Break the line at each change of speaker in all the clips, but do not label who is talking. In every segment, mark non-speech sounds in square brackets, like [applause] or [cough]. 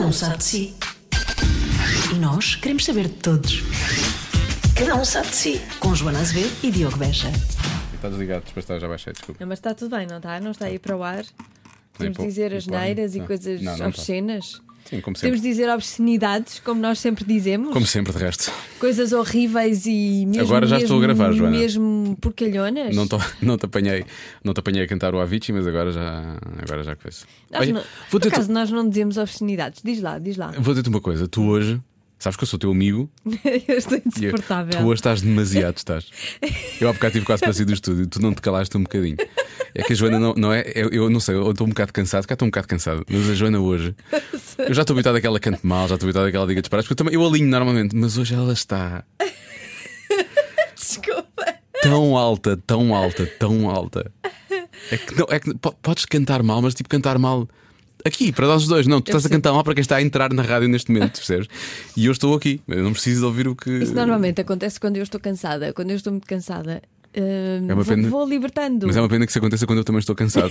um sabe de si. E nós queremos saber de todos. Cada um sabe de si. Com Joana Azevedo e Diogo Beja.
Está desligado, depois está, já baixei, desculpa.
Não, mas está tudo bem, não está? Não está aí para o ar?
Nem
Podemos
pou-
dizer
nem
as
pouco,
neiras e
não.
coisas
Não, não está.
obscenas?
Sim, como sempre.
Podemos dizer obscenidades, como nós sempre dizemos?
Como sempre, de resto.
Coisas horríveis e mesmo.
Agora já estou a
mesmo-
gravar, Joana.
Mesmo porcalhonas?
Não, tô- não te apanhei, não te apanhei a cantar o Avicii, mas agora já, agora já coisa.
Nós
Olha,
não-
vou
Por
dizer-te
acaso nós não dizemos obscenidades? Diz lá,
[laughs]
diz lá.
vou dizer-te uma coisa. Tu hoje, sabes que eu sou teu amigo
Eu estou
e eu-
insuportável.
tu hoje estás demasiado, estás. Eu há bocado tive quase para sair do estúdio, tu não te calaste um bocadinho. É que a Joana não, não é, eu, eu não sei, eu estou um bocado cansado, cá estou um bocado cansado, mas a Joana hoje, eu já estou habituado a que ela cante mal, já estou habituado a que ela diga disparates, porque eu, também, eu alinho normalmente, mas hoje ela está
Desculpa.
tão alta, tão alta, tão alta. É que, não, é que po- podes cantar mal, mas tipo cantar mal aqui, para nós os dois. Não, tu estás a cantar mal para quem está a entrar na rádio neste momento, percebes? E eu estou aqui, eu não preciso de ouvir o que.
Isso normalmente acontece quando eu estou cansada. Quando eu estou muito cansada, hum,
É uma
vou,
pena-
vou libertando.
Mas é uma pena que isso aconteça quando eu também estou
[laughs]
cansado.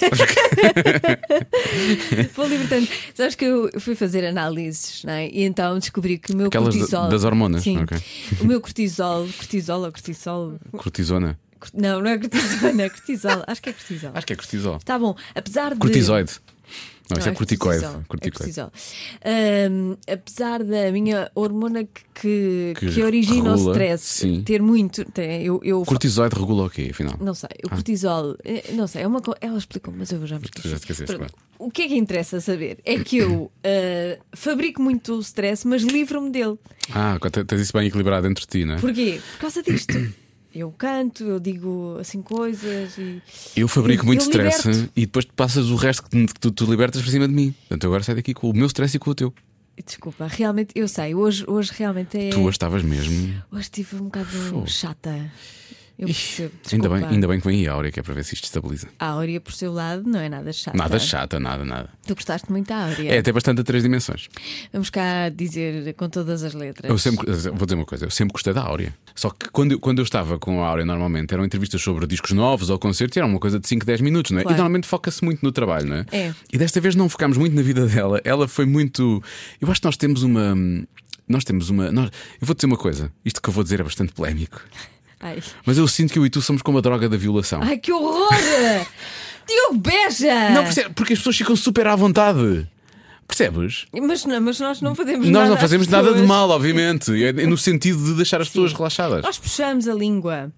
Vou libertando. Sabes que eu fui fazer análises, não é? E então descobri que o meu
Aquelas da-
cortisol.
das hormonas,
Sim.
ok.
O meu cortisol. Cortisol ou cortisol?
é Cortisona.
Cort- Não, não é cortisol, [laughs] não é cortisol. Acho que é cortisol.
Acho que é cortisol.
Está bom. Apesar de.
Cortisoide. Não, isso
Não,
é corticoide.
cortisol, é
Corticoide.
cortisol. Hum, apesar da minha hormona que, que,
Que
que origina o
regula,
stress
sim.
ter muito. Tem, eu, eu
Cortisoide regula o quê, afinal?
não sei, o cortisol, eh, não sei, é uma co- ela explicou, mas eu já me esqueci.
Ah. já te esqueceste,
Pronto, O que é que interessa saber? É que
[coughs]
eu eh, fabrico muito stress, mas livro-me dele.
Ah, te- tens isso bem equilibrado entre ti, não é?
Porquê? Por causa disto. Eu canto, eu digo assim coisas e.
Eu fabrico
Eu-
muito
eu
stress
liberto.
e depois tu passas o resto que tu, tu libertas para cima de mim. Portanto, eu agora saio daqui com o meu stress e com o teu.
Desculpa, realmente, eu sei, hoje, hoje realmente é.
Tu hoje estavas mesmo.
Hoje estive um bocado
Fogo.
chata. Eu
Ixi,
percebo.
ainda,
desculpa.
bem, ainda bem que vem aí a Áurea, que é para ver se isto estabiliza.
A Áurea, por seu lado, não é nada chata.
Nada chata, nada, nada.
Tu gostaste muito da Áurea.
É até bastante a três dimensões.
Vamos cá dizer com todas as letras.
Eu sempre, vou dizer uma coisa, eu sempre gostei da Áurea. Só que quando, eu- quando eu estava com a Áurea, normalmente eram entrevistas sobre discos novos ou concertos, e era uma coisa de 5, 10 minutos, não é? E
Claro.
normalmente foca-se muito no trabalho, não é?
É.
E desta vez não focámos muito na vida dela. Ela foi muito. Eu acho que nós temos uma. Nós temos uma. nós- Eu vou dizer uma coisa, isto que eu vou dizer é bastante polémico.
Ai.
Mas eu sinto que eu e tu somos como a droga da violação.
Ai,
[laughs]
que horror! Diogo Beja!
Não percebe, porque as pessoas ficam super à vontade. Percebes?
mas, não- mas nós não fazemos nada.
Nós não
às
fazemos nada de
pessoas.
mal, obviamente. É é no sentido de deixar as pessoas relaxadas.
Nós puxamos
[laughs]
a língua.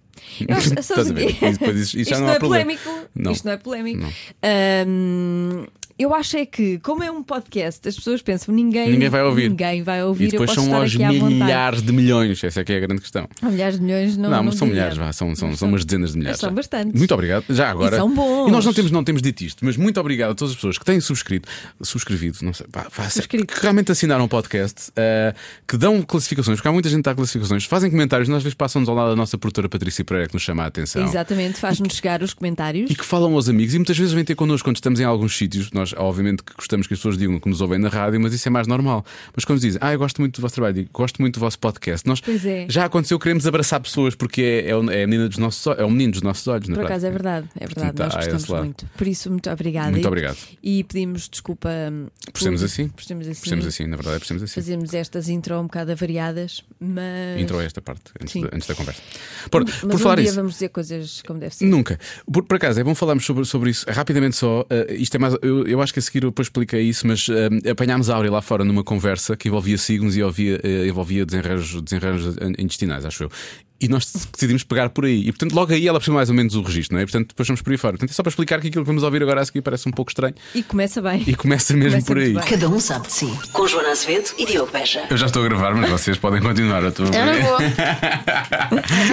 Nós-
Estás
sabes
a
o [laughs]
ver?
quê?
Isso- pois isso- isso já
Isto
não
não,
há
é
problema.
polémico.
Não.
Isto não é polémico.
Não.
Ahm, eu acho é que, como é um podcast, as pessoas pensam, ninguém,
Ninguém vai ouvir.
Ninguém vai ouvir.
E depois
eu posso
são
estar
aos
aqui à vontade.
milhares de milhões. Essa é que é a grande questão.
Há milhares de milhões, não.
Não, mas são
diria.
milhares, vá, são, são, são umas dezenas de milhares.
são
já.
bastantes.
Muito obrigado. Já agora.
são bons.
E nós não temos, não temos dito isto, mas muito obrigado a todas as pessoas que têm subscrito, subscrevido, não sei, pá, pá,
Subscrito.
que realmente assinaram o podcast, eh, que dão classificações, porque há muita gente que dá classificações, fazem comentários, nós às vezes passam-nos ao lado da nossa produtora Patrícia Pereira que nos chama a atenção.
Exatamente, faz-nos chegar os comentários.
E que falam aos amigos e muitas vezes vêm ter connosco quando estamos em alguns sítios. Nós, obviamente, que gostamos que as pessoas digam que nos ouvem na rádio, mas isso é mais normal. Mas quando nos dizem, ah, eu gosto muito do vosso trabalho, digo, gosto muito do vosso podcast, nós
Pois é.
já aconteceu, queremos abraçar pessoas porque é, é, o- é a menina dos nossos, é o menino dos nossos olhos,
Por
na
acaso
prática.
é verdade, é verdade,
Portanto,
nós
há tá, esse
gostamos
lado.
muito. Por isso, muito obrigada.
Muito
E-
obrigado.
E pedimos desculpa hum, por
sermos assim.
Por sermos assim.
Precisamos assim, na verdade, precisamos assim.
Fazemos estas intro um bocado variadas, mas.
Intro a esta parte, antes
é. Sim.
da, antes da conversa. Por,
mas
por
um
falar
dia
isso.
vamos dizer coisas como deve ser.
Nunca. Por, por acaso, é bom falarmos sobre, sobre isso rapidamente só. eh, isto é mais. Eu, eu acho que a seguir eu depois expliquei isso, mas eh, apanhámos a Áurea lá fora numa conversa que envolvia signos e ouvia, eh, envolvia desenrajos, desenrajos intestinais, acho eu. E nós decidimos pegar por aí. E portanto, logo aí ela percebeu mais ou menos o registro, não é? E, portanto, depois vamos por aí fora. Portanto, é só para explicar que aquilo que vamos ouvir agora a seguir parece um pouco estranho
E começa bem.
e começa mesmo
Começa
por aí.
muito bem.
Cada um sabe de si. Com Joana Azevedo e Diogo Beja.
Eu já estou a gravar, mas vocês podem continuar. Eu estou a
Eu não
[laughs]
vou.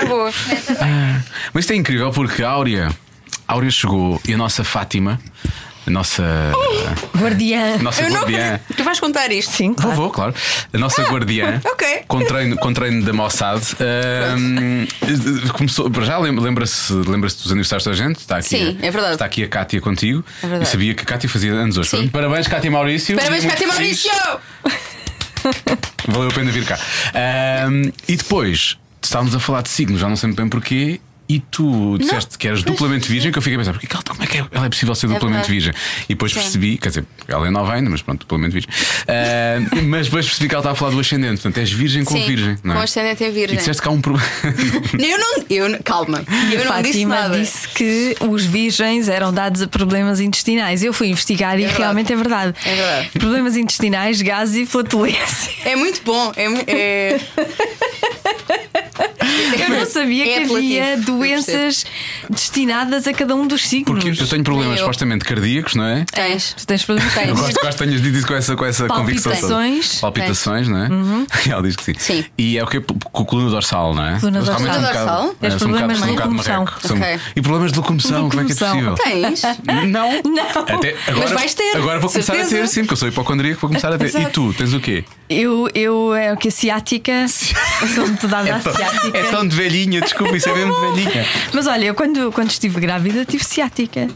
não vou.
Mas isto é incrível porque a Áurea, a Áurea chegou e a nossa Fátima, a nossa.
Guardiã.
[laughs] Nossa
Eu não
guardiã.
acredito. Tu vais contar isto?
Sim,
Vou,
claro.
vou, claro. A nossa guardiã,
ok.
com treino, com treino da Mossad, ahm, começou, para já lem- lembra-se lembra dos aniversários da gente? Está aqui,
Sim, é verdade. É
Está aqui a Cátia contigo.
verdade.
E sabia que a Cátia fazia anos hoje.
Sim.
Portanto, Parabéns, Cátia e Maurício.
Parabéns,
E muito
Cátia
feliz.
Maurício!
Valeu a pena vir cá. Ahm, e depois, estávamos a falar de signos, já não sei muito bem porquê. E tu disseste que eras duplamente virgem, que eu fiquei a pensar, porque que ela- como é que é, ela é possível ser duplamente
verdade.
virgem? E depois
Sim.
percebi, quer dizer, ela é nova ainda, mas pronto, duplamente virgem. Ah, [laughs] mas depois percebi que ela estava a falar do ascendente, portanto és virgem com
Sim,
virgem. Não é?
com ascendente em virgem.
E disseste que há um problema.
Eu não. Eu, não- calma.
E
Eu
a
não disse
Fátima
nada.
disse que os virgens eram dados a problemas intestinais. Eu fui investigar e
verdade.
realmente é verdade.
É verdade.
Problemas intestinais, gases e flatulência.
[laughs] É muito bom. É, mu- é-
Eu não sabia
É
que havia
apelativo, eu
doenças destinadas a cada um dos signos.
[laughs] Porque eu tenho problemas
Eu.
supostamente cardíacos, não é?
Tens.
Tu tens problemas
Tens.
Eu gosto, gosto que tenhas dito isso com essa, com essa convicção. toda.
Palpitações. Uhum.
Palpitações, não é? [laughs] Ela diz que sim.
Sim.
E é o que? Com o coluna dorsal, não é?
Coluna
Mas realmente é Um
dorsal.
bocado,
Tens
é, sou um bocado,
problemas de
sou um bocado
locomoção.
marreco. Sou um-
Ok.
E problemas de locomoção, como é que é possível?
Locomoção.
Tens.
Não.
[laughs] Não.
Até agora,
Mas vais ter,
Agora vou começar
certeza.
a ter, sim, porque eu sou hipocondríaco, vou começar a ter.
Exato.
E tu, tens o quê?
Eu, eu é o que? Ciática? Sou-me dada à ciática.
É tão de velhinha, desculpa, isso é mesmo de
[laughs]
velhinha.
Mas olha, eu quando, quando estive grávida tive ciática.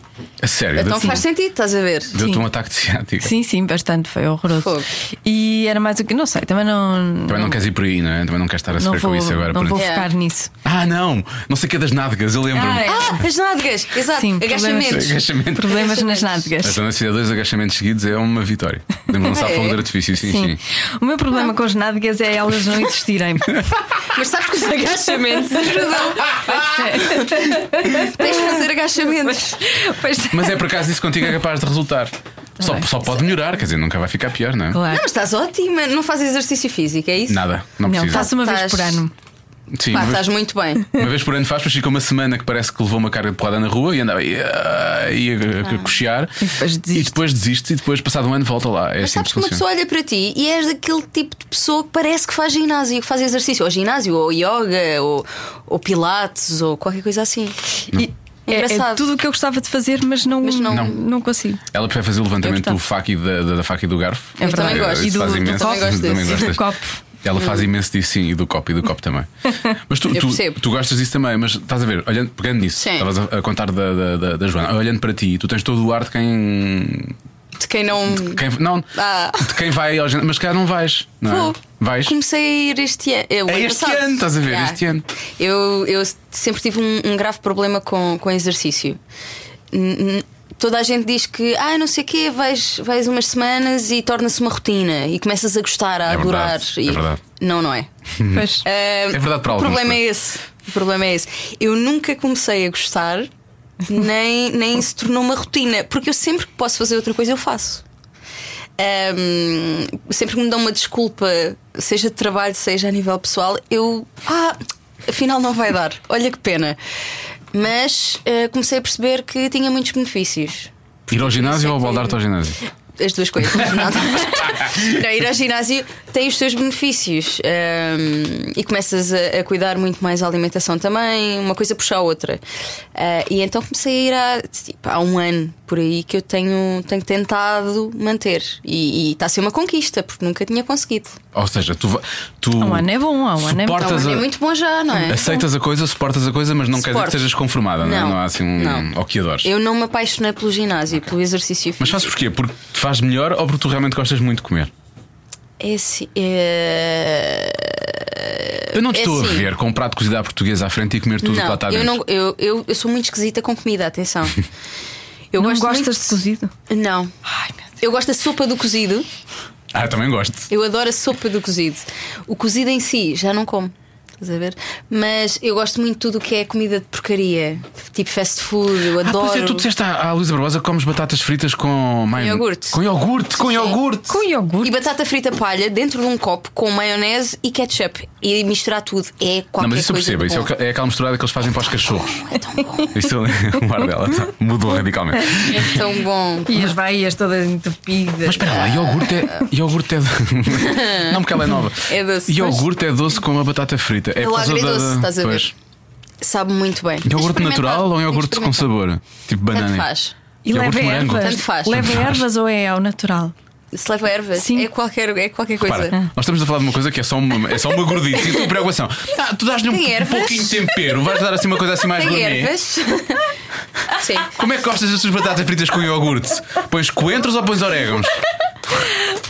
A sério,
Então
deu-te um-
faz sentido, estás a ver?
deu-te
Sim.
um ataque de ciático.
Sim, sim, bastante, foi horroroso.
Fogo.
E era mais o que. Não sei, também não.
Também não queres ir por aí, não é? Também não queres estar a
não
sofrer
vou,
com isso agora.
não
por-
vou
Yeah.
[laughs]
focar nisso.
Ah, não! Não sei o que é das nádegas, eu lembro-me.
Ah, é.
Ah, as nádegas. Exato.
Sim,
[laughs]
Agachamentos.
problemas-
Agachamento.
Problemas
Mas
nas nádegas.
quando eu dois agachamentos seguidos é uma vitória. Podemos lançar
É?
fogo de artifício, sim, sim.
Sim. O meu problema com as nádegas é elas não existirem.
[laughs] Mas sabes que os
[laughs]
agachamentos ajudam. Tens de fazer agachamentos.
Pois é.
Mas é por acaso isso contigo é capaz de resultar. Só,
bem.
só pode melhorar, quer dizer, nunca vai ficar pior, não é?
Claro.
Não, mas estás ótima. Não fazes exercício físico, é isso?
Nada, não,
Não,
precisa.
faço uma vez
Estás-
por ano.
Sim,
Pá,
uma vez-
estás muito bem.
Uma vez por ano faz, mas fica uma semana que parece que levou uma carga de porrada na rua e andava aí, ah, e a, a, a cochear.
E depois desiste.
E depois desiste e depois, passado um ano, volta lá. É
Mas
assim
sabes
que
que uma
funciona.
pessoa olha para ti e és daquele tipo de pessoa que parece que faz ginásio, que faz exercício, ou ginásio, ou yoga, ou, ou pilates, ou qualquer coisa assim.
E é, é
Engraçado.
tudo o que eu gostava de fazer, mas não,
Mas não-
não.
Não.
consigo.
Ela prefere fazer o levantamento
Eu
do
gostava.
faca e da, da, da faca e do garfo.
É Eu verdade. também gosto.
Isso
E do-
faz
do
imenso.
copo.
Também gosto
Também
desse.
E do
gostas.
copo. Hum.
Ela faz imenso disso, sim, e do copo, e do copo
[laughs]
também. Mas tu, tu,
percebo.
tu gostas disso também, mas estás a ver, olhando, pegando nisso,
Sim.
estavas a, a contar da, da, da- da Joana, olhando para ti, tu tens todo o ar de quem.
De quem não.
quem não,
Ah.
de quem vai ao ginásio, mas cá não vais, não é?
Vou.
Vais?
Comecei a ir este ano. É, o
É
ano
este
passado.
ano, estás a ver, este ano.
Eu, eu sempre tive um, um grave problema com, com exercício. N- n- Toda a gente diz que, ah, não sei o quê, vais, vais umas semanas e torna-se uma rotina e começas a gostar, a
É
adorar.
verdade,
e...
é verdade.
Não, não é.
Hum.
Pois.
Ah,
É verdade para
O
alguns,
problema
mas-
é esse. O problema é esse. Eu nunca comecei a gostar,
[laughs]
nem, nem se tornou uma rotina, porque eu sempre que posso fazer outra coisa eu faço. Ahm, sempre que me dão uma desculpa, seja de trabalho, seja a nível pessoal, eu. Ah, afinal não vai dar. Olha que pena. Mas ah, comecei a perceber que tinha muitos benefícios.
Ir ao ginásio ou baldar-te ao ginásio?
As duas coisas. Nada. Não, ir ao ginásio tem os seus benefícios Ahm, e começas a, a cuidar muito mais da alimentação também, uma coisa puxa a outra. Ah, e então comecei a ir há, tipo, há um ano por aí que eu tenho, tenho tentado manter. E e está a ser uma conquista, porque nunca tinha conseguido.
Ou seja, tu. va- tu
Há um ano é bom, há um ano é
Então,
suportas
é
a-
muito bom já, não é?
Aceitas a coisa, suportas a coisa, mas não quer dizer que
Suporto.
sejas conformada, não, é?
Não.
Não há assim um.
Não.
Ou que adores.
Eu não me apaixonei pelo ginásio, pelo exercício físico.
Mas fazes porquê? Porque te faz melhor ou porque tu realmente gostas muito de comer?
É assim, é-
Eu não te
É
estou a
assim.
ver com um prato de cozida à portuguesa à frente e comer tudo o que lá
não,
está
eu,
dentro.
não eu, eu, eu sou muito esquisita com comida, atenção. Eu
não
gosto
gostas
muito-
de cozido?
Não.
Ai, meu Deus.
Eu gosto da sopa do cozido.
Ah, eu também gosto.
Eu adoro a sopa do cozido. O cozido em si, já não como. Estás a ver? Mas eu gosto muito de tudo o que é comida de porcaria. Tipo fast food, eu
Ah, pois
adoro.
é, tu disseste à, à Luísa Barbosa que comes batatas fritas com maio-
iogurte.
Com iogurte, com iogurte.
Com iogurte.
E batata frita palha dentro de um copo com maionese e ketchup. E misturar tudo. É
Não,
qualquer
mas isso eu
coisa.
percebo.
de
Isso é, o
bom.
que- é aquela misturada que eles fazem para os cachorros.
É tão bom.
Isso eu o [laughs] ar dela tá- mudou radicalmente.
É tão bom.
E as veias todas
Mas
entupidas.
espera lá, iogurte é. Iogurte é. do- [laughs] Não, porque ela é nova.
É doce,
Iogurte é doce com uma batata frita. É
Pelo
por causa da-
agridoce,
da-
estás a ver?
pois.
Sabe muito bem.
Iogurte
Experimentar.
natural ou iogurte com
Experimentar.
sabor? Tipo banana.
Tanto faz.
E
iogurte
leva
de morango.
ervas.
Tanto faz.
Leva
Tanto faz.
ervas ou é ao natural?
Se leva ervas,
Sim.
é qualquer, é qualquer coisa.
Para, nós estamos a falar de uma coisa que é só uma, é só uma gordice e a tua preocupação. Ah, tu dás-lhe um
Tem
pou-
ervas?
pouquinho de tempero, vais dar assim uma coisa assim mais
Tem
gourmet.
ervas. [laughs] Sim.
Como é que gostas das tuas batatas fritas com iogurte? Pões coentros ou pões orégãos?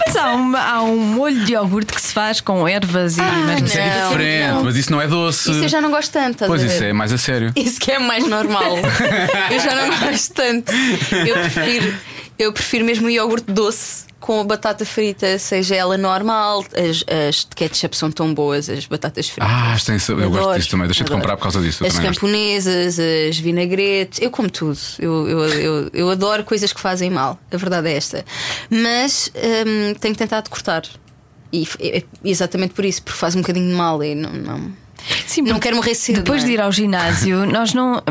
Mas há, uma- há um molho de iogurte que se faz com ervas
Ah,
e mas
Isso é
Não,
diferente,
não.
mas isso não é doce.
Isso eu já não gosto tanto, estás
Pois
a
isso
ver?
é mais a sério.
Isso que é mais normal.
[laughs]
eu já não gosto tanto. Eu prefiro, eu prefiro mesmo o iogurte doce com a batata frita, seja ela normal. As, as de ketchup são tão boas, as batatas fritas.
Ah, isto tem sabor. Eu gosto disso também. Deixei de
adoro.
comprar por causa disso. Eu
As
também gosto.
camponesas, as vinagretes, eu como tudo. Eu, eu, eu, eu adoro coisas que fazem mal. A verdade é esta. Mas hum, tenho tentado cortar. E f- é- é exatamente por isso, porque faz um bocadinho de mal e não, não,
Sim,
não
porque
quero morrer cedo.
Depois
não
de
é?
ir ao ginásio, nós não.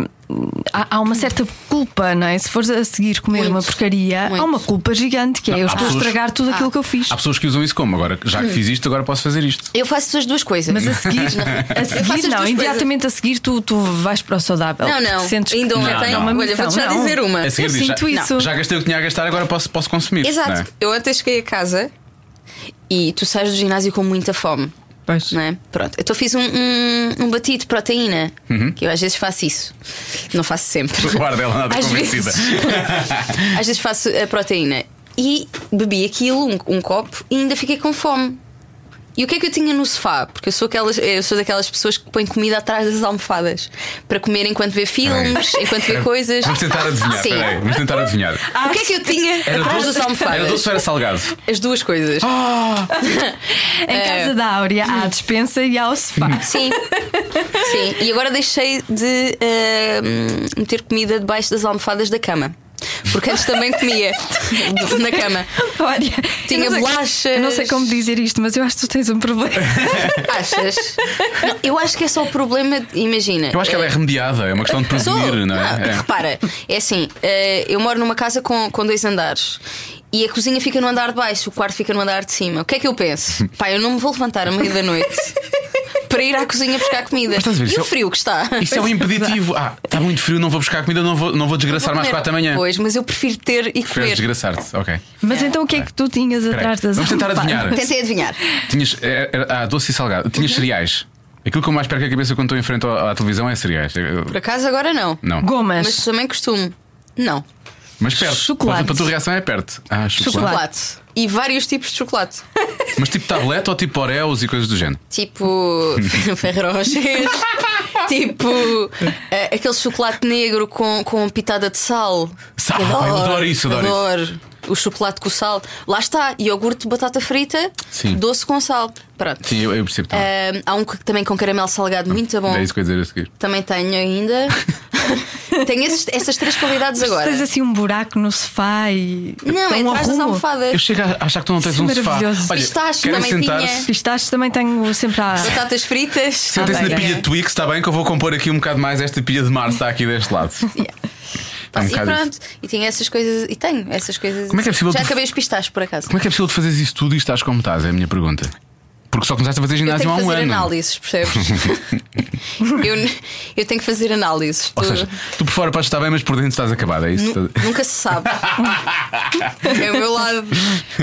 Há, há uma certa culpa, não é? Se fores a seguir comer
Muito,
uma porcaria,
muito. Ah.
há uma culpa gigante que é
Não,
eu
há
estou a
pessoas-
estragar tudo aquilo que eu fiz.
Há pessoas que usam isso como agora. Já que fiz isto, agora posso fazer isto.
Eu faço as duas coisas. [laughs]
Mas a seguir, a
Eu faço as
seguir
duas
não,
coisas.
imediatamente a seguir tu, tu vais para o saudável.
Não, não.
Porque Sentes que
Ainda
não,
ontem.
não,
uma
Olha, vou-te já
missão, não.
dizer uma.
A É seguir
Eu
diz,
sinto
já,
isso.
já gastei o que tinha a gastar, agora posso, posso consumir. não é?
Exato. Eu ontem cheguei a casa e tu sais do ginásio com muita fome.
Pois.
Não é? Pronto, eu então fiz um, um, um batido de proteína,
Uhum.
que eu às vezes faço isso. Não faço sempre.
[laughs] Guarda ela nada
Às
convencida.
vezes, às vezes faço a proteína e bebi aquilo, um, um copo, e ainda fiquei com fome. E o que é que eu tinha no sofá? Porque eu sou, aquelas, eu sou daquelas pessoas que põem comida atrás das almofadas para comer enquanto vê filmes,
Peraí.
enquanto vê coisas.
[laughs] Vamos tentar adivinhar,
Sim.
peraí. Vamos tentar adivinhar.
O que é que eu tinha atrás das almofadas?
era doce ou era salgado?
As duas coisas.
Em
É.
casa da Áurea há a dispensa e há o sofá.
Sim. Sim. E agora deixei de ahm, meter comida debaixo das almofadas da cama. Porque antes também
[laughs]
comia na cama.
[laughs] Olha,
Tinha
eu não sei-
bolachas.
Eu não sei como dizer isto, mas eu acho que tu tens
[laughs]
um problema.
Achas? Não, eu acho que é só o problema. de- Imagina.
Eu acho que ela é remediada, é uma questão de
Sou. Ah,
prevenir, não
Não,
é? é?
Repara, é assim, eh, eu moro numa casa com, com dois andares. E a cozinha fica no andar de baixo, o quarto fica no andar de cima. O que é que eu penso?
[laughs]
Pá, eu não me vou levantar à meia da noite para ir à cozinha buscar comida.
Mas estás a ver,
e
isso
o
é-
frio que está.
Isso é um impeditivo. Ah, está muito frio, não vou buscar comida, não vou, não vou desgraçar mais
Comer.
4 da manhã.
Pois, mas eu prefiro ter e
Preferes
comer.
desgraçar-te, ok.
Mas então o que é que tu tinhas
Peraí.
atrás das
Vamos tentar
almofadas?
adivinhar.
Tentei adivinhar.
Tinhas era- era- ah, doce e salgado.
Uhum.
Tinhas cereais. Aquilo que eu mais perco a cabeça quando estou em frente à, à televisão é cereais. Eu-
Por acaso agora não.
Não.
Gomas.
Mas também costumo. Não.
Mas perto.
Chocolate.
Para, para a tua reação é perto. Ah, chocolate.
Chocolate.
Chocolate. E vários tipos de chocolate.
Mas tipo tableta ou tipo Oreos e coisas do género.
Tipo [laughs] Ferrero Rocher [laughs] Tipo eh, Aquele chocolate negro com, com pitada de sal
Sal, eu adoro isso, adoro
isso O chocolate com sal Lá está, iogurte, batata frita
Sim.
Doce com sal Pronto.
Sim, eu, eu percebo também.
Eh, Há um que- também com caramelo salgado muito bom
É isso que eu ia dizer a seguir.
Também tenho
[laughs]
ainda [laughs] Tenho esses- essas três qualidades agora
Tens assim um buraco no sofá e.
Não, é
um
atrás das
arrumo.
Eu
almofadas
chego a achar que tu não tens
Isso é
um sofá.
maravilhoso.
Pistache
querem
também tinha.
sentar-se?
Pistachos também tenho sempre
[laughs]
à.
Batatas fritas
Sentem-se
Ah,
na
bem,
pilha de Twix, está bem que eu vou compor aqui um bocado mais esta pilha de mar, está aqui deste
[laughs]
lado. Está um
E
bocado
pronto, e tinha essas coisas E tenho essas coisas
Como é que é possível
Já
tu-
acabei os pistaches por acaso
Como é que é possível de fazer isso tudo e estás como estás? É a minha pergunta. Porque só começaste a fazer
Eu
ginásio
tenho
há
que
um
fazer
ano.
análises, percebes?
[laughs]
eu, eu tenho que fazer análises.
Ou
Tu-
seja, tu por fora podes estar bem, mas por dentro estás acabada, é isso?
nu- nunca se sabe. é o meu lado.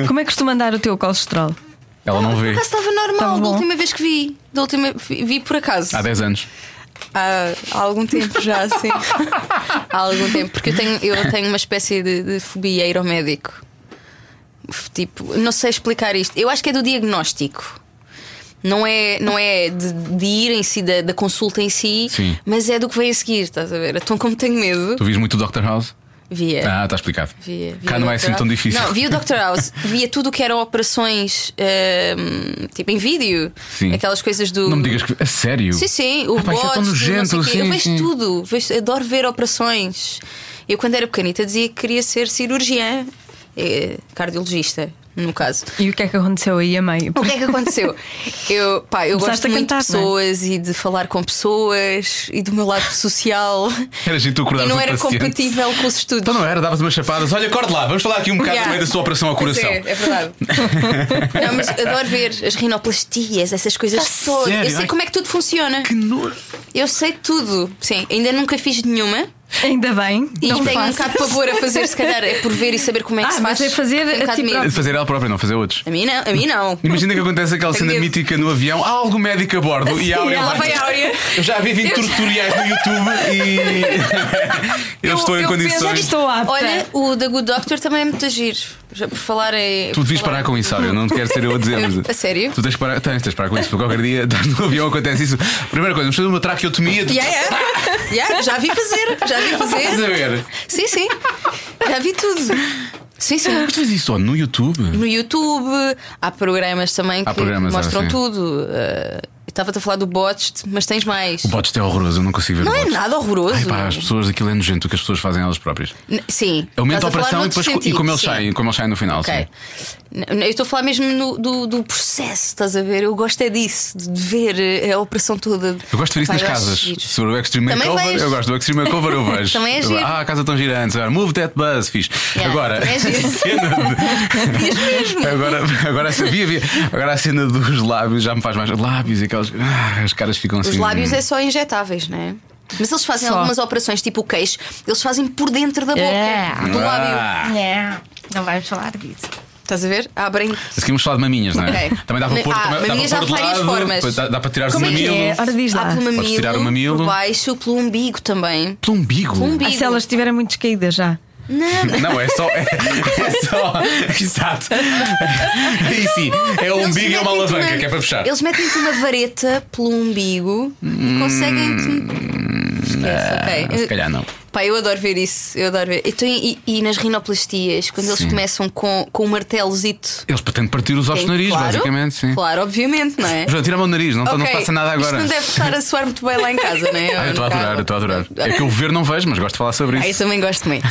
Como é que costuma andar o teu colesterol?
Ela
[laughs]
não vê.
Por acaso estava normal
Estava
da
bom.
última vez que vi. Da última vi, vi por acaso.
Há 10 anos.
Há, há algum tempo
[laughs]
já, sim. há algum tempo. Porque eu tenho, eu tenho uma espécie de, de fobia a ir ao médico. F- Tipo, não sei explicar isto. Eu acho que é do diagnóstico. Não é, não é de, de ir em si, da, da consulta em si,
Sim.
mas é do que vem a seguir, estás a ver? Então, como tenho medo,
Tu vias muito o Doctor House?
via.
Ah, está explicado.
Via, via
Cá não é
o Dr.
assim tão
House.
difícil.
Não, via o Dr. House, via tudo o que eram operações ehm, tipo em vídeo,
Sim.
aquelas coisas do.
Não me digas que. A sério?
Sim, sim, o
Ah, pá, isso é tão
bote, não sei
nojento,
o quê. Eu
sim,
vejo
sim.
tudo, vejo, adoro ver operações. Eu, quando era pequenita, dizia que queria ser cirurgiã, eh, cardiologista, no caso.
E o que é que aconteceu aí a meio?
O que é
[laughs]
que aconteceu? Eu, pá, eu
Começaste
gosto
a
muito
cantar,
de
é?
pessoas e de falar com pessoas e do meu lado
[laughs]
social.
Era giro tu
e
acordares
não
um
era
paciente.
compatível com os estudos.
Então não era, davas umas chapadas. Olha, acorde lá, vamos falar aqui um bocado
Yeah.
também da sua operação ao
Pois
coração.
É, é verdade.
[laughs]
não, mas adoro ver as rinoplastias, essas coisas
Tá
todas.
sério?
Eu sei
Ai,
como é que tudo funciona.
Que nojo.
Eu sei tudo. Sim, ainda nunca fiz nenhuma.
[laughs] Ainda bem.
E
não
tenho um
faço.
bocado de pavor a fazer, se calhar, é por ver e saber como é que
Ah,
se faz.
mas é fazer
Tenho um
a
bocado
ti
de medo.
É de fazer ela própria, não fazer outros.
A mim não, a mim não.
Imagina que acontece aquela
Tenho
cena
medo.
mítica no avião, há algum médico a bordo e a Áurea
Lá vai a Áurea.
Eu já vi 20 tutoriais no YouTube e
[laughs]
eu, estou em
eu penso que
condições.
Estou apta.
Olha, o The Good Doctor também é muito giro. Já por falar em.
Tu devias
por falar-
parar com isso, Sábio. Não te quero ser eu a dizer. mas-
[laughs] A sério?
Tu tens de parar, tens, tens de parar com isso, porque qualquer dia [laughs] estás no avião acontece isso. Primeira coisa, vamos fazer uma traqueotomia.
[laughs] Yeah, yeah. Yeah, já vi fazer, já
[laughs]
vi
Estás a
fazer.
ver?
Sim, sim. Já vi tudo. Sim, sim.
Mas tu vês isso ó, no YouTube?
No YouTube, há programas também
Há
que
programas,
mostram
ah, sim.
tudo. Eh, eu Estava-te a falar do botched, mas tens mais.
O bots é horroroso, eu não consigo ver
Não
o
é
botched.
nada horroroso.
Ai, pá, as pessoas, aquilo é nojento o que as pessoas fazem a elas próprias.
N- Sim.
Aumenta a
Estás
operação
falar
e
noutro
depois co- e
sentido,
como eles
sim.
saem, como eles saem no final.
Ok.
sim.
N- Eu estou a falar mesmo no- do, do processo, estás a ver? Eu gosto é disso, de ver eh, a operação toda.
Eu gosto de ver isso
Pá,
nas
eu acho
casas.
giro.
Sobre o Extreme
Também
Makeover,
vejo.
eu gosto do Extreme Makeover,
[laughs]
eu vejo.
Também é
Eu-
giro.
Ah, a casa tão girante. Agora, move that bus, fixe.
Yeah,
agora,
também é giro.
a cena
Diz mesmo.
de- [laughs] agora, agora, essa- via, via. agora a cena dos lábios já me faz mais. Lábios e aquelas. Ah, as caras ficam assim.
Os lábios é só injetáveis, não é? Mas eles fazem
Só.
algumas operações, tipo o queixo, eles fazem por dentro da boca,
É.
do lábio.
Ah,
Não vamos falar disso.
Estás a ver? Abrem.
se queremos falar de maminhas, não é?
Ok.
Também dá para
Ah,
pôr, também, dá
maminhas
para pôr
há
de
várias
lado,
formas.
depois dá, dá para tirar-se o
Como é que
mamilo.
é? Ora, diz
Há
lá.
pelo mamilo,
tirar o mamilo.
por baixo, pelo umbigo também.
Pelo umbigo.
Pelo umbigo.
Ah, se elas estiverem muito descaídas já.
Não, é só. É, é só. [laughs]
[laughs]
Exato. E sim, é o
Eles
umbigo e uma
metem-te
alavanca,
uma-
que é para fechar.
Eles metem-te uma vareta pelo umbigo e conseguem-te. Esquece, ok.
Ah, Se calhar Hum, não.
Pá, eu adoro ver isso, eu adoro ver. Então, e, e nas rinoplastias, quando eles
Sim.
começam com, com o martelozito.
Eles pretendem partir os ossos do nariz,
Claro,
basicamente, sim.
Claro, obviamente,
[laughs]
não é?
João, tira-me o nariz, não, não
Ok,
se passa nada
Isto
agora.
não deve estar a soar muito bem lá em
[laughs]
casa, não é?
Ah, eu estou a
No carro.
adorar, eu estou a adorar. É que eu ver não vejo, mas gosto de falar sobre
Ah, eu
isso.
também
[laughs]
gosto muito.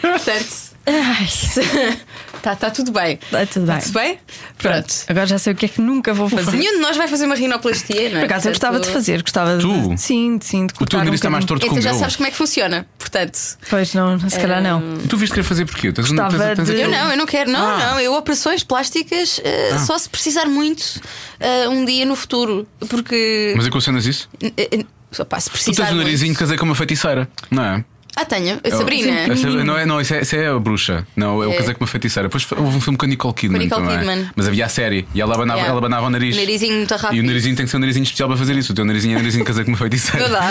Portanto, [laughs] está tá tudo bem.
Está tudo bem.
Está-se bem? Pronto.
Agora já sei o que é que nunca vou fazer.
Nenhum de nós vai fazer uma rinoplastia, não é?
Por acaso eu gostava de fazer, gostava
Tu?
de. Sim, sim, de
O teu
cortar um
nariz está mais
bocadinho.
torto que o
Então já
meu.
sabes como é que funciona. Portanto,
Pois não, se calhar
Hum.
não.
Tu viste querer fazer porquê? Tens uma-
Gostava
tens- um- tens-
de-
eu não, eu não quero. Não,
Ah.
não. Eu operações plásticas eh, só se precisar muito eh, um dia no futuro. Porque.
Mas é equacionas isso?
eh, eh, opá, se
Tu
precisar.
tens o
muito-
narizinho que casei com uma feiticeira, não é?
Ah, tenho. A
É o-
Sabrina.
Essa- não, é, não isso, é, isso é a bruxa. Não, é o
É.
casei com uma feiticeira. Depois foi- houve um filme com a Nicole Kidman.
Com a Nicole
também.
Kidman.
Mas havia a série e ela abanava,
Yeah.
ela abanava o nariz.
O narizinho
E
muito
o
rápido.
narizinho tem que ser um narizinho especial para fazer isso. O teu narizinho é um narizinho de casei com
[laughs]
uma feiticeira. [laughs]
Não dá.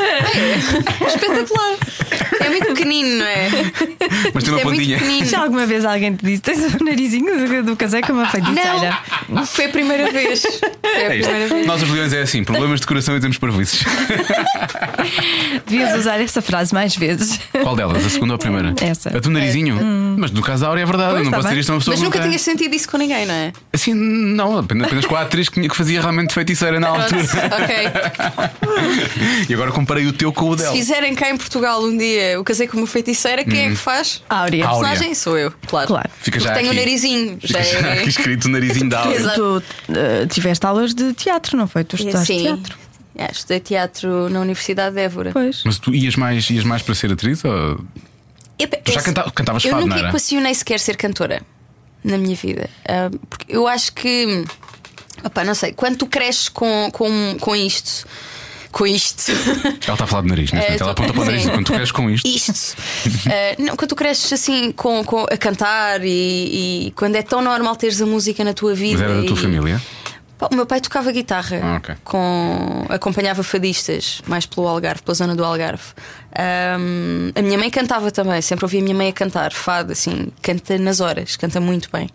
é, espetacular. É muito pequenino, não é?
Mas tem
Isto
uma
é muito
pontinha.
pequenino.
Já alguma vez alguém te disse: tens o narizinho do- do caseco, uma feiticeira?
Não, foi a primeira vez. Foi a
É isto.
primeira vez.
Nós os leões é assim, problemas de coração e temos parvoices.
Devias usar essa frase mais
[laughs]
vezes.
Qual delas? A segunda ou a
Hum,
primeira?
Essa.
A do narizinho? Mas no caso da Áurea é verdade,
Pois,
eu não
tá
posso dizer
bem.
isto a uma pessoa
Mas
que
nunca
não tem.
tinhas sentido isso com ninguém, não é?
Assim, não, apenas, apenas com a atriz que, tinha- que fazia realmente feiticeira na
Pronto,
altura.
ok.
E agora comparei o teu com o
Se
dela.
fizerem cá em Portugal um dia o casei com uma feiticeira, quem é que faz?
Áurea.
A
Hum. Áurea.
personagem sou eu, claro.
Claro.
Fica já
Porque tenho o
aqui.
narizinho.
Fica
já
já
é-
aqui escrito o narizinho da Áurea.
Exato.
Tu eh, tiveste aulas de teatro, não foi? Tu estudaste
Sim.
teatro.
É, estudei teatro na Universidade de Évora.
Pois.
Mas tu ias mais, ias mais para ser atriz? Ou...
Eu,
Tu já
eu-
canta- cantavas
Eu
fado,
nunca
não era?
equacionei sequer ser cantora na minha vida. Ah, porque eu acho que. Opá, não sei. Quando tu cresces com, com, com isto. Com isto. [laughs]
Ela está a falar de nariz, neste
É,
momento. Ela
tô-
aponta para o nariz
Sim.
quando tu queres com isto.
isto. [laughs] Ah, não, quando tu cresces assim com, com- a cantar e, e quando é tão normal teres a música na tua vida.
Mas era da tua
e-
família?
Pá, o meu pai tocava guitarra,
Ah, ok.
com, acompanhava fadistas, mais pelo Algarve, pela zona do Algarve. Ahm, a minha mãe cantava também, sempre ouvia a minha mãe a cantar, fado, assim, canta nas horas, canta muito bem.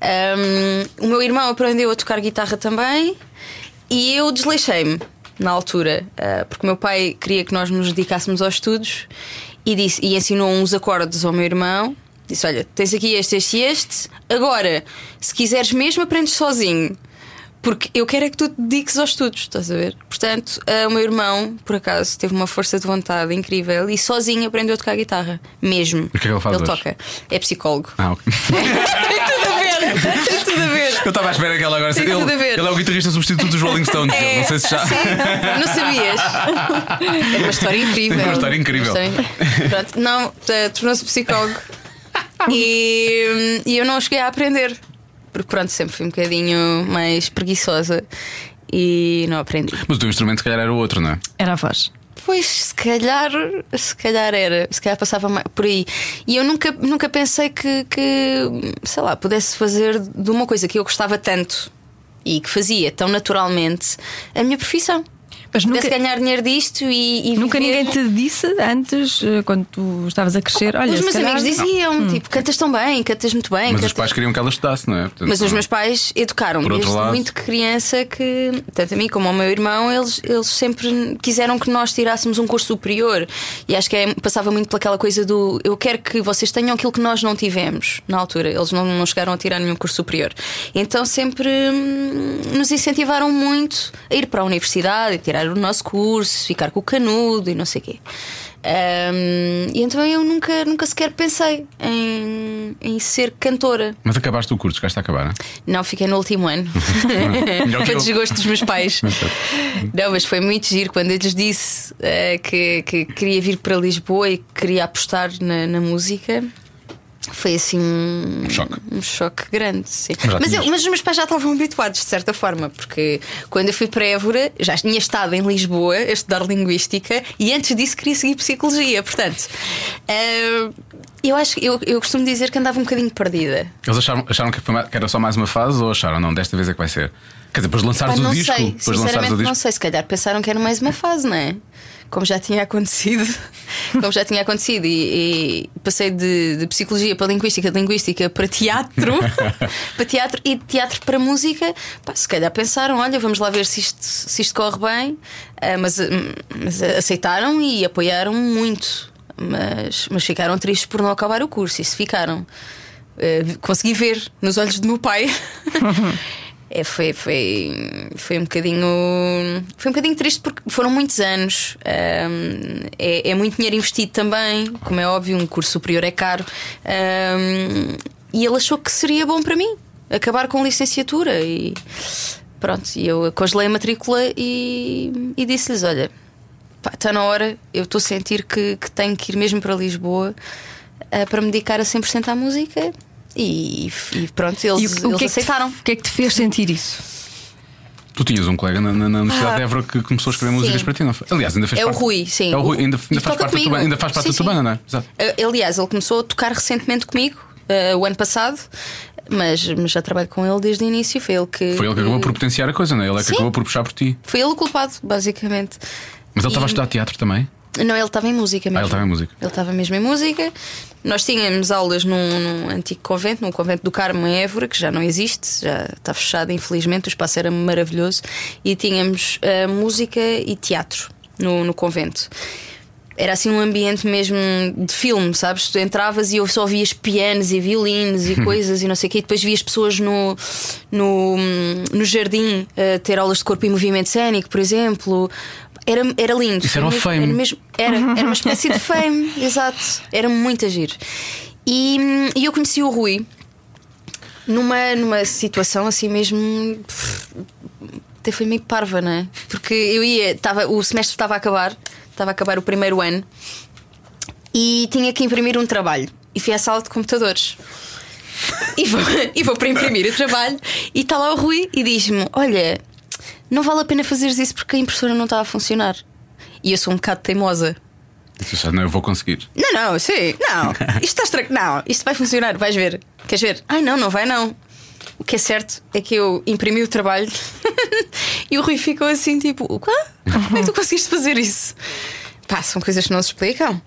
Ahm, o meu irmão aprendeu a tocar guitarra também e eu desleixei-me na altura, ah, porque o meu pai queria que nós nos dedicássemos aos estudos e, disse, e ensinou uns acordes ao meu irmão. Disse: Olha, tens aqui este, este e este. Agora, se quiseres mesmo, aprendes sozinho. Porque eu quero é que tu te dediques aos estudos, estás a ver? Portanto, ah, o meu irmão, por acaso, teve uma força de vontade incrível e sozinho aprendeu a tocar guitarra. Mesmo. O
que é que ele faz hoje?
toca. É psicólogo. [laughs]
Ah, ok. [laughs]
Tem tudo a ver! Tem tudo a ver!
Eu estava à espera que ela agora.
Tem
ele,
tudo a ver. É.
ele é o guitarrista substituto dos Rolling Stones. eu Não sei se já.
Sim, não sabias. É uma história incrível.
É uma história incrível.
incrível. Pronto, não, eh, tornou-se psicólogo. E, e eu não cheguei a aprender. Porque, pronto, sempre fui um bocadinho mais preguiçosa e não aprendi.
Mas o teu instrumento, se calhar, era o outro, não é?
Era a voz.
Pois, se calhar, se calhar era, se calhar passava ma- por aí. E eu nunca, nunca pensei que, que, sei lá, pudesse fazer de uma coisa que eu gostava tanto e que fazia tão naturalmente a minha profissão.
Mas
pudesse
nunca-
ganhar dinheiro disto e, e
Nunca
viver.
ninguém te disse antes, eh, quando tu estavas a crescer, olha,
Os
se
meus
calhar-
amigos diziam, tipo, cantas tão bem, cantas muito bem.
Mas os
cantas-
pais queriam que ela estudasse, não é? Portanto,
Mas os
não-
meus pais educaram-me
Por outro
desde
lado-
muito criança que, tanto a mim como ao meu irmão, eles, eles sempre quiseram que nós tirássemos um curso superior. E acho que é- passava muito pelaquela coisa do eu quero que vocês tenham aquilo que nós não tivemos na altura. Eles não, não chegaram a tirar nenhum curso superior. Então sempre hum, nos incentivaram muito a ir para a universidade, e tirar o nosso curso, ficar com o canudo e não sei o quê. Hum, e então eu nunca, nunca sequer pensei em, em ser cantora.
Mas acabaste o curso, chegaste a acabar, não é?
Não, fiquei no último
[laughs]
ano.
Melhor que
foi
eu.
desgosto dos
[laughs]
meus pais.
certo.
Não, mas foi muito giro quando eu lhes disse eh, que, que queria vir para Lisboa e que queria apostar na, na música. Foi assim um,
Um choque.
um choque grande. sim.
Mas já
Mas, eu-
tinhas-
mas os meus pais já estavam habituados, de certa forma, porque quando eu fui para Évora já tinha estado em Lisboa a estudar linguística e antes disso queria seguir psicologia. Portanto, eh, eu acho eu, eu costumo dizer que andava um bocadinho perdida.
Eles acharam, acharam que, foi ma- que era só mais uma fase ou acharam, não, desta vez é que vai ser? Quer dizer, depois de
Pá,
lançares o
não
disco,
sei,
depois de lançares
sinceramente
o disco.
não sei, se calhar pensaram que era mais uma fase, não é? Como já tinha acontecido,
[laughs]
como já tinha acontecido, e, e passei de, de psicologia para linguística, de linguística
[laughs]
para teatro, para teatro e de teatro para música, Pá, se calhar pensaram, olha, vamos lá ver se isto, se isto corre bem, Ah, mas, hum, mas aceitaram e apoiaram muito, mas, mas ficaram tristes por não acabar o curso, isso ficaram. Eh, consegui ver nos olhos do meu pai. É, foi, foi, foi um bocadinho. Foi um bocadinho triste porque foram muitos anos. Ahm, é, é muito dinheiro investido também, como é óbvio, um curso superior é caro. Ahm, e ele achou que seria bom para mim acabar com a licenciatura e pronto, e eu congelei a matrícula e, e disse-lhes: olha, pá, está na hora, eu estou a sentir que, que tenho que ir mesmo para Lisboa ah, para me dedicar a 100% à música. E, e pronto,
E
eles,
o, o que é
eles
que te-
aceitaram.
o que é que te fez sentir isso?
Tu tinhas um colega na, na- na Universidade
Ah,
de Évora que começou a escrever
sim.
músicas para ti, não foi? Aliás, ainda fez
É o
parte.
Rui, sim.
É o Rui, ainda,
E
ainda faz
toca
parte da
comigo.
tua, ainda faz parte
Sim,
da tua
sim.
banda, não é? Exato.
Uh, Aliás, ele começou a tocar recentemente comigo, uh, o ano passado, mas, mas já trabalho com ele desde o início. Foi ele que.
Foi ele que acabou por potenciar a coisa, não é? Ele é que
Hum. Sim.
acabou por puxar por ti.
Foi ele o culpado, basicamente.
Mas ele
E-
estava a estudar teatro também.
Não, ele estava em música mesmo.
Ah, ele estava em música.
Ele estava mesmo em música. Nós tínhamos aulas num, num antigo convento, num convento do Carmo em Évora, que já não existe, já está fechado, infelizmente. O espaço era maravilhoso. E tínhamos ah, música e teatro no, no convento. Era assim um ambiente mesmo de filme, sabes? Tu entravas e eu só vias pianos
[laughs]
e violinos e coisas e não sei o quê, e depois vias pessoas no, no, no jardim a ter aulas de corpo e movimento cénico, por exemplo. Era, era lindo.
Isso era o
mesmo-
Fame.
mesmo mesmo- Era, era uma espécie
[laughs]
de fame, exato. Era muito agir. E, hum, e eu conheci o Rui numa, numa situação assim mesmo. pff, Até foi meio parva, não é? Porque eu ia, tava, o semestre estava a acabar, estava a acabar o primeiro ano e tinha que imprimir um trabalho. E fui à sala de computadores. E vou, [laughs] e vou para imprimir o trabalho. E está lá o Rui e diz-me: Olha, não vale a pena fazeres isso porque a impressora não está a funcionar. E eu sou um bocado teimosa.
Disse, "Ah, Não, eu vou conseguir.
Não, não, sim, [laughs] não. Isto está estranho. Não, isto vai funcionar, vais ver. Queres ver? Ai, não, não vai não. O que é certo é que eu imprimi o trabalho [laughs] e o Rui ficou assim, tipo, o quê? Como é que tu conseguiste fazer isso? Pá, são coisas que não se explicam.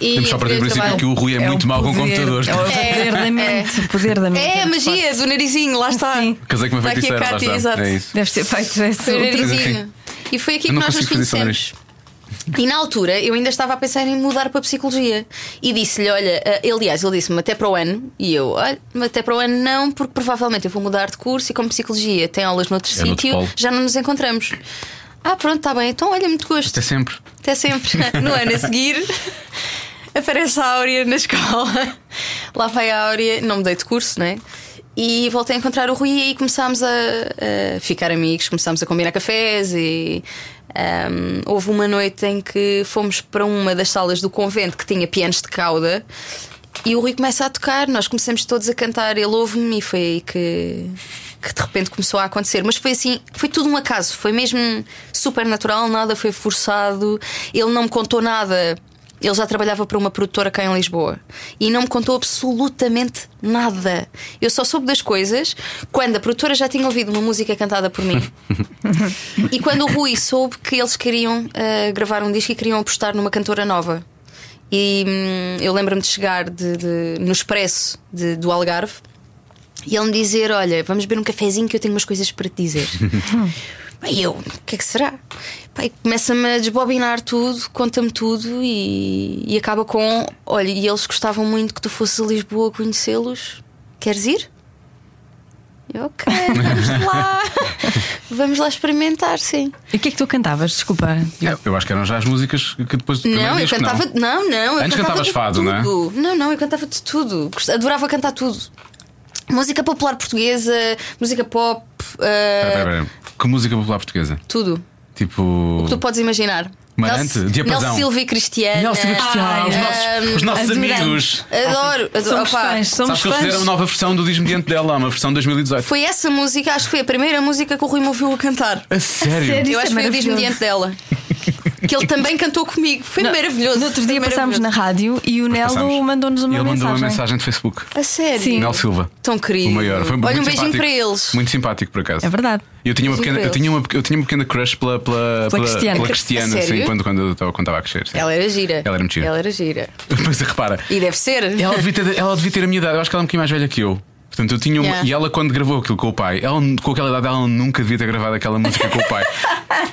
E
Temos só para ter o
entrei ao
princípio que o Rui é,
o
um
muito mau com
poder,
computadores.
[laughs] É o poder da mente. O poder da mente.
É a
muito forte.
magia do narizinho, lá está.
Sim.
[laughs] Casei com uma
Está aqui a
feiticeira, lá
Cátia,
está.
exato.
É isso.
Deve ter feito essa
Foi o
outra.
narizinho. E foi
Eu
aqui que
não
nós nos
consigo fazer só
conhecemos. E na altura eu ainda estava a pensar em mudar para psicologia. E disse-lhe: Olha, ah, ele, aliás, ele disse-me até para o ano. E eu: Olha, até para o ano não, porque provavelmente eu vou mudar de curso e como psicologia tem aulas noutro
É noutro
sítio,
polo.
já não nos encontramos. Ah, pronto, está bem. Então, olha, muito gosto.
Até sempre.
Até sempre. [laughs] No ano a seguir aparece a Áurea na escola. [laughs] Lá vai a Áurea, não mudei de curso, né? E voltei a encontrar o Rui e aí começámos a, a ficar amigos, começámos a combinar cafés e. ahm, houve uma noite em que fomos para uma das salas do convento que tinha pianos de cauda e o Rui começa a tocar, nós começamos todos a cantar, ele ouve-me e foi aí que, que de repente começou a acontecer. Mas foi assim, foi tudo um acaso, foi mesmo super natural, nada foi forçado, ele não me contou nada Ele já trabalhava para uma produtora cá em Lisboa e não me contou absolutamente nada. Eu só soube das coisas quando a produtora já tinha ouvido uma música cantada por mim e quando o Rui soube que eles queriam ah, gravar um disco e queriam apostar numa cantora nova. E hum, eu lembro-me de chegar de- de- no expresso de- do Algarve e ele me dizer: Olha, vamos beber um cafezinho que eu tenho umas coisas para te dizer. E eu, o que é que será? Pá, e Começa-me a desbobinar tudo, conta-me tudo e, e acaba com: Olha, e eles gostavam muito que tu fosses a Lisboa conhecê-los. Queres ir? Eu,
[laughs]
ok, vamos lá. vamos lá experimentar, sim.
E o que é que tu cantavas? Desculpa.
Eu acho que eram já as músicas que depois do primeiro
É. Não, eu
disco,
cantava.
não.
Não, não, eu
Antes
cantava
cantavas
de
fado, não é?
tudo. Não, não, eu cantava de tudo. Gost- Adorava cantar tudo. Música popular portuguesa, música pop, eh,
Pera, pera, pera. Que música popular portuguesa?
tudo.
Tipo.
Tu podes imaginar.
Marante,
Nelson-
Diapasão.
Nelson Silva e Cristiano.
Nelson e Cristiano, os
ah,
nossos, os nossos
adoramos.
amigos.
Adoro, adoro.
Somos
Opa,
fãs, somos
Sabes que eles fizeram
fãs.
uma nova versão do Dismediante dela, uma versão de 2018.
Foi essa música, acho que foi a primeira música que o Rui me ouviu a cantar.
A sério?
sério? Isso
Eu
é
acho que foi o
maravilhoso. [laughs]
desmediante dela. Que ele também cantou comigo. Foi maravilhoso.
No outro dia
Foi
passámos na
maravilhoso.
rádio e o Nelo
Passámos.
mandou-nos
E
uma
ele mandou uma
mensagem.
mensagem de Facebook.
A sério?
Sim.
Nel Silva.
Tão querido.
O maior. Foi
Olha,
muito
um beijinho
simpático.
para eles.
Muito simpático, por acaso.
É verdade.
Eu tinha uma
Beijinho
pequena,
para
eu tinha uma, eu tinha uma pequena crush pela, pela, pela,
Cristiana.
pela Cristiana,
A
assim,
sério?
quando, quando eu estava quando estava a crescer. sim.
Ela era gira.
Ela era muito gira.
Ela era gira.
Mas repara,
E deve ser.
ela devia, ter, ela devia ter a minha idade, eu acho que ela é um bocadinho mais velha que eu. Portanto, eu tinha uma.
Yeah.
E ela, quando gravou aquilo com o pai, ela, com aquela idade, ela nunca devia ter gravado aquela música com o pai.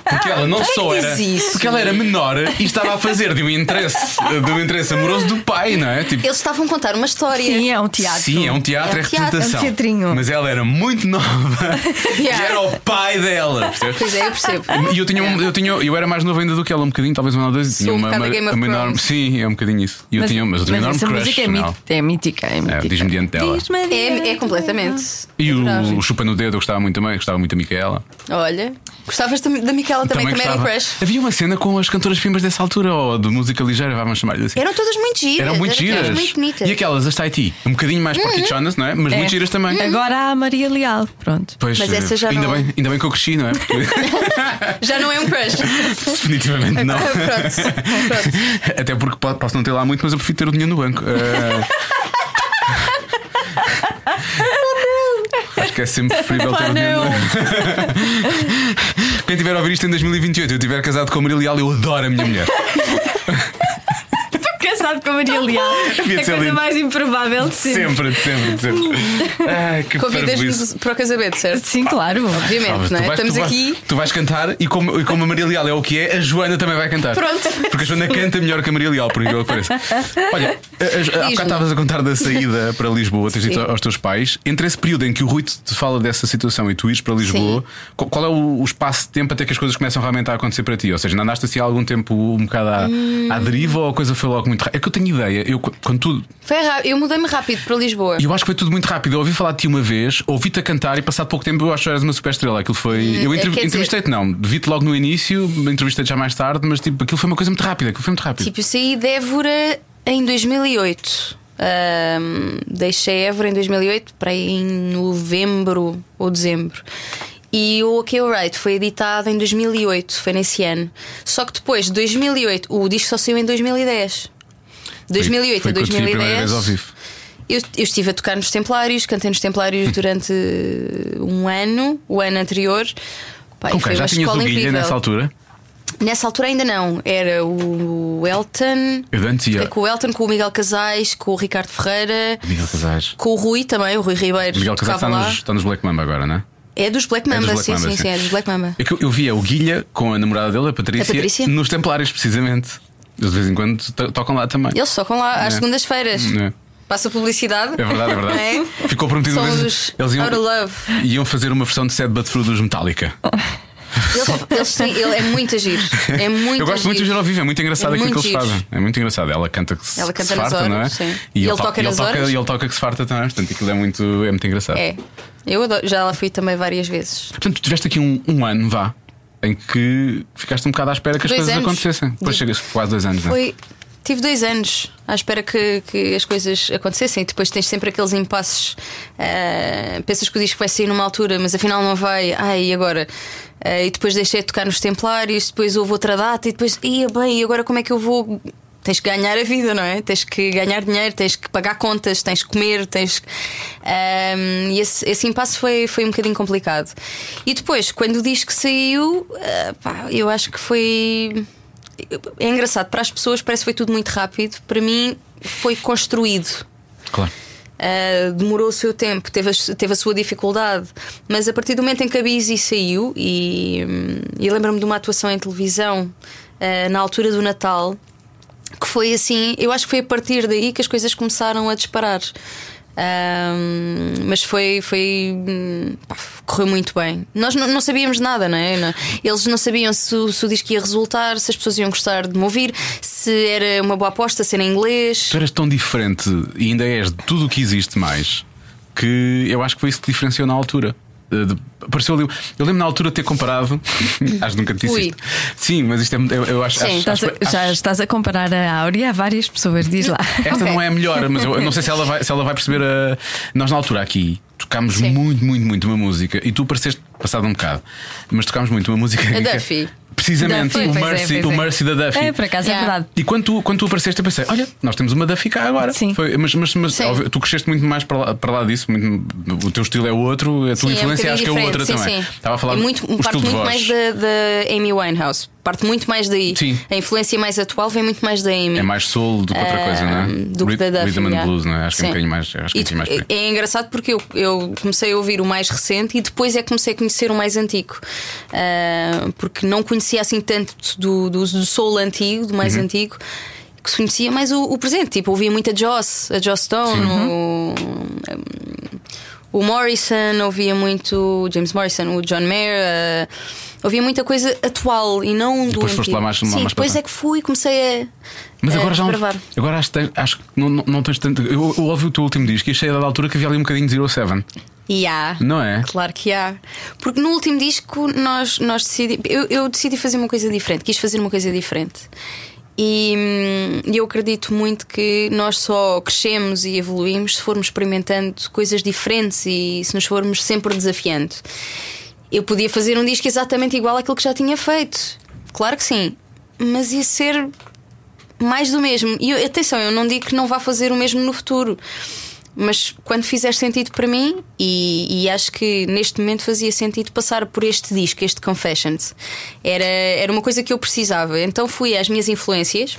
Porque ela não
Como é que
só
diz
era.
isso?
Porque ela era menor e estava a fazer de um interesse, de um interesse amoroso do pai, não é? Tipo,
Eles estavam a contar uma história.
Sim, é um teatro.
Sim, é um teatro, é,
É um teatro,
representação.
é um teatrinho.
Mas ela era muito nova
[laughs] Yeah.
e era o pai dela, percebes?
Pois é, eu
[laughs]
percebo.
E eu tinha, um- eu tinha, eu era mais novo ainda do que ela, um bocadinho, talvez um ano ou dois. e tinha
um bocado a Game of
uma
Thrones.
enorme, sim, é um bocadinho isso. E eu tinha, mas eu tinha um enorme
essa
crush.
música é,
não?
mít- é mítica. É mítica.
diz-me diante dela.
Diz-me
É, é
diante
completamente.
E o, o Chupa no Dedo, eu gostava muito também, gostava muito da Micaela.
Olha. Gostavas da, da Micaela também, também era um
gostava.
crush.
Havia uma cena com as cantoras primas dessa altura, ou de música ligeira, vamos chamar-lhe assim.
Eram todas muito giras.
Eram muito
eram
giras.
muito bonitas. Uhum.
e aquelas, as Taiti, um bocadinho mais partichonas, não é? Mas muito giras também.
dela. Agora há a Maria Leal. Pronto.
Pois,
Mas essa já
ainda,
não-
bem, ainda bem que eu cresci, não é?
[laughs]
Porque-
Já não é
[laughs]
um crush.
definitivamente não.
Pronto.
[laughs]
Pronto.
Até porque po- posso não ter lá muito, mas eu prefiro ter o dinheiro no banco.
Oh,
Eh, Acho que é sempre preferível ter o dinheiro no
[laughs]
banco. Quem tiver a ouvir isto em 2028 e eu tiver casado com a Maria Leal, eu adoro a minha mulher.
Casado com a Maria Leal.
[laughs]
É
Devia
a
ser
coisa
lindo.
mais improvável de sempre.
Sempre, sempre, sempre.
[laughs]
Ai, que parvoíce.
Convidas-nos para o casamento, certo?
Sim, claro.
Obviamente,
Sabes,
não é?
tu vais-
Estamos
tu vais-
aqui.
Tu vais cantar e como, e como a Maria Leal é o que é, a Joana também vai cantar.
Pronto.
Porque a Joana canta melhor que a Maria Leal, por incrível que pareça. Olha, a- a- há bocado
Diz-me.
estavas a contar da saída para Lisboa, tens dito aos teus pais. Entre esse período em que o Rui te te fala dessa situação e tu ires para Lisboa, qual, qual é o, o espaço de tempo até que as coisas começam realmente a acontecer para ti? Ou seja, não andaste assim há algum tempo um bocado à,
Hum.
à deriva ou a coisa foi logo muito rápido? É que eu tenho ideia, eu, quando tu,
Foi ra- Eu mudei-me rápido para Lisboa.
e eu acho que foi tudo muito rápido. Eu ouvi falar de ti uma vez, ouvi-te a cantar e passado pouco tempo eu acho que eras uma super estrela. Aquilo foi. eu entrev-
é, quer dizer-
entrevistei-te, não. Vi-te logo no início, entrevistei-te já mais tarde, mas tipo, aquilo foi uma coisa muito rápida. Aquilo foi muito rápido.
Tipo, eu saí de Évora em 2008. Ahm, deixei Évora em 2008 para aí em novembro ou dezembro. E o OK Alright foi editado em 2008, foi nesse ano. Só que depois de 2008, o disco só saiu em 2010. 2008
foi
a
quando te vi a
2010.
primeira vez ao vivo.
Eu, eu estive a tocar nos Templários, cantei nos
Hum.
Templários durante um ano, o ano anterior. Pá,
Com
e foi
quem? Já
uma
tinhas o
escola
Guilha
incrível.
nessa altura?
Nessa altura ainda não. Era o Elton.
Eu antes ia.
Fiquei Com o Elton, com o Miguel Casais, com o Ricardo Ferreira.
Miguel Casais.
Com o Rui também, o Rui Ribeiro.
Miguel Casal está
tocava
nos,
lá.
está nos Black Mamba agora, não é?
É dos
É
Black
dos
Mamba,
Black
sim,
Mamba,
sim,
sim.
sim, é dos Black Mamba.
É que eu, eu via o Guilha com a namorada dele, a Patrícia,
A Patrícia?
nos Templários, precisamente. Eles de vez em quando to- tocam lá também.
Eles tocam lá
É.
às segundas-feiras.
É.
Passa publicidade.
É verdade, é verdade.
É?
Ficou prometido
São
uma vez-
os
Eles iam,
Out
[laughs]
of Love.
iam fazer uma versão de Sad But True dos Metallica.
Eles, eles têm- ele é muito agir. É muito
Eu gosto muito do
agir.
Giro ao Vivo, é muito engraçado
É
aquilo
muito
que eles
giro.
fazem. É muito engraçado. Ela canta que se,
Ela
que se
canta nas
farta, não é?
horas, sim.
E
E
ele,
ele toca nas
toca,
horas.
e ele toca que se farta também. Portanto, aquilo é muito, é muito engraçado.
É. Eu adoro. Já lá fui também várias vezes.
Portanto, tu tiveste aqui um, um ano, vá, em que ficaste um bocado à espera que as
Dois
coisas
anos.
acontecessem. Depois
Sim.
chegas quase dois anos, não é?
Foi. Tive dois anos à espera que, que as coisas acontecessem e depois tens sempre aqueles impasses. ah, pensas que o disco vai sair numa altura, mas afinal não vai. Ai, e agora? Eh, Ah, e depois deixei de tocar nos Templários, depois houve outra data e depois, ia bem, e agora como é que eu vou Tens que ganhar a vida, não é? Tens que ganhar dinheiro, tens que pagar contas, tens que comer, tens que. Ahm, e esse, esse impasse foi, foi um bocadinho complicado. E depois, quando o disco saiu, ah, pá, eu acho que foi. É engraçado, para as pessoas parece que foi tudo muito rápido, para mim foi construído.
Claro.
Uh, demorou o seu tempo, teve a, su- teve a sua dificuldade, mas a partir do momento em que a Busy saiu, e, hum, e lembro-me de uma atuação em televisão uh, na altura do Natal, que foi assim, eu acho que foi a partir daí que as coisas começaram a disparar. Ahm, mas foi, foi hum, pá, correu muito bem. Nós não, não sabíamos nada, não é? Não- Eles não sabiam se, o- se o disco ia resultar, se as pessoas iam gostar de me ouvir, se era uma boa aposta, se era em inglês.
Tu eras tão diferente e ainda és de tudo o que existe mais que eu acho que foi isso que te diferenciou na altura. Eh, de- Pareceu ali. Eu lembro na altura de ter comparado. [laughs] acho que nunca te disse
Ui.
isto. Sim, mas isto é. Eu, eu acho,
Sim,
acho-
Estás
acho-
a- então já
acho-
estás a comparar a Áurea a várias pessoas, diz lá.
Esta
Ok.
não é a melhor, mas eu não sei se ela vai, se ela vai perceber. A... Nós, na altura, aqui tocámos
Sim.
muito, muito, muito uma música e tu pareceste passado um bocado, mas tocámos muito uma música. que- é
Duffy.
Precisamente,
Duffy,
o,
pois é,
Mercy,
pois
o
é.
Mercy da Duffy.
[laughs] É, por acaso
Yeah.
é verdade.
E quando tu, quando tu apareceste, eu pensei: olha, nós temos uma da ficar agora.
Sim.
Foi- mas mas, mas
Sim.
óbvio, tu cresceste muito mais para lá, para lá disso, muito- o teu estilo é outro, a tua
Sim,
influência
é um
acho que é outra
bocadinho diferente,
também.
sim, sim.
Estava a falar
E muito,
o estilo
parte
de
muito
voz.
mais da, da Amy Winehouse. Parte muito mais daí.
Sim.
A influência mais atual vem muito mais da Amy.
É mais soul do que outra coisa, não é?
Ahm, Ah, Ehm, Do que
Rhythm
da Duffy.
and
yeah.
blues, não é? Acho que é um
Sim.
bocadinho mais. Acho que é um
E
bocadinho mais por aí.
de- é engraçado porque eu, eu comecei a ouvir o mais recente e depois é que comecei a conhecer o mais antigo. Ah, porque não conhecia assim tanto do, do, do soul antigo, do
Uhum.
mais antigo. Que se conhecia mais o, o presente, tipo, ouvia muito a Joss, a Joss Stone, o, o Morrison, ouvia muito o James Morrison, o John Mayer, eh, ouvia muita coisa atual e não do
Depois
antigo.
foste lá mais-
Sim,
mais para
depois
trás.
é que fui e comecei a.
Mas
a
agora já não,
desbravar.
agora acho, que tens- acho que não, não, não tens tanto. Eu, eu ouvi o teu último disco e achei a dada altura que havia ali um bocadinho de Zero Seven.
E há.
Não é?
Claro que há. Porque no último disco nós, nós decidi, eu, eu decidi fazer uma coisa diferente, quis fazer uma coisa diferente. E hum, eu acredito muito que nós só crescemos e evoluímos se formos experimentando coisas diferentes e se nos formos sempre desafiando. Eu podia fazer um disco exatamente igual àquilo que já tinha feito. Claro que sim. Mas ia ser mais do mesmo. E eu- atenção, eu não digo que não vá fazer o mesmo no futuro. Mas quando fizer sentido para mim, e, e acho que neste momento fazia sentido passar por este disco, este Confessions, era, era uma coisa que eu precisava. Então fui às minhas influências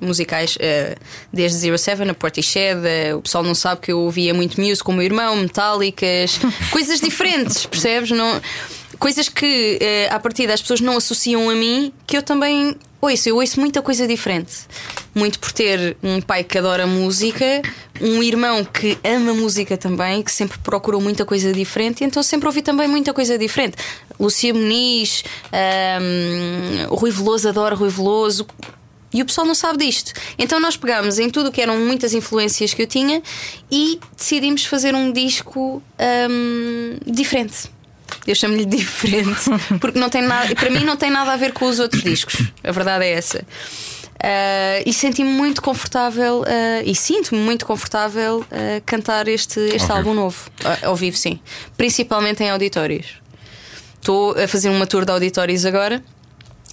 musicais, eh, desde Zero Seven a Portishead, eh, o pessoal não sabe que eu ouvia muito Muse com o meu irmão, Metallicas, coisas diferentes, percebes? Não, coisas que eh, à partida as pessoas não associam a mim, que eu também ouço, eu ouço muita coisa diferente. Muito por ter um pai que adora música, um irmão que ama música também, que sempre procurou muita coisa diferente, então sempre ouvi também muita coisa diferente. Lucia Muniz, ahm, Rui Veloso, adoro Rui Veloso. E o pessoal não sabe disto. Então nós pegámos em tudo o que eram muitas influências que eu tinha e decidimos fazer um disco hum, diferente. Eu chamo-lhe [laughs] diferente, porque não tem nada, para mim não tem nada a ver com os outros discos. A verdade é essa. Ah, e senti-me muito confortável ah, e sinto-me muito confortável a cantar este, este
Ao
álbum
vivo.
novo. Ah, ao vivo, sim. Principalmente em auditórios. Estou a fazer uma tour de auditórios agora.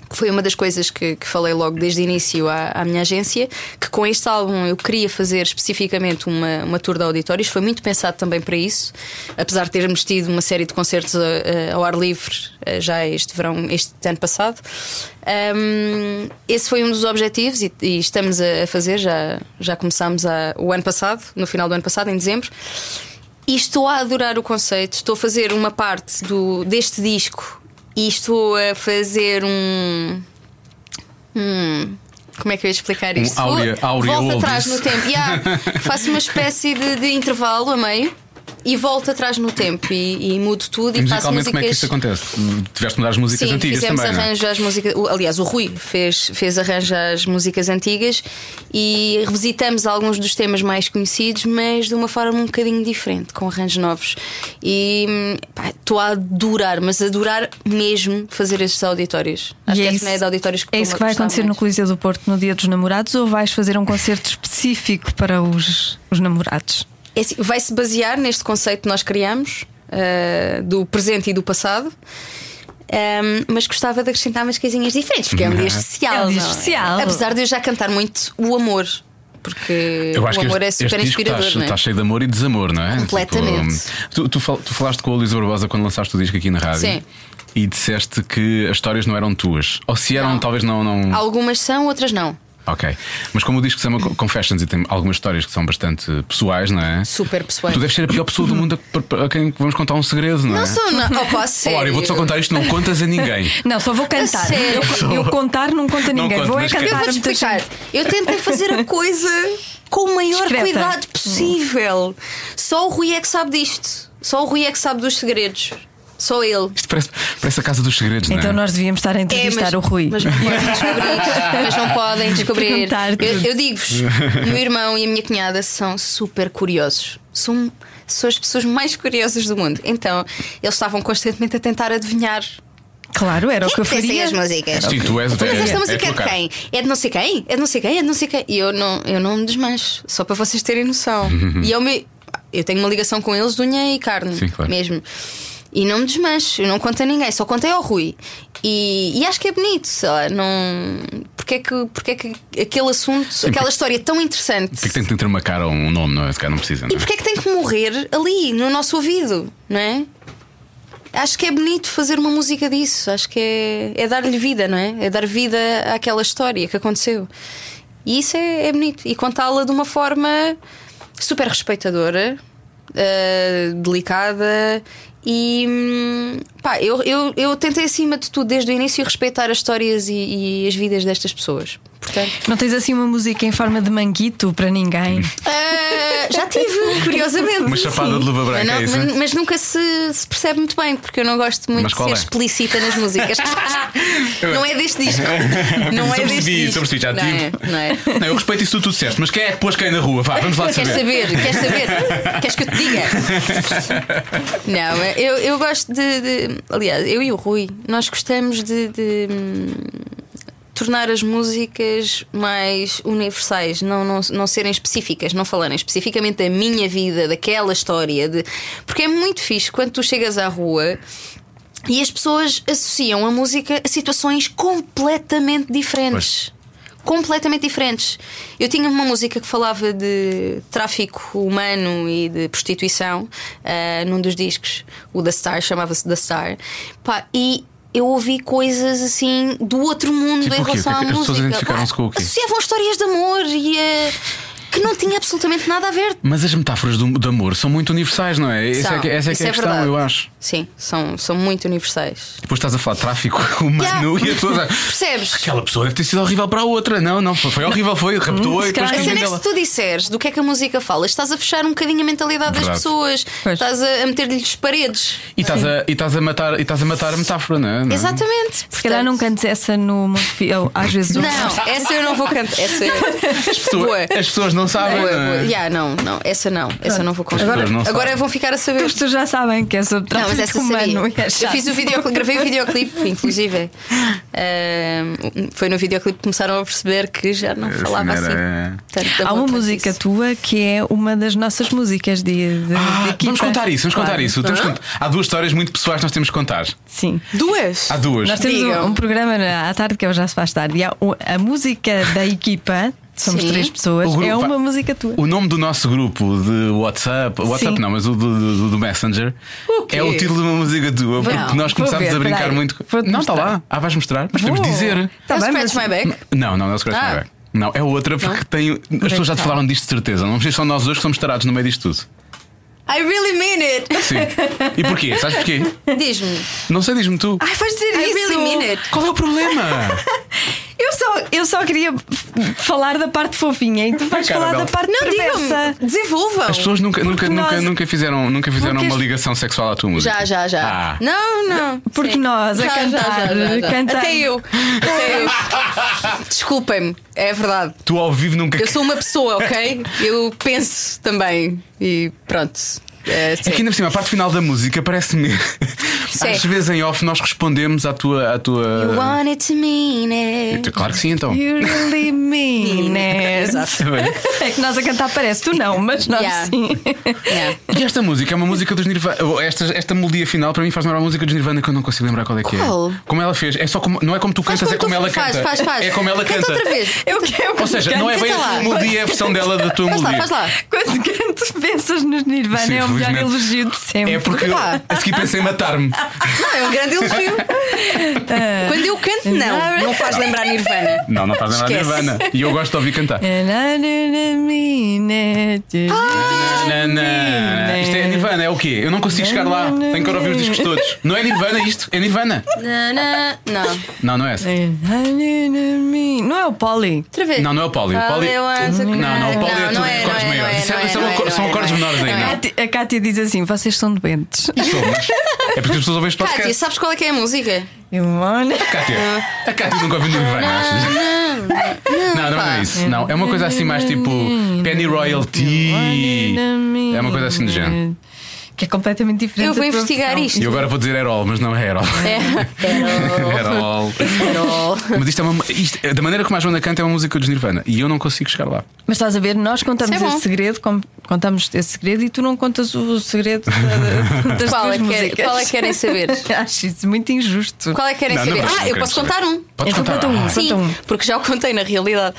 que Foi uma das coisas que, que falei logo desde o início à, à minha agência, que com este álbum eu queria fazer especificamente uma, uma tour de auditórios, foi muito pensado também para isso, apesar de termos tido uma série de concertos a- a- ao ar livre eh, já este verão, este ano passado. Ahm, esse foi um dos objetivos e, e estamos a, a fazer, já, já começámos a- o ano passado, no final do ano passado, em dezembro. E estou a adorar o conceito. Estou a fazer uma parte do, deste disco e estou a fazer um. um- como é que eu ia explicar isto?
Um áurea-
Vou-
áurea
volto
Oldies.
atrás no tempo. Yeah,
[laughs]
faço uma espécie de, de intervalo a meio e volto atrás no tempo e, e mudo tudo e faço
Musicalmente,
músicas.
como é que isto acontece? Tiveste de mudar as músicas
Sim,
antigas
fizemos
também. não é?
arranjo às músicas. o- Aliás, o Rui fez, fez arranjo às músicas antigas e revisitamos alguns dos temas mais conhecidos, mas de uma forma um bocadinho diferente, com arranjos novos. E pá, estou a adorar, mas a adorar mesmo fazer estes auditórios. Acho
E
que é isso, de auditórios que
é
estou
isso
a
que vai
gostar
acontecer no
mais.
Coliseu do Porto no Dia dos Namorados ou vais
[laughs]
fazer um concerto específico para os, os namorados?
É assim, vai se basear neste conceito que nós criamos eh, do presente e do passado. Ahm, mas gostava de acrescentar umas coisinhas diferentes, porque é um
Uhum.
dia especial.
É um dia
não
especial.
Apesar de eu já cantar muito o amor, porque
Eu acho
o
que
amor
este,
é super
este disco
inspirador.
está,
não é?
está cheio de amor e desamor, não é?
Completamente.
Tipo, tu, tu fal- tu falaste com a Luísa Barbosa quando lançaste o disco aqui na rádio
Sim.
e disseste que as histórias não eram tuas. Ou se eram,
Não.
talvez não. não...
Algumas são, outras não.
Ok. Mas como o disco se chama Co- Confessions e tem algumas histórias que são bastante pessoais, não é?
Super pessoais.
Tu deves ser a pior pessoa do mundo a, per- per- a quem vamos contar um segredo, não, é?
Não sou, não. Oh, pá, a sério.
[laughs] Olha, eu vou-te só contar isto, não contas a
[laughs]
ninguém.
Não, só vou cantar.
sério?
Eu, eu contar não conta
Não
ninguém.
conto,
vou é
mas quero.
cantar.
Eu
a
vou-te
muita
explicar.
gente.
Eu tentei fazer a coisa com o maior
Discreta.
cuidado possível. Só o Rui é que sabe disto. Só o Rui é que sabe dos segredos. Só ele.
Isto parece, parece a casa dos segredos, não é?
Então nós devíamos estar a entrevistar o Rui.
É, Mas não
[laughs]
podem descobrir. mas não podem descobrir.
Perguntar tudo.
Eu, eu digo-vos: o meu irmão e a minha cunhada são super curiosos. São, são as pessoas mais curiosas do mundo. Então, eles estavam constantemente a tentar adivinhar.
Claro,
é
era o que eu
Quem tem
faria.
as músicas.
Sim, tu és,
Então, mas
é,
esta
é a
música é,
tua
de
cara.
quem? É de não sei quem? É de não sei quem? É de não sei quem? E eu não, eu não me desmancho, só para vocês terem noção. e eu, me, eu tenho uma ligação com eles de unha e carne,
Uhum. Sim, claro.
mesmo. E não me desmancho, eu não conto a ninguém, só contei ao Rui. E, e acho que é bonito, sei lá, não. Porque é que, porque é que aquele assunto, aquela história é tão interessante.
Tem que- tem que ter uma cara ou um nome, não é? Se calhar não precisa, não
E
é?
porque é que tem que morrer ali, no nosso ouvido, não é? Acho que é bonito fazer uma música disso. Acho que é, é dar-lhe vida, não é? É dar vida àquela história que aconteceu. E isso é, é bonito. E contá-la de uma forma super respeitadora, ah, delicada. E hum, pá, eu, eu, eu tentei acima de tudo, desde o início, respeitar as histórias e, e as vidas destas pessoas. Portanto,
Não tens assim uma música em forma de manguito para
Hum.
ninguém?
ah, já tive, curiosamente.
Uma chapada
Sim.
de luva branca,
Mas,
é isso,
mas-
é?
mas nunca se, se percebe muito bem, porque eu não gosto muito
Mas
de
qual
ser
é?
explícita
[laughs]
nas músicas. não é deste disco. Não
Só
é deste
percebi,
disco.
só percebi, já
não
tive.
É, não é.
Não, eu respeito isso tudo, tudo certo, mas quem é que pôs quem na rua? Vá, vamos lá
Queres
saber.
saber? Queres
[laughs]
saber? Queres que eu te diga? Não, eu, eu gosto de, de- Aliás, eu e o Rui, nós gostamos de. de, hum, Tornar as músicas mais universais, não, não, não serem específicas, não falarem especificamente da minha vida, daquela história. De... Porque é muito fixe quando tu chegas à rua e as pessoas associam a música a situações completamente diferentes. Completamente diferentes. Eu tinha uma música que falava de tráfico humano e de prostituição ah, num dos discos. O da Star chamava-se The Star. Pá, e eu ouvi coisas assim do outro mundo
Tipo
em
o quê?
relação
O que é que as
à
pessoas
música. Ah,
identificaram-se com o quê?
Associavam histórias de amor e ah, que não tinha absolutamente nada a ver.
Mas as metáforas do, do amor são muito universais, não é? Essa é,
São.
que- essa é, que
Isso
é a questão,
verdade.
eu acho.
Sim, são, são muito universais.
Depois estás a falar de tráfico [laughs] humano
Yeah.
e a
[laughs]
pessoa.
Percebes?
Aquela pessoa deve ter sido horrível para a outra. Não, não, foi, foi horrível, foi, raptou
se
e depois
calhar-
A
Sim,
quem
cena é
vende
que
ela.
Hum, se tu disseres do que é que a música fala, estás a fechar um bocadinho a mentalidade
Verdade.
das pessoas,
Pois.
estás a, a meter-lhes paredes.
E estás, a, e, estás a matar, e estás a matar a metáfora, não é? Não é?
Exatamente.
Se calhar não cantes essa no Montepio, às vezes eu-
Não, essa eu não vou cantar. Essa
As pessoas,
Boa.
as pessoas não sabem.
Boa,
não é?
boa. Yeah, não, não, essa não, essa não vou contar.
As pessoas
Agora,
não sabem.
agora vão ficar a saber.
As pessoas já sabem que é sobre
Não, mas
tráfico
essa
humano. [laughs]
sabia.
é
Eu
chato.
fiz o videoclipe, gravei
[laughs]
o videoclipe, inclusive. Ahm, foi no videoclipe que começaram a perceber que já não falava
Afinal,
assim.
é.
tanto da
Há uma
boca
música
disso.
tua que é uma das nossas músicas de, de, de
Ah,
equipa.
vamos contar isso, vamos contar
Claro.
isso. Temos que- Há duas histórias muito pessoais que nós temos que contar.
Sim.
Duas?
Há duas.
Nós temos
Digam.
um, um programa na- à tarde que é o Já Se Faz Tarde. E há o- a música da equipa, somos
Sim.
três pessoas,
O grupo
é uma
vai-
música tua.
O nome do nosso grupo de WhatsApp, WhatsApp
Sim.
não, mas o do, do- do Messenger,
O quê?
é o título de uma música tua, porque
Não,
nós
vou
começámos
ver,
a brincar
peraí.
muito.
Vou-te
Não, está
mostrar.
lá, ah, vais mostrar, mas temos de
Vou.
dizer.
Tá
É o
bem,
Scratch
mas-
My Back?
Não, não, não é o Scratch
Ah.
My Back. Não, é outra porque tem. As pessoas já te
Tá.
falaram disto de certeza, não sei só nós dois que somos tarados no meio disto tudo.
I really
[laughs]
mean it.
Sim. E porquê? Sabes porquê?
Diz-me.
Não sei, diz-me tu.
Ai, vais dizer
I
é isso.
really mean it.
Qual é o problema?
Eu só, eu só queria f- falar da parte fofinha e tu vais
Cara
falar
dela.
da parte
Não, digam-me.
perversa.
Desenvolvam.
As pessoas nunca, nunca,
Porque
nunca,
nós-
nunca fizeram, nunca fizeram
Porque
uma
as-
ligação sexual à tua música.
Já, já, já.
Ah.
Não, não.
Porque nós, a cantar, cantando.
Até eu. Até
[laughs]
eu. Desculpem-me, é verdade.
Tu ao vivo nunca.
Eu sou uma pessoa, ok? Eu penso também. E pronto. É,
É que
sim.
ainda por cima, a parte final da música parece-me.
Isso é.
Às vezes em off nós respondemos à tua. À
You
tua...
want it to mean it.
Claro que sim, então.
You really mean it.
Exato.
É que nós a cantar parece, tu não, mas nós
Yeah.
sim.
Yeah.
E esta música é uma música dos Nirvana. ou Esta, esta melodia final para mim faz lembrar uma música dos Nirvana que eu não consigo lembrar qual é que
Qual?
é. Como ela fez. É só como, não é como tu
Faz
cantas, é
tu
como ela
faz,
canta.
Faz, faz.
É como ela canta.
Canta outra vez.
Eu quero.
Ou seja, não é bem
Canta
a
lá.
melodia, é a versão dela da tua
Faz lá,
melodia.
faz lá.
Quando canto, pensas nos Nirvana,
Sim,
é o melhor
felizmente.
elogio de sempre.
É porque eu,
Pá.
a seguir pensei em matar-me.
Não, é um
[laughs]
grande elogio. Ah. Quando eu canto, não. Não faz lembrar Nirvana.
Não, não faz lembrar
Esquece.
Nirvana. E eu gosto de ouvir cantar.
And I didn't mean it.
Ah! Não, não.
Nirvana.
Isto é Nirvana, é o quê? Eu não consigo chegar lá. Tenho que ouvir os discos todos. Não é Nirvana isto? É Nirvana.
Não, não. Não.
Não, não é essa.
And I didn't mean- Não é o Polly.
Outra vez.
Não, não é o Polly. O
Polly
Polly-
wants a
Não, não, o
crack.
Polly é
Não,
tudo
não
em
é,
acordes
não é,
maiores. Isso
não é,
é- são
não é,
acor-
não
São
é,
acordes
não é.
menores
Não é.
ainda.
Cátia- A Cátia diz assim: vocês são doentes.
Sou, mas É porque as pessoas ouvem este
Cátia,
podcast.
sabes qual é que é a música?
You wanna-
Cátia, a Cátia nunca ouviu Nirvana, achas? Não, não é
pá.
isso. Não, é uma coisa assim mais tipo Penny Royalty. É uma coisa assim do género.
Que é completamente diferente.
Eu vou
da tua
investigar
versão.
isto.
E eu agora vou dizer Erol, mas não é Erol. [laughs]
É.
Erol.
Carol.
Mas isto é uma. isto- da maneira como a Joana canta é uma música dos Nirvana. E eu não consigo chegar lá.
Mas estás a ver, nós contamos
Isso é bom.
esse segredo, com- contamos esse segredo e tu não contas o segredo da-
[laughs]
das
Qual
tuas
é que querem-
músicas.
qual é que querem saber?
[laughs] Acho isso muito injusto.
Qual é que querem
Não, não
saber?
parece que
ah,
não
eu
querem
posso
saber.
contar um.
Podes
Então
contar.
conta um.
Ah,
Sim,
Então-
porque já o contei na realidade.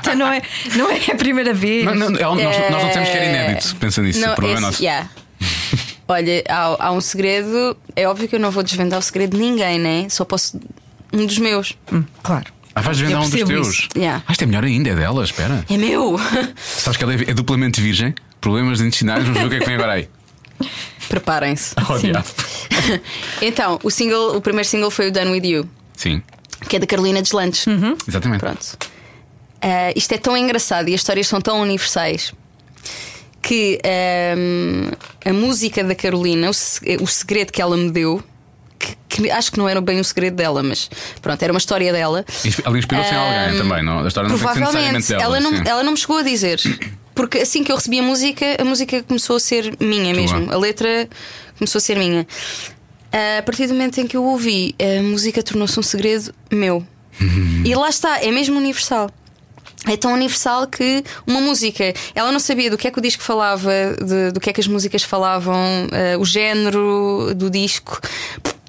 Então não é, não é a primeira vez.
Não, não, não, nós,
É.
nós não dissemos que era inédito. Pensa nisso. o problema é
esse-
nosso.
yeah. Olha, há, há um segredo. É óbvio que eu não vou desvendar o segredo de ninguém, né? Só posso. Um dos meus.
Hum, claro.
Ah, vais vender
Eu
um dos
percebo
teus.
isso.
Yeah.
Ah, isto é melhor ainda, é dela, espera.
É meu! [laughs]
Sabes que ela é, é duplamente virgem. Problemas de intestinais, vamos ver o que é que vem
[laughs]
agora aí. [laughs]
Preparem-se.
Oh, diabo.
Então, o, single, o primeiro single foi o Done With You,
Sim,
que é da Carolina Deslantes.
exatamente.
Hum? Pronto. Ah, isto é tão engraçado e as histórias são tão universais que ahm, a música da Carolina, o, se- o segredo que ela me deu, que, que acho que não era bem um segredo dela, mas pronto, era uma história dela.
Inspi- Ela inspirou-se em alguém também, não? A história não tem que ser necessariamente
Hum, Provavelmente,
dela.
ela, não,
sim.
ela não me chegou a dizer. Porque assim que eu recebi a música, a música começou a ser minha
Tua.
mesmo. A letra começou a ser minha. Eh, A partir do momento em que eu ouvi, a música tornou-se um segredo meu. e lá está, é mesmo universal. É tão universal que uma música, ela não sabia do que é que o disco falava, de- do que é que as músicas falavam, eh, o género do disco,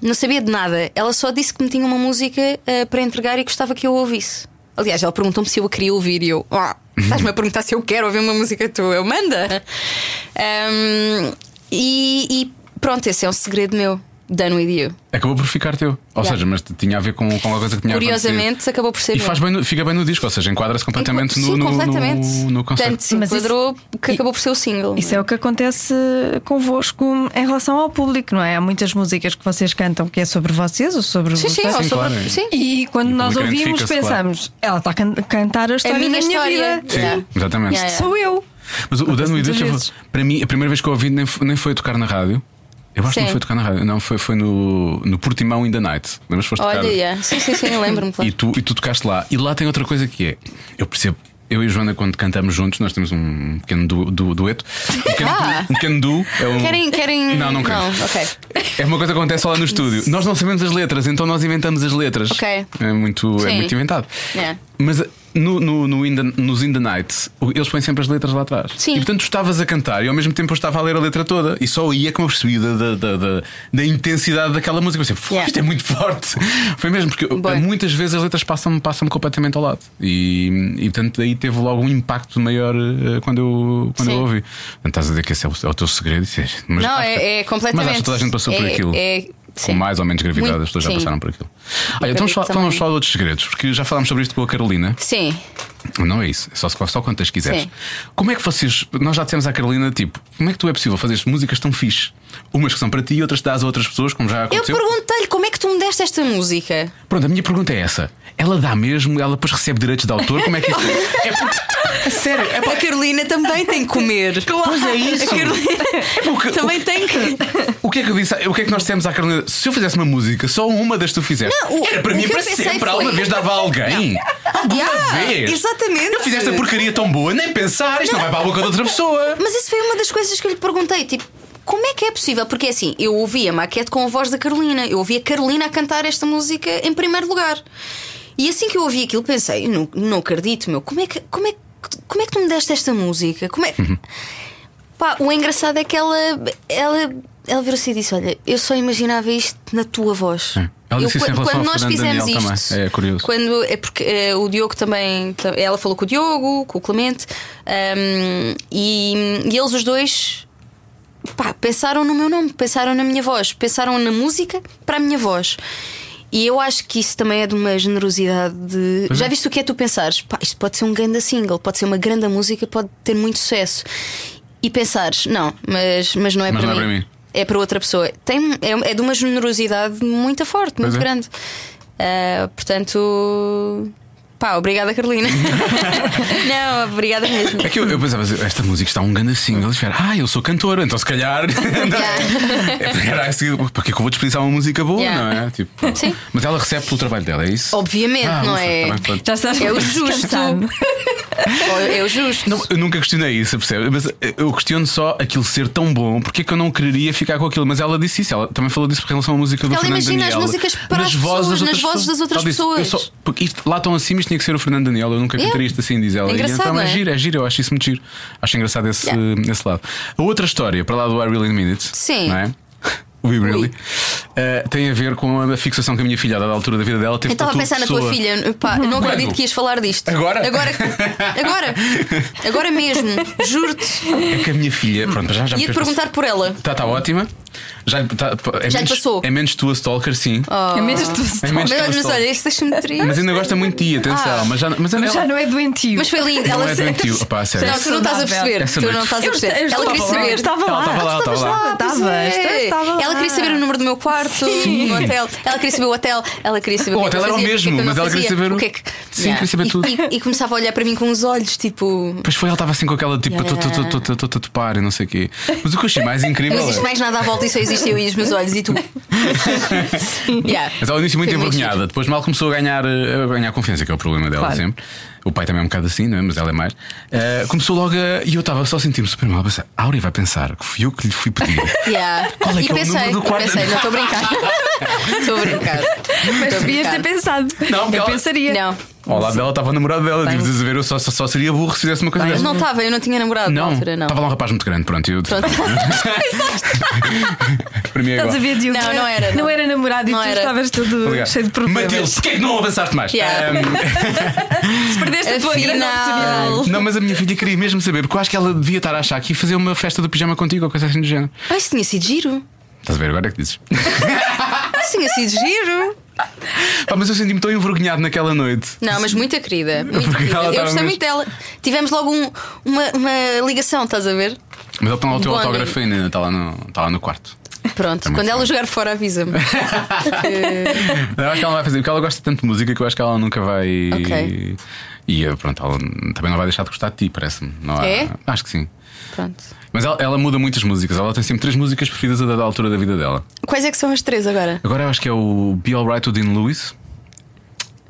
não sabia de nada. Ela só disse que me tinha uma música eh, para entregar e gostava que eu ouvisse. Aliás, ela perguntou-me se eu a queria ouvir e eu, "Ah, estás-me a perguntar se eu quero ouvir uma música tua, eu manda. Ahm, e, e pronto, esse é um segredo meu. Done with you.
Acabou por ficar teu. Ou
Yeah.
seja, mas tinha a ver com, com uma coisa que tinha acontecido.
Curiosamente, acabou por ser
É, E
meu.
faz bem no- fica bem no disco, ou seja, enquadra-se completamente,
Sim,
no, no,
completamente.
no, no concerto.
Tanto se
Mas isso-
enquadrou que acabou por ser o single.
Isso é o que acontece convosco em relação ao público, não é? Há muitas músicas que vocês cantam que é sobre vocês ou sobre
Sim, sim,
vocês.
ou sobre-
claro.
sim.
E quando
o
nós
público
ouvimos,
identifica-se, claro.
pensamos, ela está a can- cantar a
É
história
a minha
da minha
história. É.
vida.
Yeah.
Exatamente.
Yeah, yeah.
Sou eu.
Mas o- o Dan
muitas
Widows,
vezes.
para mim, a primeira vez que eu ouvi nem foi, nem foi tocar na rádio. Eu acho que não
Sim.
foi tocar na rádio, não, foi, foi no, no Portimão in the Night. Lembras que foste
Olha,
tocar?
yeah. sim, sim, sim, lembro-me. claro.
E tu, e tu tocaste lá. E lá tem outra coisa que é. Eu percebo. Eu e a Joana, quando cantamos juntos, nós temos um pequeno du, du- dueto. Um pequeno,
Ah!
du, um pequeno duo. É um...
Querem, querem.
Não, não queremos.
ok.
É uma coisa que acontece lá no estúdio. Nós não sabemos as letras, então nós inventamos as letras.
Ok.
É muito, é
Sim.
muito inventado.
É.
Mas eh, no, no, no in the, nos In the Night, o- eles põem sempre as letras lá atrás.
Sim.
E portanto tu estavas a cantar e ao mesmo tempo eu estava a ler a letra toda. E só aí é que eu percebi da, da, da, da- da intensidade daquela música. Eu pensei, "Fogo,
Yeah.
isto é muito forte. [laughs] Foi mesmo, porque eu-
Boa.
muitas vezes as letras passam-me passam completamente ao lado. E, e portanto daí teve logo um impacto maior eh, quando eu, quando eu
Sim.
ouvi. Portanto, estás a dizer que esse é o, é o teu segredo. Isso é- Mas
Não,
acho que-
é, é completamente.
Mas acho que toda a gente passou por
É-
aquilo.
é-
Com
sim.
mais ou menos gravidade,
Muito-
as pessoas já
sim.
passaram por aquilo. Olha, então
acredito
fal- falamos
também.
só de outros segredos, porque já falámos sobre isto com a Carolina.
Sim.
Não é isso, é só, só quantas quiseres.
Sim.
Como é que vocês. Nós já dissemos à Carolina, tipo, como é que tu é possível fazer músicas tão fixe? Umas que são para ti e outras que dás a outras pessoas, como já
Eu
aconteceu.
perguntei-lhe como é que tu me deste esta música.
Pronto, a minha pergunta é essa. Ela dá mesmo, ela depois recebe direitos de autor, como é que isso é? porque- [laughs] a sério, é
A Carolina também tem que comer.
Pois é isso. É
A Carolina também tem que.
O que é que eu disse? O que é que nós dissemos à Carolina? Se eu fizesse uma música, só uma das que tu fizeste,
Não, o-
era para
o
mim
que eu
para
pensei
sempre.
foi- Ah,
Alguma vez dava a alguém. Alguma
Yeah,
vez.
exatamente.
Eu fiz esta porcaria tão boa, nem pensar, isto não vai para a boca de outra pessoa.
Mas isso foi uma das coisas que eu lhe perguntei. Tipo, Como é que é possível? Porque assim, eu ouvi a maquete com a voz da Carolina, eu ouvi a Carolina a cantar esta música em primeiro lugar. E assim que eu ouvi aquilo, pensei, não, não acredito, meu, como é, que, como, é que, como é que tu me deste esta música? Como é. Pá, o engraçado é que ela, ela, ela virou-se e disse: Olha, eu só imaginava isto na tua voz.
É. Ela disse isso
Eu,
em
quan-
relação
quando
ao
nós
Fernando
fizemos
Daniel
isto,
também. É curioso.
Quando, é porque eh, o Diogo também. ta- Ela falou com o Diogo, com o Clemente, ahm, e, e eles os dois pá, pensaram no meu nome, pensaram na minha voz, pensaram na música para a minha voz. E eu acho que isso também é de uma generosidade de.
Pois
Já
é.
viste o que é tu pensares? Pá, isto pode ser um grande single, pode ser uma grande música, pode ter muito sucesso. E pensares, não, mas, mas não é,
Mas
para,
não é
mim.
para mim.
É para outra pessoa. Tem, é, é de uma generosidade muito forte,
Pois é.
muito grande. Ah, portanto. Pá,
[laughs]
obrigada, Carolina. não, obrigada mesmo.
É que eu, eu pensava, esta música está um grande single. Eles vieram, ah, eu sou cantora, então se calhar. [laughs]
Yeah.
Era assim, porque é que eu vou desperdiçar uma música boa,
Yeah.
não é? Tipo,
Sim.
Mas ela recebe pelo trabalho dela, é isso?
Obviamente,
Ah,
não
ufa,
é?
tá bem, pronto.
Já estás
É o
muito
justo.
descansado.
É o justo.
Não, eu nunca questionei isso, percebe? Mas eh, eu questiono só aquilo ser tão bom, porque é que eu não quereria ficar com aquilo? Mas ela disse isso, ela também falou disso em relação à música do
Ela
Fernando
imagina as
Daniel.
músicas para
nas
as
vozes
pessoas,
das outras
nas vozes das outras
Ela disse, eu
pessoas.
só- porque isto, lá tão acima, isto tinha que ser o Fernando Daniel, eu nunca
Yeah.
cantaria isto assim, diz ela.
É
E
engraçado,
então
não
é
é?
giro, é giro, eu acho isso muito giro. Acho engraçado esse, esse lado. A outra história, para lá do I Really Minutes,
Sim.
não é? [laughs] We Really.
Ui.
eh, tem a ver com a fixação que a minha filha, a dada altura da vida dela, teve
Eu estava a
com
pensar na tua
Então, pessoa.
filha, pá, não
Quando?
acredito que ias falar disto.
Agora?
Agora, agora, agora mesmo, juro-te.
É que a minha filha, pronto, já, já me
Hum. Ia-te
fez passar-
perguntar por ela.
Está tá ótima. Já, lhe- tá- é
Já lhe
menos,
passou. Oh.
É menos tua stalker, sim.
É mesmo tu.
É menos
Mas,
tua
mas
stalker.
olha, isto deixa-me triste.
Mas ainda gosta muito de ti, atenção.
Ah.
mas já, mas ela,
Mas já não é doentio.
Mas foi lindo.
Não
ela
é doentio. Opá, a sério.
Não, tu não estás a perceber.
Essa
Tu
noite.
não estás a
Eu
perceber.
eu
ela queria
estava lá, eu
saber.
Estava
Ela
lá,
estava lá,
tu estavas
estava lá.
lá, estavas lá.
É.
estava lá.
Ela queria saber o número do meu quarto, o hotel. Ela queria saber o hotel. Ela queria saber
O
que é que eu
hotel era o
fazia,
mesmo,
que é que eu
mas
não
ela queria
fazia,
saber o-
o que é que-
Sim, queria saber
E-
tudo.
E, e começava a olhar para mim com os olhos, tipo.
Pois foi, ela estava assim com aquela tipo,
Yeah.
estou a topar e não sei o quê. Mas o que eu achei
[laughs]
mais incrível
Não existe
é.
mais nada à volta e só existe eu e os meus olhos e tu. Yeah.
Mas ela disse muito
Foi
envergonhada. Depois mal começou a ganhar, eh, a ganhar confiança, que é o problema dela
Claro.
sempre. O pai também é um bocado assim, não é? mas ela é mais. Eh, começou logo a. E eu estava só sentindo me super mal. a pensar, A Áurea vai pensar que fui eu que lhe fui
[laughs]
pedir.
Yeah.
Qual é
e
que é o
pensei,
número do quarto?
e pensei, não estou a brincar. Estou a brincar.
Mas
Estou a
devias ter
brincar.
pensado.
Não, porque
eu
ela-
pensaria.
Não,
Ao lado dela estava o namorado dela. tipo,
Bem.
Deves dizer, eu só, só, só seria burro se fizesse uma coisa
mas
dessa.
não estava, eu não tinha namorado
Não,
na altura, não.
estava lá um rapaz muito grande, pronto. Eu, [laughs]
Pronto. Tá
para mim é igual.
Estás a ver, Diogo?
Não, não era,
Não
não.
era namorado
Não
e tu
era.
estavas todo
Obrigado.
cheio de problemas.
Matilde, porquê é que não avançaste mais?
Yeah. [laughs]
Ahm,
Perdeste a tua grande oportunidade.
Afinal.
não, mas a minha filha queria mesmo saber, porque eu acho que ela devia estar a achar que ia fazer uma festa do pijama contigo ou coisa assim do género.
Ah, isso tinha sido giro.
Estás a ver agora é que dizes?
Ah, isso tinha sido giro.
[laughs] Pá, mas eu senti-me tão envergonhado naquela noite.
Não, mas muita querida. Muito
Porque
querida.
ela
Eu
estava
gostei
mesmo-
muito dela. Tivemos logo um- uma, uma ligação, estás a ver?
Mas ele tem lá o teu
Bonding.
autógrafo ainda, está lá no, está lá no quarto.
Pronto,
muito
quando ela
bom.
jogar fora, avisa-me. Porque-
Eu acho que ela não vai fazer, porque ela gosta tanto de música que eu acho que ela nunca vai.
Ok.
E eh, pronto, ela também não vai deixar de gostar de ti, parece-me. Não há-
É?
Acho que sim.
Pronto.
Mas ela, ela muda muitas músicas, ela tem sempre três músicas preferidas a dada altura da vida dela.
Quais é que são as três agora?
Agora eu acho que é o Be Alright do Dean Lewis.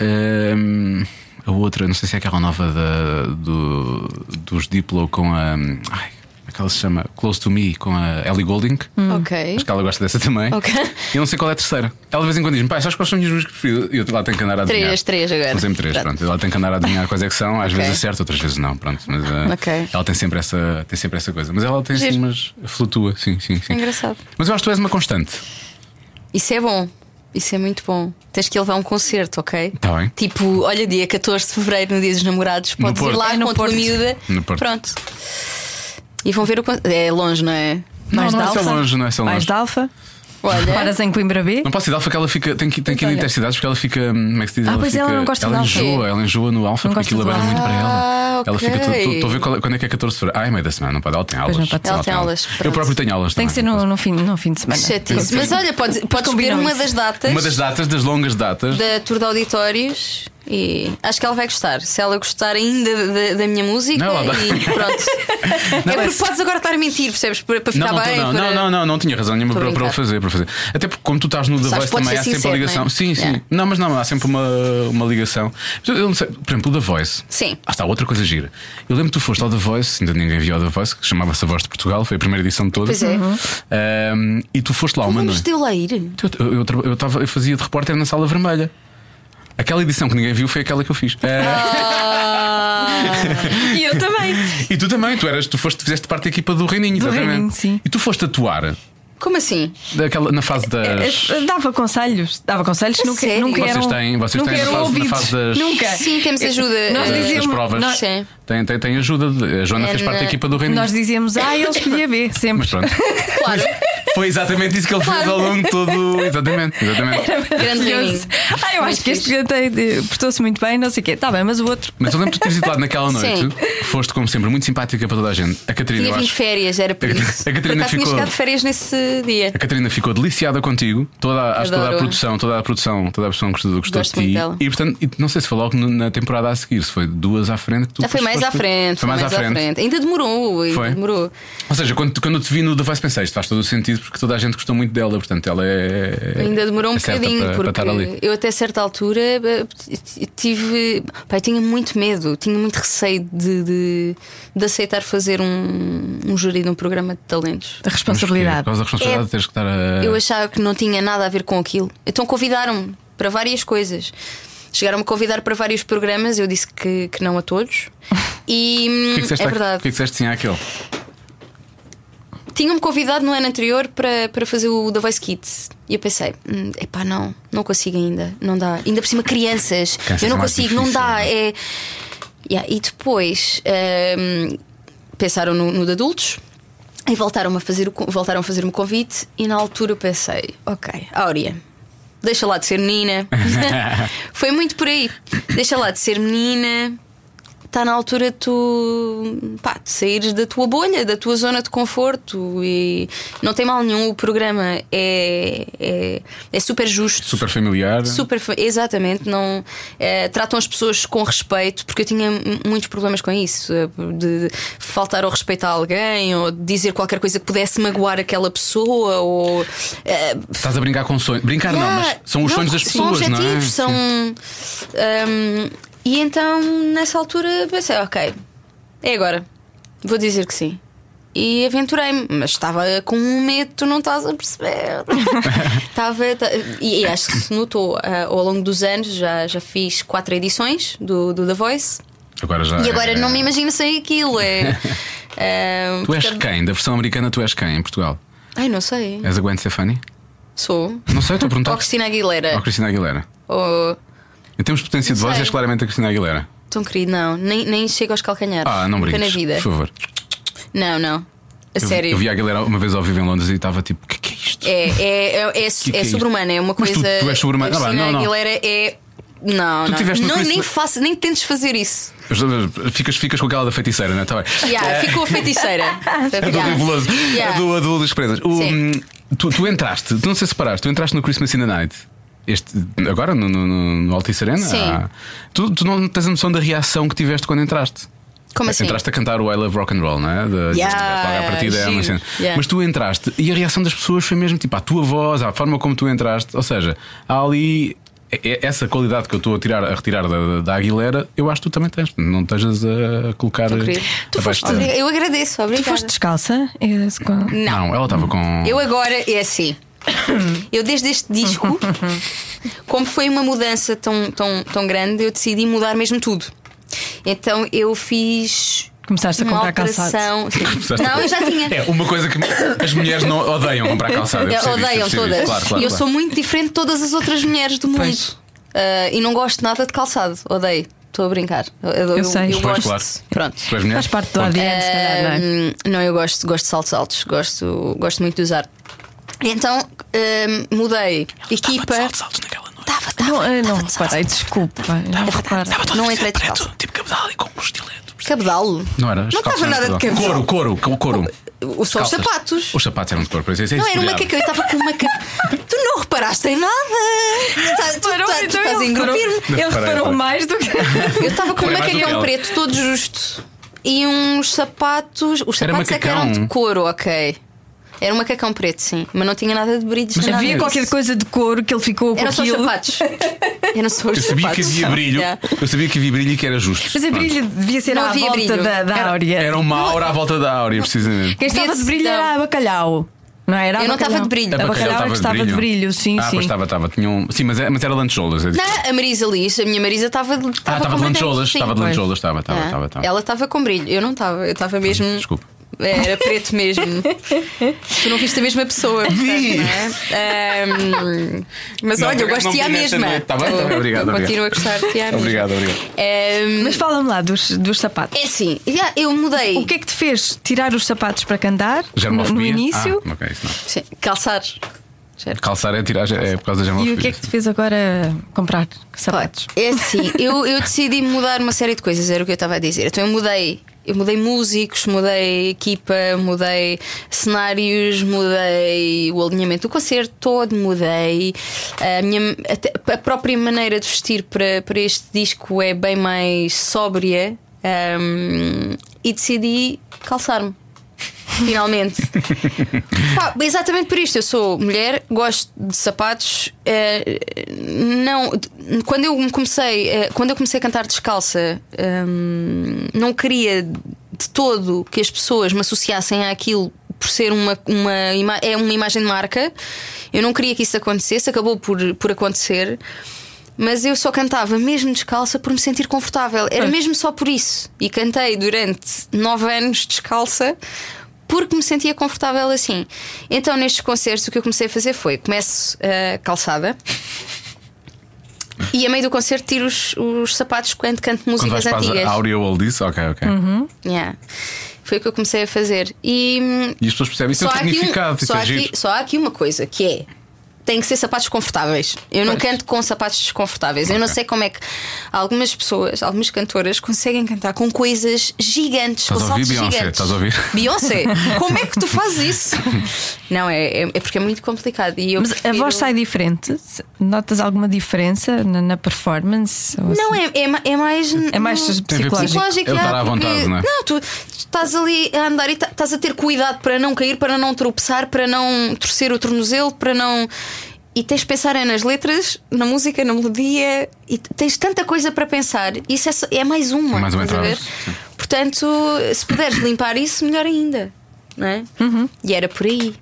Ahm, a outra, não sei se é aquela nova da, do, dos Diplo com a. Ai, como é que ela se chama? Close to Me com a Ellie Golding.
Hum. Ok.
Acho que ela gosta dessa também.
Ok.
E eu não sei qual é a terceira. Ela de vez em quando diz-me, pai, sabes quais são as minhas músicas preferidas? E eu lá tenho que andar a adivinhar.
Três, três agora.
São sempre três, pronto.
Pronto.
Ela tem que andar a adivinhar quais é que são. Às
Ok.
vezes acerta, outras vezes não, pronto. Mas ah,
Ok.
ela tem sempre, essa, tem sempre essa coisa. Mas ela tem assim,
Giro.
mas flutua, sim, sim, sim.
Engraçado.
Mas eu acho que tu és uma constante.
Isso é bom. Isso é muito bom. Tens que ir levar um concerto, ok?
Tá bem.
Tipo, olha, dia 14 de fevereiro, no dia dos namorados,
No
podes ir
Porto.
lá
É no
com a tua
Porto.
miúda.
No Porto.
Pronto. E vão ver o concerto. É longe, não é?
não,
Mais de
não é
alfa.
só longe, não é só
Mais
longe.
de alfa.
Olha.
Paras em Coimbra B.
Não posso ir de alfa que ela fica, tem que, tem que ir em
Olha.
intercidades porque ela fica. hum, Como é que se diz?
Ah, pois
fica,
ela não gosta
ela
de alfa.
enjoa, ela enjoa no alfa
Não
porque aquilo
gosta de
abana muito
alfa.
para ela.
Ah,
Ela fica.
ok.
Estou a ver qual- quando é que é 14 de fevereiro. Ai, meio da semana, não pode. Ela tem aulas.
não pode.
Ela
Ela tem aulas,
Eu
pronto.
próprio tenho aulas
Tem que ser
também.
no, no fim, no fim de
Que
semana.
Chatice. Mas olha, podes, podes escolher
Combinam
uma
isso.
das datas
Uma das datas, das longas datas.
da tour de auditórios E acho que ela vai gostar. Se ela gostar ainda da, da minha música,
Não, ela vai- [laughs]
e pronto. é porque podes agora estar a mentir, percebes? Para, para ficar
não,
tá bem.
não,
para-
não, não, não, não tinha razão nenhuma
Tô
para, para o
brincando.
fazer, para o fazer. Até porque, como tu estás no The
Sabes,
Voice,
podes
também há
ser
sempre a
sincero,
ligação.
não é?
Sim, sim.
Yeah.
Não, mas não, há sempre uma, uma ligação. Eu não sei, por exemplo, o The Voice.
Sim.
Ah, está, outra coisa gira. Eu lembro que tu foste ao The Voice, ainda ninguém viu ao The Voice, que chamava-se A Voz de Portugal, foi a primeira edição de todas.
Pois é. Uhum.
Ahm, e tu foste lá uma
Vamos
noite.
de eu lá ir.
Eu, eu, eu, tra- eu tava- eu fazia de repórter na Sala Vermelha. Aquela edição que ninguém viu foi aquela que eu fiz. Ah,
E eu também.
e tu também, tu eras, tu foste, fizeste parte da equipa do Reininho,
Do
exatamente.
Reininho, sim.
E tu foste atuar
Como assim?
daquela, na fase das.
Eh, Dava conselhos, dava conselhos,
A
nunca,
sério?
nunca
Vocês
eram,
têm- vocês
nunca
têm na
eram
fase- na
ouvidos.
fase das-
Nunca.
Sim, temos ajuda.
Nós
Eh,
das
dizíamos,
provas.
é, nós-
Sim.
Tem, tem, tem ajuda. de- A Joana
É
fez parte da
na-
equipa do Reininho.
Nós dizíamos, ah, eu escolhi a B, sempre.
Mas pronto.
[laughs] Claro,
Foi exatamente isso que ele fez
Claro.
ao longo de todo. Exatamente, exatamente. [laughs]
grande reininho.
Ah, eu acho que este cantei de- portou-se muito bem, não sei o quê. Está bem, mas o outro.
Mas eu lembro de teres ido lá naquela noite.
Sim.
Foste, como sempre, muito simpática para toda a gente. A Catarina,
Tinha
eu
vindo
acho.
férias, era por
A Catarina-
isso.
a Catarina
por acaso tinha
ficou-
chegado de férias nesse dia.
A Catarina ficou deliciada contigo, toda a, acho que toda a
Adoro.
produção, toda a produção, toda a produção gostou, gostou
Gosto
de ti.
muito dela.
E portanto, e não sei se foi logo no- na temporada a seguir, se foi duas à frente que tu
Já foi
foste-
mais à
foste-
frente, foi mais, à, frente. Ainda demorou, ainda
Foi?
demorou.
Ou seja, quando, quando eu te vi no The Voice pensei, isto faz todo o sentido porque toda a gente gostou muito dela, portanto ela é.
Ainda demorou um
é certa
bocadinho,
para,
porque
para estar ali.
eu até certa altura eh, t- tive. Pai, tinha muito medo, tinha muito receio de, de, de aceitar fazer um, um júri de um programa de talentos.
Da
Por
responsabilidade.
causa da responsabilidade
É.
de teres que estar a.
Eu achava que não tinha nada a ver com aquilo. Então convidaram-me para várias coisas. Chegaram-me a convidar para vários programas, eu disse que, que não
[laughs]
a todos.
O
E
que é que
hum,
disseste
é
à-
verdade.
o que é que disseste sim àquele?
Tinham-me convidado no ano anterior para, para fazer o The Voice Kids. E eu pensei, hum, epá, não, não consigo ainda, não dá. Ainda por cima, crianças,
Crianças
eu não
é mais
consigo, não
difícil,
dá.
né?
É... Yeah, e depois hum, pensaram no, no de adultos e voltaram a fazer o con- voltaram a fazer-me convite. E na altura eu pensei, ok, Áurea, deixa lá de
[laughs]
ser menina. [laughs] Foi muito por aí, deixa lá de ser menina está Tá na altura de tu pá, de saíres da tua bolha, da tua zona de conforto e não tem mal nenhum. O programa é, é, é super justo.
Super familiar.
Super, fa- exatamente, não eh, tratam as pessoas com respeito, porque eu tinha m- muitos problemas com isso, eh, de faltar ao respeito a alguém, ou de dizer qualquer coisa que pudesse magoar aquela pessoa, ou eh,
Estás a brincar com sonhos. Brincar Ah, não,
Yeah,
mas são os
não,
sonhos das
são
pessoas, não é?
objetivos, São hum, E então, nessa altura, pensei, ok, é agora, vou dizer que sim. E aventurei-me, mas estava com um medo, tu não estás a
[laughs]
perceber. estava, ta- e, e acho que se notou ah, ao longo dos anos, já, já fiz quatro edições do, do The Voice
Agora já.
e agora
é-
não me imagino sem aquilo.
[laughs]
É, hum,
Tu és
portanto-
quem? Da versão americana, tu és quem em Portugal?
Ai, não sei.
És a Gwen Stefani?
Sou.
Não sei, estou a
Ou
perguntar.
a Cristina Aguilera.
Ou a Cristina Aguilera.
Ou-
Em termos de potência de
Não
voz,
sei.
és claramente a Cristina Aguilera.
Tão querido, não. Nem, nem chega aos calcanhares.
Ah, não
Nunca
brinques.
na vida.
Por favor.
Não, não. A
Eu-
sério.
Eu vi a Aguilera uma vez ao vivo em Londres e estava tipo, o que, que é isto?
É, é, é, é,
que é
é
isto?
sobre-humana, é uma
Mas tu-
coisa.
tu és sobre-humana.
A
Ah, vá,
Cristina
não, não.
Aguilera é. Não,
Tu
não.
tiveste no
não
Christmas-
nem, faço, nem tentes fazer isso.
Ficas, ficas com aquela da feiticeira, não é? Tá bem.
Yeah, Ficou a
[laughs]
feiticeira.
A do Rui Veloso.
Yeah.
É A do, a do Luís Presas. O,
Sim.
hum, tu, tu entraste, tu não sei se paraste, tu entraste no Christmas in the Night. Este, agora no, no, no, no Altice Arena?
Sim.
Ah. Tu, tu não tens a noção da reação que tiveste quando entraste.
Como assim?
Entraste a cantar o I Love Rock and Roll, não é? De,
Yeah,
logo à partida é uma
giro.
cena.
Yeah.
Mas tu entraste e a reação das pessoas foi mesmo tipo à tua voz, à forma como tu entraste. Ou seja, há ali é- é- essa qualidade que eu estou a, tirar, a retirar da, da Aguilera, eu acho que tu também tens. Não estejas a colocar.
Tão querido.
Tu foste
Obriga- Eu agradeço,
Tu
obrigada.
foste descalça? É esse qual-
Não, ela estava com. [laughs]
Eu agora é assim. Eu desde
[laughs]
este disco, como foi uma mudança tão, tão, tão grande, eu decidi mudar mesmo tudo. Então eu fiz.
Começaste a
uma
comprar calçados. [laughs]
alteração- Sim.
Precisaste-
Não, eu já tinha.
É uma coisa que as mulheres não odeiam comprar calçada. É, eu
Eu
percebo isso,
odeiam
percebo isso.
todas.
Claro, claro,
eu
claro.
sou muito diferente de todas as outras mulheres do mundo.
Pois.
Ah, e não gosto nada de calçado. Odeio. Estou a brincar. Eu, eu,
Eu sei.
eu
Pois,
gosto.
claro.
Pronto.
Tu és mulher?
Faz parte do
Ponto.
ADN, se calhar, não é?
Hum, não, eu gosto, gosto de saltos altos, gosto, gosto muito de usar. Então hum, mudei equipa. Tá.
Saltos altos naquela noite.
Tava, tava,
Não, ah, não
tava de saltos.
reparei, desculpa. Não reparei.
Estava toda
Não
a gente
entrei de
preto,
calça.
Tipo cabedal e com um estilete.
Cabedal.
Não era? as
Não
calças
estava nada de
cabedal.
cabedal.
Couro, couro, couro.
Ou só os
Calças.
sapatos.
Os sapatos eram de cor, por é exemplo.
Não, era um macacão, eu estava com um macacão.
[laughs]
tu não reparaste em nada. Tu, tá- tu,
Parou,
tá- tu
então
estás a
ele reparou.
engrupir-me.
Não,
Ele
parei,
reparou
parei.
mais do que.
Eu estava com um
Foi mais do que
macacão
ela.
preto, todo justo, e uns sapatos. Os
Era
sapatos é que eram
macacão?
de couro, ok. Era um macacão preto, sim, mas não tinha nada de brilhos.
Mas
nada
Havia
disso.
qualquer coisa de couro que ele ficou com
Eram só os
aquilo.
sapatos. Eram só os
Eu sabia que
sapatos.
havia brilho.
[laughs] Yeah.
Eu sabia que havia brilho e que era justo.
Mas a
Pronto.
brilho devia ser
Não
à
havia
volta
brilho. é.
da, da
Era-
áurea.
Era um uma aura à volta da áurea, precisamente.
Quem estava
Devia-
de brilho
não.
era a bacalhau. Não era? a
Eu não
bacalhau.
estava de brilho.
A
A
bacalhau, é
bacalhau
que estava de brilho, sim,
ah,
sim.
pois estava, estava. Tinha um... Sim, mas era, mas era lancholas. é diferente.
Não, a Marisa Liz, a minha Marisa estava de.
Ah, estava de
com
lancholas.
brilhantes, sim.
Estava de
Pois.
lancholas, estava, estava,
Ah,
estava. estava.
Ela estava com brilho, eu não estava, eu estava mesmo.
Desculpa.
Era
[laughs]
preto mesmo. tu não viste a mesma pessoa, portanto,
Vi.
não é? Ahm, mas
Não,
olha, eu
não
gosto de a
vi nessa
mesma.
noite, tá bem, tá bem, obrigado, obrigado.
Continuo a gostar de a mesma.
Obrigado, obrigado.
Ahm,
Mas fala-me lá dos, dos sapatos.
é assim, já, eu mudei.
O que é que te fez tirar os sapatos para cantar no,
Germofobia?
no início?
Ah, ok, isso não.
Sim, calçar.
Calçar é tirar, é por causa da
e
germofobia.
o que é que te fez agora comprar sapatos?
É assim, eu, eu decidi mudar uma série de coisas, era o que eu estava a dizer. Então eu mudei. Eu mudei músicos, mudei equipa, mudei cenários, mudei o alinhamento do concerto todo, mudei a, minha, até a própria maneira de vestir para, para este disco é bem mais sóbria hum, e decidi calçar-me. Finalmente. Pá, exatamente por isto. Eu sou mulher, gosto de sapatos. eh, não, de- quando eu comecei, eh, quando eu comecei a cantar descalça, hum, não queria de todo que as pessoas me associassem àquilo por ser uma, uma ima- é uma imagem de marca. Eu não queria que isso acontecesse. Acabou por, por acontecer. Mas eu só cantava mesmo descalça por me sentir confortável. Era mesmo só por isso. E cantei durante nove anos descalça porque me sentia confortável assim. Então, nestes concertos, o que eu comecei a fazer foi: começo a calçada. E a meio do concerto tiro os, os sapatos quando canto
Quando
músicas
vais para
antigas. Uhum.
as aureole disso, ok, ok.
Yeah. Foi o que eu comecei a fazer. E hum,
E as pessoas percebem isso
só
é um
há aqui um-
significado, isso
só há
é
aqui-
giro.
só há aqui uma coisa que é. Tem que ser sapatos confortáveis. Eu não
Pois.
canto com sapatos desconfortáveis. Eu não
Ok.
sei como é que algumas pessoas, algumas cantoras, conseguem cantar com coisas gigantes,
Estás
com
a ouvir,
saltos
Beyoncé?
gigantes.
Estás a ouvir?
[laughs] Beyoncé, como é que
[laughs]
tu fazes isso? Não, é, é, é porque é muito complicado. E eu
Mas a
prefiro-
voz sai diferente? Se- Notas alguma diferença na, na performance? Ou
Não,
assim?
é, é, ma- é mais.
É mais psicológico.
psicológico.
É o
já,
estar à
porque-
vontade, não é?
tu tu estás ali a andar e ta- estás a ter cuidado para não cair, para não tropeçar, para não torcer o tornozelo, para não. E tens de pensar é nas letras, na música, na melodia, e t- tens tanta coisa para pensar. Isso é, só- é mais uma.
Mais uma
estás a ver?
entrada, sim.
Portanto, se puderes limpar isso, melhor ainda. Não é?
Uhum.
E era por aí.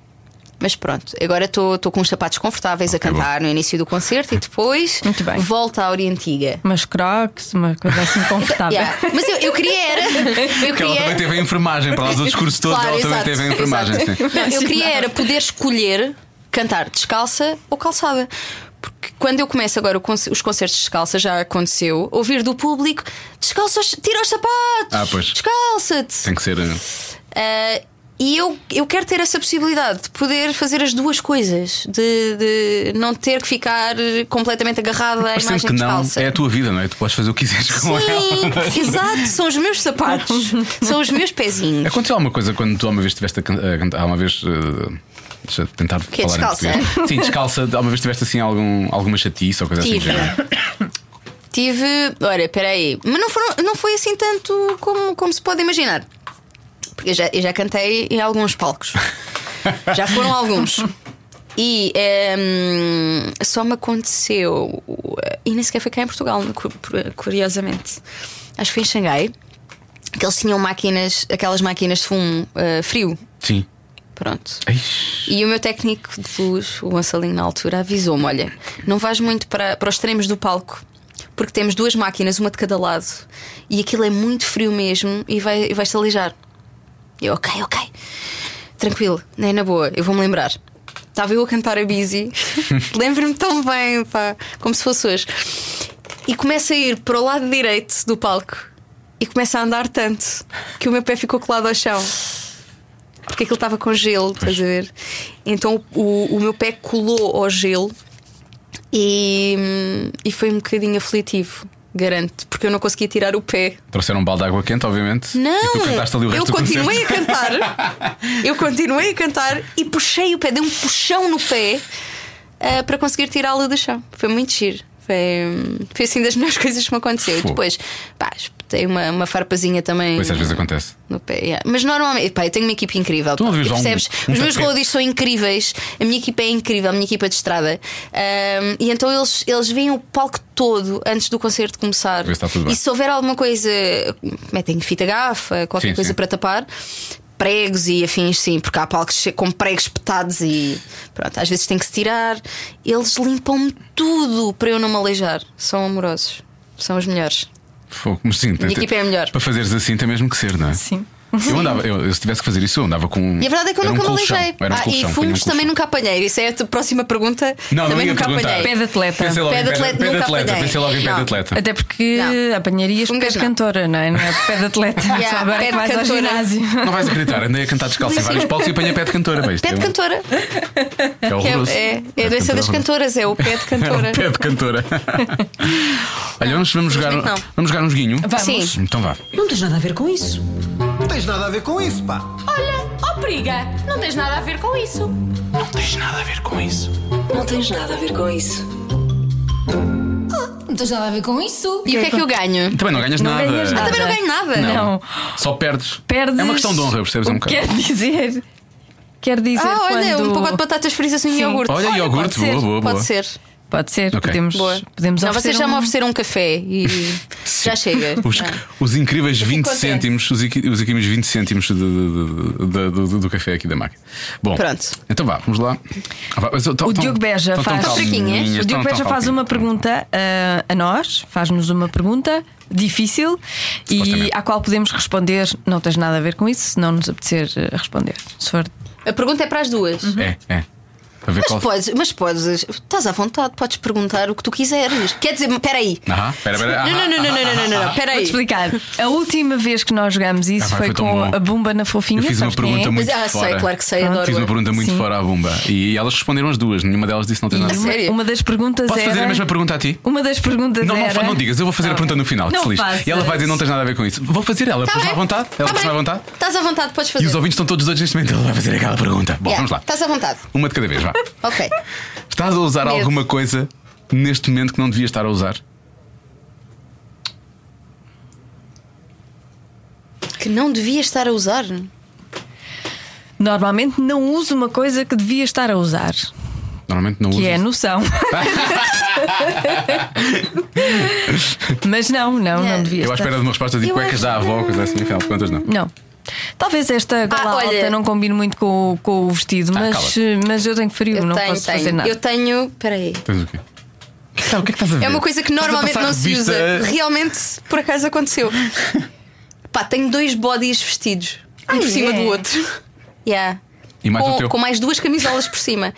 Mas pronto, agora estou estou com os sapatos confortáveis
Ok,
a cantar no início do concerto e depois
Muito bem.
volta à orientiga.
Umas crocs, uma coisa assim confortável.
é. [laughs] Yeah. Mas eu, eu queria era. Eu
Porque ela
queria,
também teve a enfermagem, para lá do discurso todo,
é. Claro,
ela também
exato,
teve a enfermagem.
exato.
sim.
Não, eu queria era poder escolher cantar descalça ou calçada. Porque quando eu começo agora o conce- os concertos descalça, já aconteceu, ouvir do público descalça, os- tira os sapatos,
Ah, pois.
descalça-te.
Tem que ser. eh,
Ah, e eu, eu quero ter essa possibilidade de poder fazer as duas coisas, de, de não ter que ficar completamente agarrada à
Parecendo
imagem
que não,
descalça.
é a tua vida, não é? Tu podes fazer o que quiseres com
Sim,
ela. é?
exato, são os meus sapatos, são os meus pezinhos.
Aconteceu alguma coisa quando tu alguma vez estiveste a can- a cantar, alguma vez. eh, Deixa eu tentar
Quê?
falar
Descalça?
em português. Sim, descalça, alguma vez tiveste assim algum, alguma chatice ou coisa assim do
Tive.
género?
Tive. Olha, peraí. Mas não, foram- não foi assim tanto como, como se pode imaginar. Porque eu já, eu já cantei em alguns palcos. já foram alguns. E ehm, só me aconteceu. eh, E nem sequer foi cá em Portugal, cu- por- curiosamente. Acho que foi em Xangai. Que eles tinham máquinas, aquelas máquinas de fumo eh, frio.
Sim.
Pronto.
Eish.
E o meu técnico de luz, o Gonçalinho, na altura, avisou-me: olha, não vais muito para, para os extremos do palco, porque temos duas máquinas, uma de cada lado, e aquilo é muito frio mesmo e, vai, e vais-te aleijar. Eu, ok, ok. Tranquilo, nem na boa, eu vou-me lembrar. Estava eu a cantar a Busy, lembro-me tão bem, pá, como se fosse hoje. E começo a ir para o lado direito do palco e começo a andar tanto que o meu pé ficou colado ao chão. Porque aquilo estava com gelo, estás a ver? Então o, o meu pé colou ao gelo e, e foi um bocadinho aflitivo. Garanto, porque eu não conseguia tirar o pé.
Trouxeram um balde de água quente, obviamente.
Não!
E tu cantaste ali o resto
eu
do concerto. [laughs]
continuei a cantar. eu continuei a cantar e puxei o pé, dei um puxão no pé ah, para conseguir tirá-lo do chão. Foi muito giro. Foi, foi assim das melhores [laughs] coisas que me aconteceu. E
Fogo.
depois, pá, tem uma, uma farpazinha também.
Pois às vezes acontece.
No pé, yeah. Mas normalmente, pá, eu tenho uma equipe incrível.
Tu
pá,
ouviu já um-
percebes?
um
Os meus
tapete?
roadies são incríveis, a minha equipa é incrível, a minha equipa de estrada. Ahm, e então eles, eles veem o palco todo antes do concerto começar.
Vê se está tudo bem.
E se houver alguma coisa, metem fita gafa, qualquer
Sim,
coisa
sim.
para tapar. Pregos e afins, sim, porque há palcos che- com pregos petados e pronto, às vezes tem que se tirar. Eles limpam-me tudo para eu não me aleijar. São amorosos, são os melhores.
Fogo, mas sim, tem-
equipa é a melhor.
Para fazeres assim tem mesmo que ser, não é?
[laughs] Sim.
Eu andava, eu, eu se tivesse que fazer isso, eu andava com.
E a verdade é que eu
era um
nunca me
colchão,
aleijei.
Era um
Ah,
colchão,
e
punha um
fumos também
colchão.
nunca apanhei. Isso é a tua próxima pergunta.
Não,
também
não ia
nunca
perguntar.
apanhei.
Pé de atleta.
Pensei logo
Pé
em
de
pé de-
atleta
pé de
nunca
atleta.
apanhei.
Pensei logo em pé de
Não.
atleta.
Até porque
Não.
apanharias pé
Fungas
de
não.
cantora, não é? Não é pé de atleta.
[laughs] Yeah,
Só agora
pé
é que
de
vais ao
cantora.
ginásio. [laughs]
Não vais acreditar, andei a cantar descalço em vários palcos e apanhei pé de cantora. bem, isto
Pé de
é um-
cantora.
É,
Que
horroroso.
é, é, é
Pé
a
de
doença das
cantora.
cantoras, é o
[laughs] É
pé de cantora.
o pé de
[laughs]
cantora. Olha, vamos, vamos, jogar,
Não.
vamos jogar um joguinho.
Vamos.
Sim.
Então vá.
Não tens nada a ver com isso.
Não tens nada a ver com isso, pá.
Olha, ó periga, não tens nada a ver com isso.
Não tens nada a ver com isso.
Não tens nada a ver com isso.
E o que é que eu ganho?
Também não ganhas
Não
nada.
ganhas
Ah,
nada.
também não ganho nada.
Não.
Só perdes.
Perdes.
É uma questão de honra, percebes? É um
o que
bocado.
Quer dizer. Quer dizer.
Ah, olha,
quando...
um pacote de batatas fritas e um
Sim.
iogurte.
Olha, iogurte,
pode ser,
boa, boa, boa.
Pode ser.
Pode ser,
Ok.
podemos,
Boa.
podemos
não,
oferecer.
vocês já me
um-
ofereceram um café e já chega.
[laughs] Os,
Não.
os incríveis 20
contente.
cêntimos, os, equi- os incríveis 20 cêntimos de- de- de- de- do, do- do café aqui da máquina. Bom,
Pronto.
então vá, vamos lá. Ah, vá, mas, então,
O
então-
Diogo Beja
então,
faz.
tão
fraquinhas.
calminhas,
O
tão-
Diogo
tão
Beja faz
calminhas.
uma pergunta ah, a nós, faz-nos uma pergunta difícil e
Supostamente.
à qual podemos responder. Não tens nada a ver com isso, se não nos apetecer eh, responder. Se for-
A pergunta é para as duas.
É, é. Para ver qual.
Mas podes, mas podes, estás à vontade, podes perguntar o que tu quiseres. Quer dizer, peraí.
Aham, pera, pera,
Não,
aham,
não, não, não, não, não, não, não, não,
Vou-te
peraí.
explicar. A última vez que nós jogámos isso
Ah, pá,
foi,
foi tão
com
bom.
a Bumba na Fofinha.
Eu fiz uma
sabes quem
pergunta
é?
muito
ah, sei,
fora.
claro que sei,
Pronto.
adoro-a.
Fiz uma pergunta muito
Sim.
fora à bomba e elas responderam as duas, nenhuma delas disse não tens nada a
E
ver.
uma,
sério?
uma das perguntas
Posso
era.
fazer a mesma pergunta a ti?
Uma das perguntas
Não, não,
era.
fa-
é?
não digas, eu vou fazer a pergunta no final, que
Não
se lixe.
faças.
E ela vai dizer não tens nada a ver com isso. Vou fazer ela,
Ah. Tá
pôs-me
bem.
à vontade, ela
Tá
pôs-me à
bem.
vontade.
Estás à vontade, podes fazer.
E os ouvintes estão todos doidos neste momento, ela vai fazer aquela pergunta. Bom,
Yeah, Tá.
vamos lá.
Estás à vontade.
Uma de cada vez,
[laughs]
vá.
Ok.
Estás a usar
Medo.
alguma coisa neste momento que não devias estar a usar?
Que não devia estar a usar.
Normalmente não uso uma coisa que devia estar a usar,
Normalmente não
que é a
usas.
noção.
[laughs]
[laughs] Mas não, não, não devia
Eu à
estar.
espera de uma resposta de
Eu
cuecas
acho
da avó, ou coisa assim, afinal de contas não.
Não. Talvez esta gola
Ah, olha.
alta não combine muito com, o- com o vestido,
Ah,
mas, eh,
cala-te.
mas eu tenho frio,
Eu
não
tenho,
posso
tenho.
fazer nada.
Eu tenho. Peraí.
Tens o quê? O que é que tá- o que é que estás a ver?
É uma coisa que
Estás a
normalmente
passar
não se
revista-
usa. Realmente, por
[laughs]
acaso aconteceu. Pá, tenho dois bodies vestidos. Um
Ai,
por cima
é?
do outro. [laughs] Yeah.
E mais o
com,
teu.
com mais duas camisolas por cima.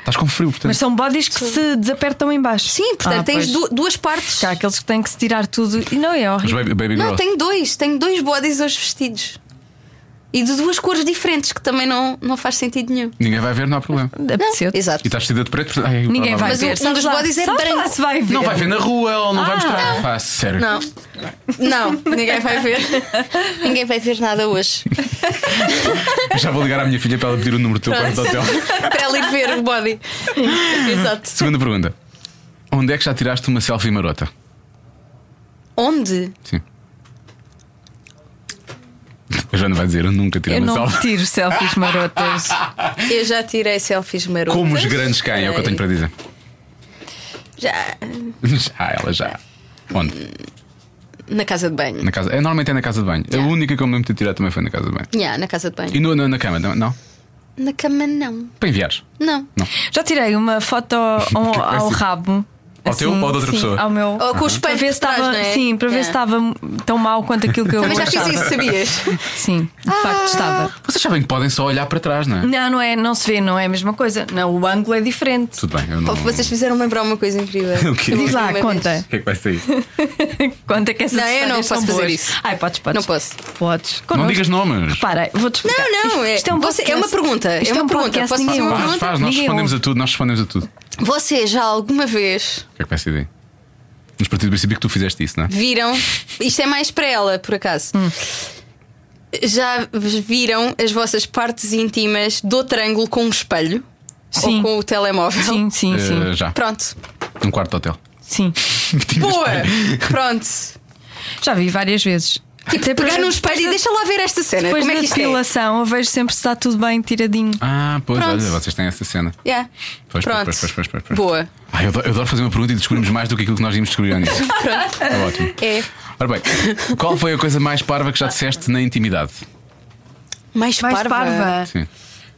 Estás com frio, portanto.
Mas são bodies que se desapertam em baixo.
Sim, portanto,
Ah,
tens
pois.
du- duas partes.
Porque Há aqueles que têm que se tirar tudo e não é
Mas
horrível.
baby, baby
Não,
girl.
tenho dois. Tenho dois bodies hoje vestidos. E de duas cores diferentes, que também não, não faz sentido nenhum.
Ninguém vai ver, não há problema.
Não,
Apeteceu-te.
exato.
E estás vestida de preto, portanto. Ai,
Ninguém
blá, blá, blá.
vai
Mas
ver.
um dos
Sabes lá-
bodies é
sabes lá
branco.
se vai ver.
Não vai ver na rua, ela não vai mostrar. Pá, sério.
Ah. Não. Não, ninguém vai ver. [laughs] ninguém vai ver nada hoje.
Já vou ligar à minha filha para ela pedir o número do teu quarto de hotel.
[laughs] Para ela ir ver o body. Exato.
Segunda pergunta. Onde é que já tiraste uma selfie marota?
Onde?
Sim. A Joana vai dizer, eu nunca tirei
Eu
uma
não [laughs]
selfie.
tiro selfies
[laughs]
marotas.
Eu já tirei selfies marotas.
Como os grandes caem, é o que eu tenho para dizer. [laughs]
Já.
Já, ela já. Onde?
Na casa de banho.
Na casa. É, normalmente é na casa de banho. A
Yeah.
única que eu me lembro de tirar também foi na casa de banho.
Yeah, na casa de banho.
E no, no- na cama, não? não?
Na cama, não.
Para enviares.
Não.
Já tirei
[laughs]
uma foto ao, ao
Assim.
rabo.
Ao teu ou de outra
sim,
pessoa?
Ao meu. Uhum.
Ou com o espelho
para ver se
por trás,
estava,
não é?
sim, para ver
É.
se estava tão mal quanto aquilo que eu
Também já fiz
achava.
isso,
[laughs]
Ah. sabias?
Sim, de facto estava.
Vocês sabem que podem só olhar para trás, não é?
Não, não é, não se vê, não é a mesma coisa. Não, o ângulo é diferente. [laughs]
Tudo bem, eu não.
Pá, Vocês fizeram lembrar uma coisa incrível.
O quê?
Eu
Diz lá,
uma vez.
conta.
O que é que vai sair?
Conta é que essas
Não, eu não
histórias são
posso fazer
boas.
isso.
Ai, podes, podes.
Não posso.
Podes.
Não
Connosco.
digas nomes.
Repara, vou-te explicar. um
Não, não, é- você- é uma
podcast.
pergunta,
Isto
é uma
um
pergunta.
podcast,
Posso fazer
ninguém
uma
ouve.
Faz, faz, nós
Ninguém
respondemos
ouve.
a tudo, nós respondemos a tudo.
Você já alguma vez
O que é que vai sair daí? Mas partir do princípio que tu fizeste isso, não é?
Viram? Isto é mais para ela, por acaso.
Hum.
Já viram as vossas partes íntimas de outro ângulo com um espelho?
Sim.
Ou com o telemóvel?
Sim, sim, sim.
Eh, já.
Pronto.
Um quarto de hotel. [laughs]
Sim.
um
Boa! Pronto.
Já vi várias vezes.
Tipo, pegar num espelho e deixa lá ver esta cena.
Depois
Como é
da
que isto é?
depilação, eu vejo sempre se está tudo bem tiradinho.
Ah, pois,
Pronto.
olha, vocês têm essa cena.
Yeah.
Pois,
Pronto.
pois, pois, pois, pois, pois.
Boa.
Ah, eu, adoro, eu adoro fazer uma pergunta e descobrimos mais do que aquilo que nós íamos descobrir antes.
[laughs]
É ótimo.
É.
Ora bem, qual foi a coisa mais parva que já disseste na intimidade?
Mais,
Mais
parva.
parva.
Sim.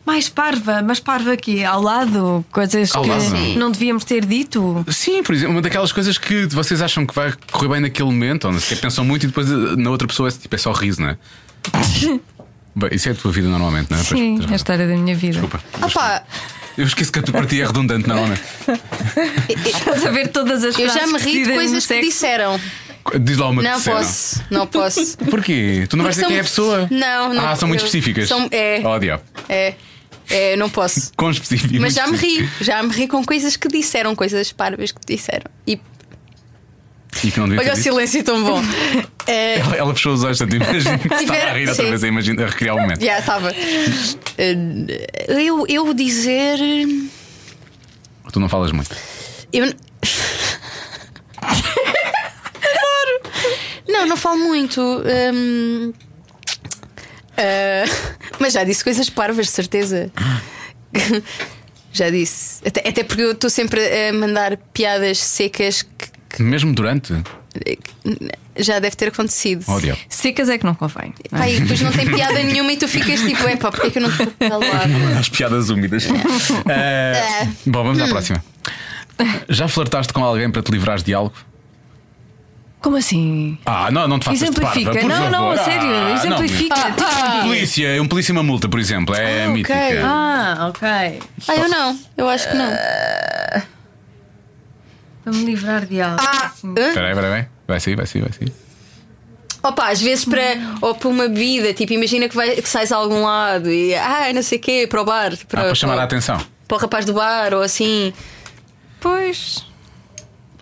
Mais parva, mas parva aqui, ao lado, coisas
Ao
que
lado. Sim.
não devíamos ter dito.
Sim, por exemplo, uma daquelas coisas que vocês acham que vai correr bem naquele momento, ou não sei, o quê, pensam muito e depois eh, na outra pessoa é, tipo, é só riso,
[laughs]
não é? Bem, isso é a tua vida normalmente,
Ah,
não é? Pois,
Sim,
tens
a
razão.
história da minha vida.
Desculpa.
Opa,
Eu esqueço que a tua para ti é redundante normalmente.
Estás a ver todas as
eu já
frases
me ri de
dizem no
coisas que
sexo.
disseram.
Diz lá uma
Não
terceira.
posso,
[laughs]
não posso.
Porquê? Tu não vais
Porque
dizer quem é a
são-
pessoa?
Não, não.
Ah, são muito
eu-
específicas.
são- é.
Oh, diabo.
É, é, não posso.
Com específicas.
Mas já me
específicas.
ri, já me ri com coisas que disseram, coisas parvas que disseram. E
E que não devia
olha o
ter dito.
silêncio tão bom. É,
Ela, ela fechou os olhos, portanto, imagino que se estava a rir outra
Sim.
vez, a, imagino, a recriar o momento.
já estava. É, Eu, eu dizer.
Tu não falas muito.
Eu. n- Não, não falo muito. hum, ah, mas já disse coisas parvas, de certeza. Já disse. Até, até porque eu estou sempre a mandar piadas secas que
Mesmo durante.
já deve ter acontecido.
Oh, diabo.
Secas é que não convém. não é?
Pai, depois não tem
[laughs]
piada nenhuma e tu ficas tipo, epá, porquê que eu não estou calado?
As piadas
[laughs]
úmidas.
É.
Eh, Bom, vamos à
Hum.
próxima. Já flertaste com alguém para te livrares de algo?
Como assim?
Ah, não, não te faças de parva,
Exemplifica.
por
Não, não,
favor.
a sério,
Ah, não.
exemplifica. Tipo,
Um Polícia, um polícia é uma multa, por exemplo, é
Ah, ok.
mítica.
Ah, ok.
Ah, eu não, eu acho que não.
Para me livrar de algo.
Ah, hã?
Espera aí, espera aí. Vai sair, vai sair, vai sair. Ah,
Opa, às vezes para, ou para uma bebida, tipo, imagina que, vai, que sais a algum lado e ah, não sei o quê, para o bar, para,
Ah, para chamar a atenção.
para o rapaz do bar ou assim.
Pois.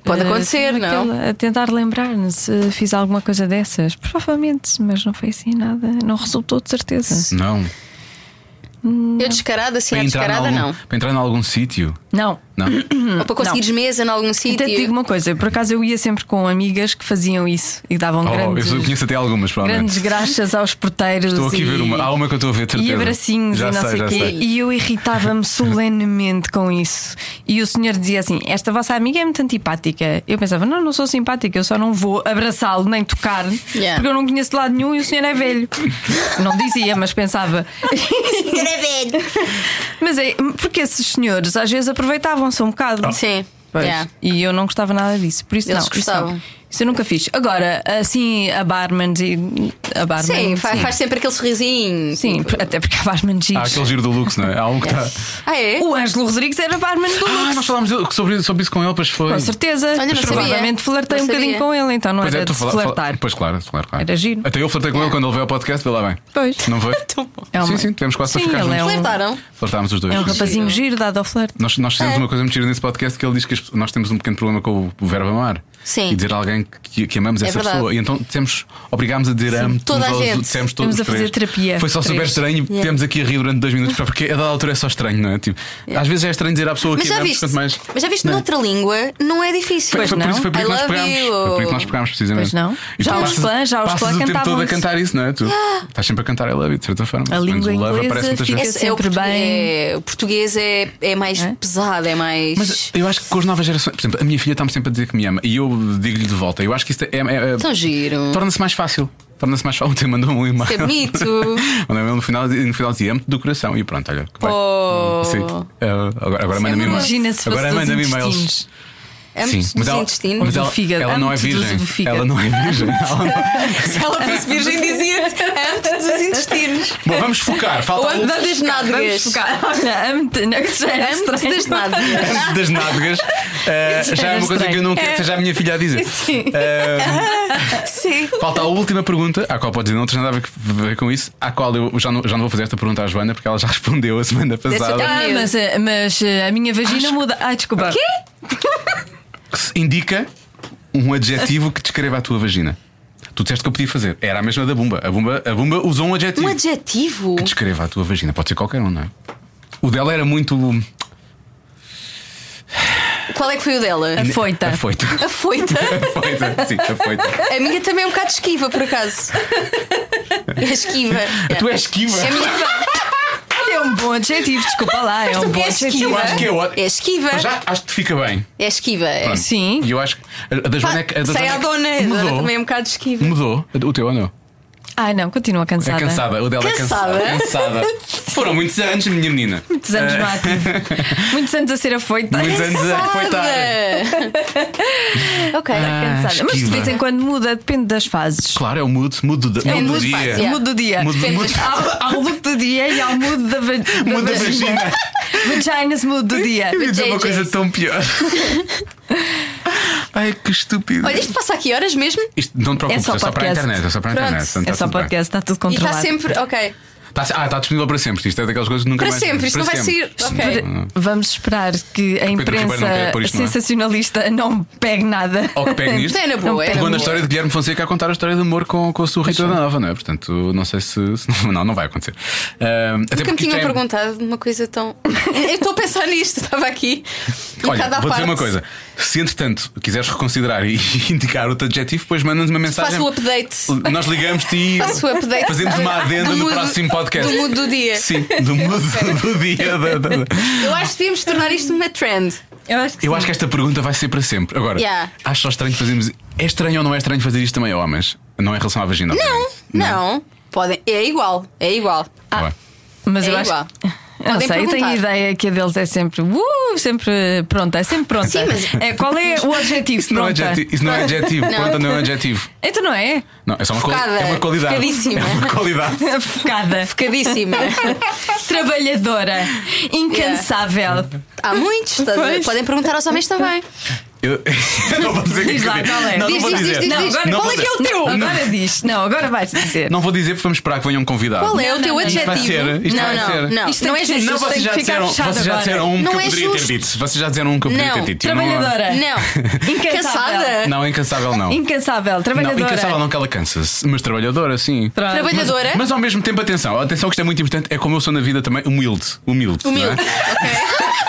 Pode
eh,
acontecer,
tenho
não?
aquela- A tentar lembrar-me se fiz alguma coisa dessas. Provavelmente, mas não foi assim nada. Não resultou de certeza.
Não.
Eu descarada, assim, à descarada,
em
não.
algum, para entrar em algum sítio.
Hum, Não. [laughs]
Não. Oh,
Ou para conseguires mesa em algum
Até
sítio.
te digo uma coisa, por acaso eu ia sempre com amigas que faziam isso e davam
Oh, eu
grandes,
só conheço até algumas, provavelmente.
grandes graxas aos porteiros.
Estou aqui
e...
a ver uma. Há uma que eu estou a ver, de certeza.
E abracinhos
já
e não
sei,
sei
já
o quê.
sei.
E
[laughs]
eu irritava-me solenemente com isso. E o senhor dizia assim: Esta vossa amiga é muito antipática. Eu pensava: Não, não sou simpática, eu só não vou abraçá-lo nem tocar,
Yeah.
porque eu não conheço de lado nenhum e o senhor é velho. não dizia, mas pensava.
[laughs] é
Mas é porque esses senhores às vezes aproveitavam-se um
Ah.
bocado.
Sim.
Pois.
Yeah.
E eu não gostava nada disso. Por isso
Eles
não. isso não.
gostavam.
Isso eu nunca fiz. Agora, assim, a barman e. A barman,
Sim, fa- faz, sempre aquele sorrisinho.
assim. Sim,
tipo.
até porque a barman diz.
Há aquele giro do Lux, não é? Há um que está.
Ah, é?
O Ângelo Rodrigues era barman do
Ah,
Lux.
nós falámos dele- sobre, sobre isso com ele, pois foi.
com certeza.
Olha, não
Mas
sabia.
provavelmente flertei
Não
um bocadinho
sabia.
com ele, então não
Pois
era
é, tu
de
fala-
flertar.
fala- Pois claro, claro, claro.
Era giro.
Até eu flertei com ele quando ele veio ao podcast, vê lá bem.
Pois.
Não
[laughs]
foi?
É uma-
Sim, sim, tivemos quase
Sim,
para ficar
ele é
juntos.
um-
Flertaram?
Flertámos os dois.
É um
Sim.
rapazinho giro dado ao flerte.
Nós, nós fizemos
É.
uma coisa muito gira nesse podcast que ele diz que as pe- nós temos um pequeno problema com o, o verbo amar.
Sim.
E dizer a alguém que, que amamos
É
essa
verdade.
pessoa. E então dissemos, obrigámos a dizer amo
toda a gente.
Dissemos todos
Temos a
os três.
fazer terapia.
Foi só super
Três.
estranho e temos aqui a rir durante dois minutos, porque a dada altura é só estranho, não é? Tipo, Às vezes é estranho dizer à pessoa
Mas
que
já
amamos,
viste?
quanto mais.
Mas já viste
Não.
noutra língua? Não é difícil.
Pois
foi, Por
não.
isso, foi por
I
isso que nós
love
pegámos. Foi
you.
por isso que nós pegámos, precisamente.
Pois não.
E tu
Já os
passas-
clãs, já os
passas
clãs
o tempo todo a
cantavam-se.
cantar isso, não é? Tu estás sempre a cantar I love you, de certa forma.
A
Pelo menos
língua
o love
inglesa
aparece muitas
fica
vezes.
Esse é o
sempre
portu-
bem.
é, o português é, é mais
É?
pesado, é mais.
Mas eu acho que com as novas gerações, por exemplo, a minha filha está-me sempre a dizer que me ama e eu digo-lhe de volta. Eu acho que isso é. é- é-
Então,
Tão giro.
Torna-se mais fácil. Torna-se mais fácil. [laughs] Ontem mandou um e-mail.
Isso é bonito.
[laughs] Mandou um e no final, no final dizia amo-te do coração. E pronto, olha. que vai.
Oh.
Sim. Eh, agora agora manda-me
amor.
e-mails.
Imagina é se fosse
Agora
dos
manda-me e-mails.
intestinos. É
Ambos
Sim,
É dos
mas ela,
intestinos.
mas
do
ela,
fígado.
ela não é
Amo-te dos
virgem.
do fígado.
Ela não é
[laughs]
virgem. Ela não-
Se [laughs] ela fosse virgem, dizia antes dos
[laughs]
intestinos.
Bom, vamos focar.
Ou
Falta o-
antes das nádegas.
Olha, amo-te. Não, isso já era
Antes
estranho.
das
é?
[laughs]
nádegas.
Antes das nádegas. eh,
Isso
já é
era
uma coisa que eu não quero que seja a minha filha a dizer. Eh,
[laughs] Sim.
Sim.
Falta a última pergunta, à qual pode dizer, não tens nada a ver com- ver com isso, à qual eu já não, já não vou fazer esta pergunta à Joana, porque ela já [laughs] respondeu a semana
até-
passada.
Ah, mas, eh, mas eh, a minha vagina muda. Ai, desculpa.
Que se Indica um adjetivo que descreva a tua vagina. Tu disseste que eu podia fazer. Era a mesma da Bumba. A Bumba, a Bumba usou um adjetivo
Um adjetivo?
que descreva a tua vagina. Pode ser qualquer um, não é? O dela era muito. né,
Qual é que foi o dela?
[laughs]
Afoita.
Afoita.
Afoita.
Afoita. Sim, afoita.
[laughs] A minha também é um bocado esquiva, por acaso. É esquiva.
Tu és esquiva.
É a minha.
É um bom adjetivo, desculpa lá, é um bom
é
adjetivo.
esquiva.
acho que é ótimo.
É esquiva.
Mas já acho que te fica bem.
É esquiva. é.
Pronto.
Sim.
E eu acho que. A da Joana é que. a da
Sei
Joana
à
é que
dona. A dona
Mudou.
também é um bocado esquiva.
Mudou. O teu ou não?
Ai não, continua
É
cansada.
cansada. O dela
Cansada?
é cansada.
[laughs]
cansada. Foram muitos anos, minha menina.
Muitos anos
[laughs]
no ativo. Muitos anos a ser afoita.
É. Muitos anos é a afoitar.
ok.
Cansada. Ah, Mas de
esquiva.
vez em quando muda, depende das fases.
Claro, é o mood, mood, da-
É o
mood do
mood
dia.
fácil. Yeah.
Mudo do dia.
Mudo-
Depende
mudo-
das- Ao, ao look do dia e ao mudo da, va- da
Muda a
[laughs]
vagina.
Vaginas mudo do dia.
Eu ia dizer uma
JJs.
coisa tão
[laughs]
pior. Ai, que estúpido.
Olha, isto passa aqui horas mesmo
Isto não te preocupes, é só,
só
para a
podcast.
internet. É só para a
Pronto.
internet. portanto,
É
está
só
tudo bem.
podcast, está tudo
e está
controlado.
sempre. Ok.
Está, ah, está disponível para sempre. Isto é daquelas coisas que nunca
Para
mais.
sempre. Isto não vai sair. Ok.
Espera- Vamos esperar que a
Pedro Ribeiro não quer
imprensa
pôr isto, não é?
sensacionalista não pegue nada.
Ou que pegue nisto.
Isto é na boa. é na
Pegou na
boa.
história de Guilherme Fonseca a contar a história de amor com, com a sua Rita da Nova, não é? Portanto, não sei se. se- não, não vai acontecer. Ah, até
Nunca me
porque isto
tinham
é-
perguntado uma coisa tão. [laughs] Eu estou a pensar nisto, estava aqui. Um
Olha,
bocado à
vou dizer
parte.
uma coisa. Se entretanto quiseres reconsiderar e [laughs] indicar outro adjetivo, depois manda-nos uma mensagem.
Faço o update.
Nós ligamos-te e
[laughs] Faço o update.
fazemos uma adenda
Do
no
mood-
próximo podcast.
do mood do dia.
Sim, do
[laughs]
mood do dia. da- da- da-
Eu acho que devíamos tornar isto uma trend.
[laughs] Eu acho que
Eu
sim.
acho que esta pergunta vai ser para sempre. Agora,
Yeah.
acho só estranho fazermos. É estranho ou não é estranho fazer isto também a homens? Não é em relação à vagina?
Não,
obviamente.
não. Podem. É igual, é igual.
Tá bem.
Mas
é
eu acho.
igual.
Eu Não
Podem
sei, eu tenho a
perguntar.
ideia que a deles é sempre. Uh, sempre pronta, é sempre pronta.
Sim, mas-
é, qual é o adjetivo?
Isso [laughs] não, é
Pronta.
adjetivo, isso não é adjetivo.
[laughs] Não.
Pronto, não é um adjetivo.
Então não é?
Não, é só uma, quali-
Focada,
é uma qualidade.
focadíssima.
É uma qualidade.
Focada,
[laughs]
Cadíssima.
trabalhadora, incansável.
Há muitos, estás a ver?
Pois.
podem perguntar aos homens também.
Eu, [laughs] eu não vou dizer que
Diz lá,
acredito.
qual é?
Não, não
Diz,
vou
diz, diz,
dizer.
diz, diz.
Não
Qual
vou
é que é o
dizer.
teu?
Agora diz. Não, agora vais dizer.
Não vou dizer porque vamos esperar que venha um convidado.
Qual é o teu
não, não.
Isto
adjetivo?
vai ser, isto
não,
vai
não,
ser.
não.
Isto
não
tem
é
que ser
justo.
Não, vocês
tem
já
que ficar
disseram,
fechado
vocês já
agora.
disseram um
Não
que eu
é
poderia ter
justo.
dito. Vocês já disseram um que eu poderia
Não.
ter dito. Eu
Trabalhadora.
É. [laughs] Não. Cansada. né?
Incansável.
Não, é incansável
[laughs]
não.
Incansável,
Não,
trabalhadora.
incansável não que ela cansa-se, mas trabalhadora, sim.
Pronto.
Trabalhadora.
Mas ao mesmo tempo, atenção, atenção que isto é muito importante, é como eu sou na vida também, humilde. Humilde. não é?
Humilde.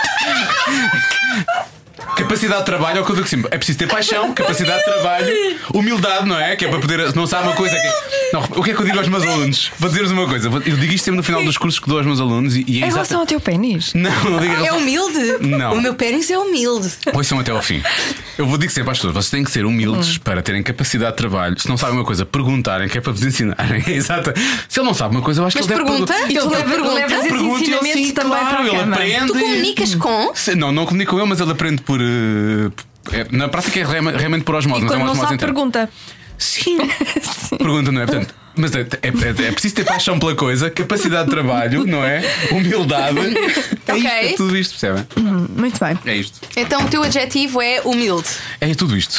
[laughs] Capacidade de trabalho é o que eu digo sempre. É preciso ter paixão, capacidade de trabalho, humildade, não é? Que é para poder. se Não sabe uma coisa. Que... Não, o que é que eu digo aos meus alunos? Vou dizer-vos uma coisa. vou- Eu digo isto sempre no final dos cursos que dou aos meus alunos e, e é
Em
exata-
relação ao teu pênis?
Não, não digo. em
É
relação-
humilde?
Não.
O meu pênis é humilde.
Ouçam até ao fim. Eu vou dizer sempre às pessoas: vocês têm que ser humildes
Hum.
para terem capacidade de trabalho. Se não sabem uma coisa, perguntarem, que é para vos ensinarem. [laughs] Exato. Se ele não sabe uma coisa, eu acho
Mas
que ele deve
Ah, pergunta?
pergun-
E tu
Ele
leva-
pergunta,
levas esse
pergunta e ele
ensinamento
sim,
também
assim, claro,
para a
ele
cama.
aprende.
é?
hum.
Tu comunicas com.
Se- Não, não comunico eu, mas ele aprende por. eh, é, na prática é realme- realmente por osmose,
E
mas é
quando
uma
não
osmose
sabe,
interna.
pergunta. [laughs]
Sim. Pergunta, não é? Portanto, mas é, é- é- é preciso ter paixão pela coisa, capacidade de trabalho, não é? Humildade. É, isto, é
Ok.
tudo isto, percebem?
Muito bem.
É isto.
Então o teu adjetivo é humilde.
É tudo isto.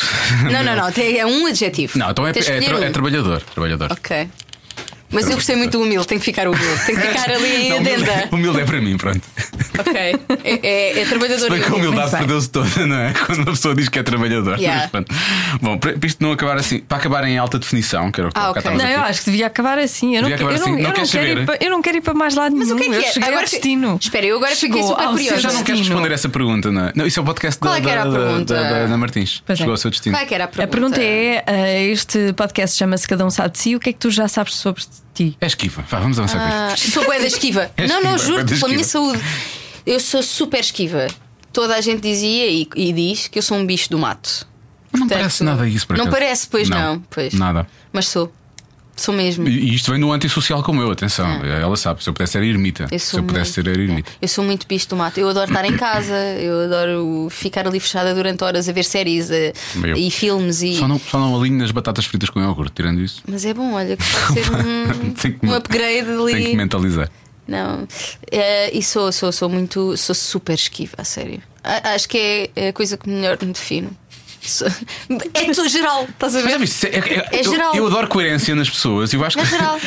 Não, não, não. É um adjetivo.
Não, então é,
Tens de
é
escolher
tra- é
um.
trabalhador. Trabalhador.
Ok. Mas eu gostei muito do humilde, tem que ficar humilde, tem que ficar ali em
[laughs] Não, humilde,
adenda.
humilde é para mim, pronto.
Ok. É, é, é trabalhador
Bem que a
humilde.
humildade
Muito bem.
perdeu-se toda, não é? Quando uma pessoa diz que é trabalhador.
Yeah.
Mas pronto. Bom, para para isto não acabar assim, para acabar em alta definição, que era o que
Ah,
cá
ok.
estávamos
Não,
a
eu acho que devia acabar assim. Eu não,
Devia
que-
acabar
eu não-
assim. Não
eu não
queres
quero
saber?
ir para, eu não quero ir para mais lado
Mas o
nenhum.
que
eu
é que é?
cheguei
Agora
ao
fi-
destino.
Espera, eu agora fiquei
Chegou
super
ao seu
curiosa.
Já não queres
Destino.
responder essa pergunta, não é? Não, isso é o podcast
Qual
da,
é que era a
da- da-
pergunta?
da- da Ana Martins.
Pois é.
Chegou ao seu destino.
Qual é que era a
A
pergunta?
pergunta é: eh, este podcast chama-se Cada Um Sabe de Si. O que é que tu já sabes sobre ti?
É esquiva. Vá, vamos avançar com
Ah,
isto.
sou bué da esquiva.
[laughs] É
não,
esquiva,
não,
bué
juro,
da
pela minha
esquiva.
saúde. Eu sou super esquiva. Toda a gente dizia e, e diz que eu sou um bicho do mato.
Não
Portanto,
parece nada isso para
Não parece, pois não. pois.
Nada.
Mas sou. Sou mesmo.
E e isto vem do antissocial como eu, atenção. Ela sabe, se eu pudesse ser ermita.
Ah. Eu
Se
sou
eu pudesse ser
muito- É,
ermita.
Eu sou muito bicho do mato. Eu adoro estar
[coughs]
em casa, eu adoro ficar ali fechada durante horas a ver séries a-
Meu.
e filmes e.
Só não, só não alinho nas batatas fritas com iogurte, tirando isso.
Mas é bom,
[laughs]
olha, que pode ser
Tenho
um, um upgrade ali.
Tenho que mentalizar.
Não. Eh, e sou, sou, sou muito. Sou super esquiva, a sério. A- acho que é a coisa que melhor me defino. Sou- [laughs] É tudo geral, estás a
Mas já
ver?
viste? É, é-
É
eu,
geral.
eu adoro coerência nas pessoas. Eu acho que
É geral.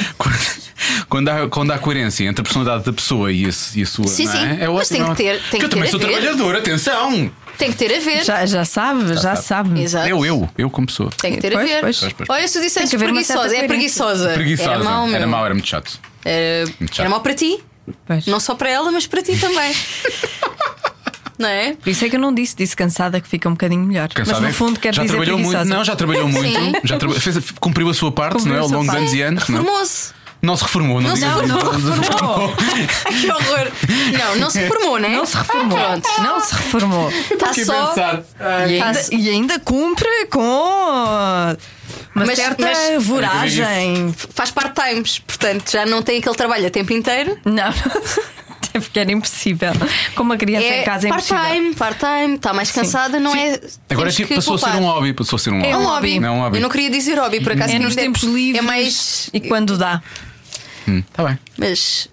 [laughs] quando, quando há, quando há coerência entre a personalidade da pessoa e a, e a sua.
Sim,
não é?
sim.
É
Mas
ótimo,
tem que
é ótimo.
ter- tem
Que eu também
que ter a
sou
ver.
trabalhador, atenção!
Tem que ter a ver.
Já, já sabe, já, sabe.
Exato.
Eu, eu, eu como pessoa.
Tem que ter
Pois,
a ver.
pois.
Pois, pois.
Olha, se tu
Tem que
disseste
haver uma
preguiçosa,
certa
é preguiçosa.
Preguiçosa.
Era mau, meu.
era mau, era muito chato.
Era,
Muito chato.
era mau para ti.
Pois.
Não só para ela, mas para
[laughs]
ti também. não é?
Por isso é que eu não disse, disse cansada que fica um bocadinho melhor.
Cansada,
Mas
hein?
no fundo quer
já
dizer
trabalhou muito,
preguiçosa.
não, já trabalhou muito,
Sim.
já traba- fez- cumpriu a sua parte,
Cumpriu
não é? Ao
a sua
longo de
parte.
anos e anos, não?
Reformou-se.
Não se reformou, não,
Não se
diga-
reformou.
reformou.
Ai, que horror. Não, não se reformou, né?
Não se reformou.
Pronto.
Não se reformou.
Está
Fiquei a
só.
pensar. Ai.
E
Tá
ainda,
s-
e ainda cumpre com uma
Mas-
certa
mas-
voragem.
Faz part-times, portanto já não tem aquele trabalho a tempo inteiro.
Não, [laughs] até porque era impossível. Com uma criança em casa é impossível.
part-time, part-time, está mais cansada, não é.
Agora
temos
tipo,
que
passou a ser um
poupar.
hobby, passou a ser um hobby.
É
É um
um
hobby.
Não é um hobby.
Eu não queria dizer hobby, por acaso
É nos
ainda
tempos livres
É mais.
e quando dá.
Está bem.
Mas.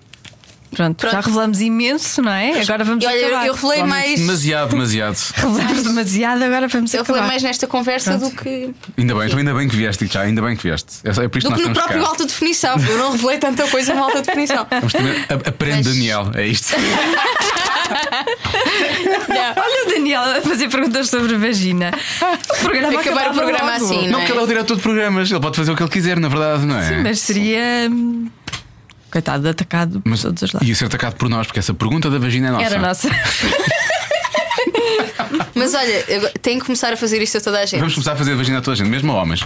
Pronto, já
Pronto.
revelamos imenso, não é? Agora vamos
E olha, eu,
acabar.
eu revelei mais.
Demasiado, demasiado.
Revelamos demasiado, agora vamos
Eu
acabar.
falei mais nesta conversa do que,
Ainda bem, então ainda bem que vieste, já, ainda bem que vieste. É só- é por isto
do
que nós
que no
estamos
próprio
cá.
alta definição. Eu não revelei tanta coisa na alta definição.
Vamos também- a- Aprende
Mas-
Daniel, é isto.
Olha o Daniel a fazer perguntas sobre vagina. O programa
Acabar o
acabava
programa
logo.
assim,
Não,
não é?
porque ele é o diretor de programas, ele pode fazer o que ele quiser, na verdade, não é?
Sim, mas seria. hum, Coitado, atacado por
Mas-
todos os lados.
Ia ser atacado por nós, porque essa pergunta da vagina é nossa.
Era nossa.
Mas olha, eu tenho que começar a fazer isto a toda a gente.
Vamos começar a fazer a vagina a toda a gente, mesmo a homens.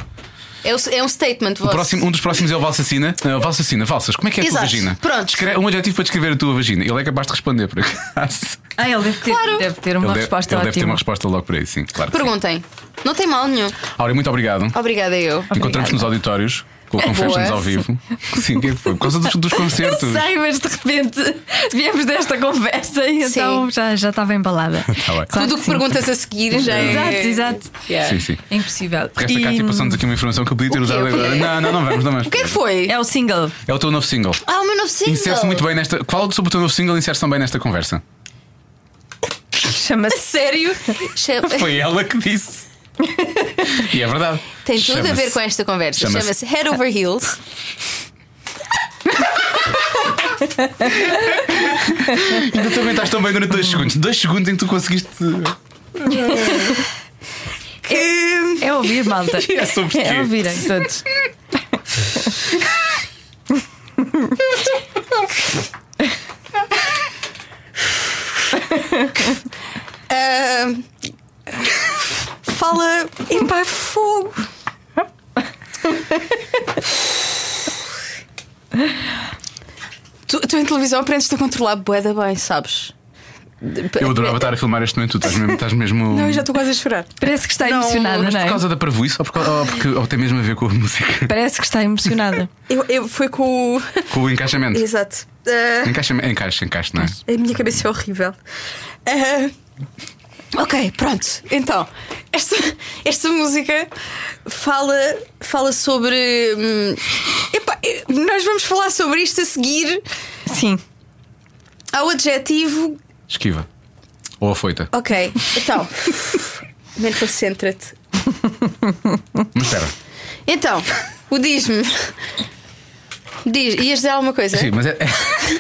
É, o- é um statement
O
vosso.
próximo, um dos próximos é o Valsacina. Uh, Valsacina, Valsas, como é que é a tua
Exato.
vagina?
Pronto.
Escre- um adjetivo para descrever a tua vagina. Ele é capaz de responder por acaso.
Ah, ele deve ter,
Claro.
deve ter uma
ele deve-
resposta
ele deve ter uma
ótima.
resposta logo para isso, sim, claro. que sim.
Perguntem. Não tem mal nenhum.
Áurea, muito obrigado.
Obrigada eu.
Encontramos nos auditórios. Com a Confessions
boa.
ao vivo. Sim, o que é que foi? Por causa dos,
[laughs]
dos concertos.
Sei, mas de repente viemos desta conversa e
Sim.
então já, já estava embalada.
Tá bem.
Claro
Tudo o que
sim.
perguntas a seguir já é.
Exato, exato.
Yeah.
Sim, sim.
É impossível.
Resta cá,
E,
tipo, passamos aqui uma informação que eu podia ter usado agora. Não, não, não vamos, não vamos.
O que é que foi?
É o single.
É o teu novo single.
Ah, o meu novo single.
Insere-se muito bem nesta. Fala sobre o teu novo single, insere-se também nesta conversa.
Chama-se.
[laughs] Sério? Chama-
[laughs] Foi ela que disse. E é verdade.
Tem tudo a ver
Chama-se-
com esta conversa.
chama-se-
Chama-se Head Over Heels.
Ainda também estás tão bem durante dois segundos. Dois segundos em que tu conseguiste.
Que...
É ouvir, malta.
É sobre quê?
É ouvirem todos.
Ah, Fala em pai fogo. tu, tu em televisão aprendes-te a controlar boeda bem, sabes?
Eu adorava estar a filmar este momento, tu estás mesmo. Estás mesmo...
Não, eu já estou quase a chorar.
Parece que está emocionada,
Mas
não
por
é?
causa da parvoíce ou, por causa- ou porque, ou tem mesmo a ver com a
[laughs]
música?
Parece que está emocionada.
Eu, eu fui com o.
Com o encaixamento?
Exato. Ah,
Encaixa, encaixa, encaixa, não é?
a minha cabeça é horrível. Ah, ok, pronto. Então, esta, esta música fala, fala sobre. hum, epá, eh, nós vamos falar sobre isto a seguir
[laughs] Sim.
ao adjetivo.
Esquiva. Ou a foita.
Ok, então. Mente, concentra-te.
Mas espera.
Então, o diz-me. Diz, ias dizer alguma coisa?
Sim, mas é.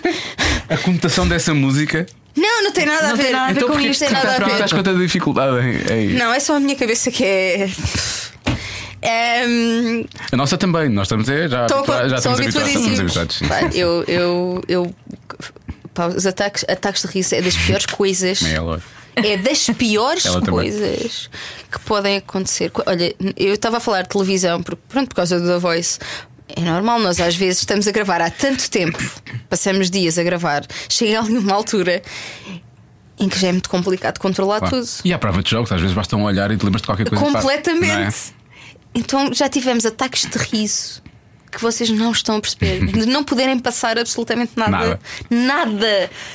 [laughs] A conotação dessa música.
Não, não tem nada a
Não
ver.
tem nada a ver
Então,
com
porquê
isto.
que Tem
Tá
nada a
Porque
ver.
estás com tanta dificuldade em. em-
Não, é só a minha cabeça que é. Ehm,
A nossa também. Nós estamos. É, já
Estão
habitua- já
são
estamos habituados. Estamos
habituadíssimos.
habituados. Sim,
Pá,
sim, sim.
Eu, eu, eu, pá, os ataques, ataques de riso é das
[laughs]
piores coisas.
Bem, é lógico.
É das piores
Ela também.
coisas que podem acontecer. Co- Olha, eu estava a falar de televisão, por, pronto, por causa do The Voice. É normal, nós às vezes estamos a gravar há tanto tempo, passamos dias a gravar, chega ali uma altura em que já é muito complicado controlar
Claro.
tudo.
E há prova de jogos, às vezes basta um olhar e te lembras de qualquer coisa. que faz, não é?
Completamente. Então já tivemos ataques de riso que vocês não estão a
[laughs]
perceber, de não poderem passar absolutamente nada,
Nada.
nada,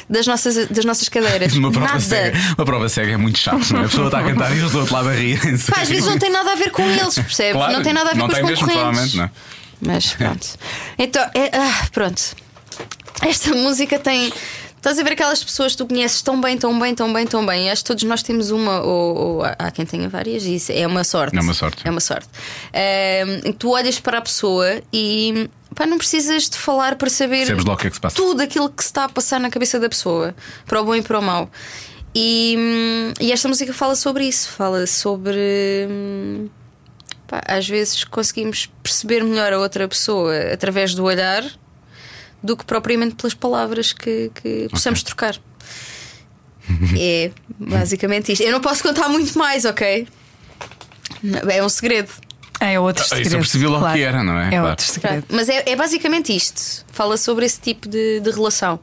das, nossas, das
[laughs]
nossas cadeiras.
Uma prova,
nada.
cega, uma prova cega é muito chato, não é? A pessoa está a cantar e os outros lá a rirem-se.
Pá, às vezes não tem nada a ver com eles, percebes?
Claro,
não tem nada a ver
não
com os
tem mesmo,
concorrentes.
provavelmente, não é?
Mas pronto. Então, é- ah, pronto. Esta música tem. Estás a ver aquelas pessoas que tu conheces tão bem, tão bem, tão bem, tão bem. Acho que todos nós temos uma, ou, ou há- há quem tenha várias, e isso é uma sorte.
É uma sorte.
É uma sorte. Ahm, tu olhas para a pessoa e pá, não precisas de falar para saber
Percebes logo o que é que se passa.
tudo aquilo que se está a passar na cabeça da pessoa, para o bom e para o mau. E E, hum, e esta música fala sobre isso, fala sobre. hum, pá, às vezes conseguimos perceber melhor a outra pessoa através do olhar do que propriamente pelas palavras que, que possamos trocar. [laughs] É basicamente isto. Eu não posso contar muito mais, ok? É um segredo.
É outro
Ah, isso eu
segredo.
percebi logo
claro.
que era, não é?
É
Claro.
outro segredo.
Mas é, é basicamente isto. Fala sobre esse tipo de, de relação.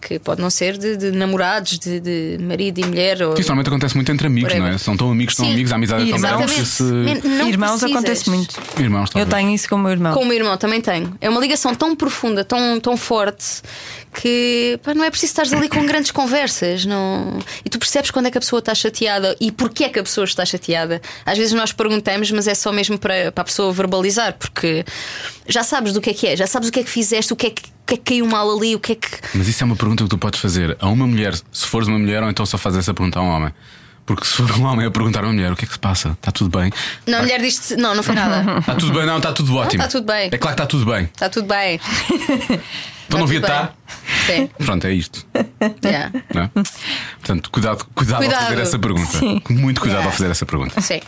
Que pode não ser de, de namorados, de, de marido e mulher. Ou...
Que isso normalmente acontece muito entre amigos,
Whatever.
não é? São tão amigos, tão
Sim.
amigos, a amizade é tão grande
Exatamente.
que se.
Não
Irmãos
precisas.
acontece muito.
Irmãos,
Eu
talvez.
tenho isso com o meu irmão.
Com o meu irmão também tenho. É uma ligação tão profunda, tão, tão forte, que pá, não é preciso estar ali com grandes conversas. Não... E tu percebes quando é que a pessoa está chateada e porquê é que a pessoa está chateada. Às vezes nós perguntamos, mas é só mesmo para, para a pessoa verbalizar, porque já sabes do que é que é, já sabes o que é que fizeste, o que é que, o que, é que caiu mal ali, o que é que.
Mas isso é uma pergunta que tu podes fazer a uma mulher, se fores uma mulher, ou então só fazes essa pergunta a um homem. Porque se for um homem a perguntar a uma mulher o que é que se passa, está tudo bem.
Não, a mulher diz-te: não, não foi nada.
Está tudo bem, não, está tudo ótimo.
está tá tudo bem.
É claro que está tudo bem.
Está Tá tudo bem. Tá
Então não
tudo
devia estar.
bem. Sim.
Pronto, é isto.
yeah,
não
[laughs]
é? Portanto, cuidado, cuidado, ao
Cuidado.
fazer essa pergunta. Muito cuidado ao fazer essa pergunta.
Sim.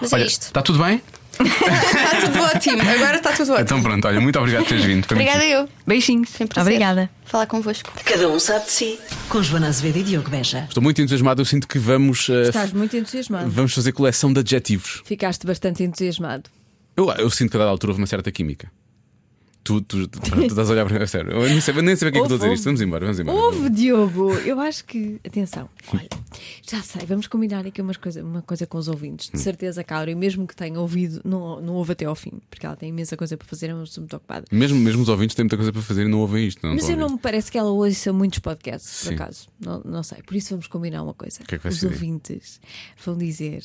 Mas
Olha,
é isto.
está tudo bem?
Está tudo ótimo. Agora está tudo ótimo.
Então pronto, olha, muito obrigado por teres vindo. Foi muito
Obrigada eu.
Beijinhos.
Foi um prazer
Obrigada.
Falar convosco.
Cada um sabe de si. Com Joana Azevedo e Diogo Beja.
Estou muito entusiasmado, eu sinto que vamos, eh,
Estás muito entusiasmado.
vamos fazer coleção de adjetivos.
Ficaste bastante entusiasmado.
Eu, eu sinto que a dada altura houve uma certa química. Tu, tu,
[laughs]
tu, tu estás a olhar para mim, a sério. Eu nem sei, nem sei bem o que é que eu estou a dizer
Houve,
isto. Vamos embora, vamos embora.
Houve, Diogo! Eu acho que. Atenção, olha, já sei, vamos combinar aqui umas coisa, uma coisa com os ouvintes.
Hum.
De certeza, Caura, e mesmo que tenha ouvido, não, não ouve até ao fim, porque ela tem imensa coisa para fazer, é uma pessoa muito ocupada.
Mesmo, mesmo os ouvintes têm muita coisa para fazer e não ouvem isto. Não
Mas
estão
eu
a
não
ouvir.
me parece que ela ouça muitos podcasts,
Sim.
por acaso. Não, não sei. Por isso vamos combinar uma coisa.
que é que vai
Os
ser?
ouvintes vão dizer.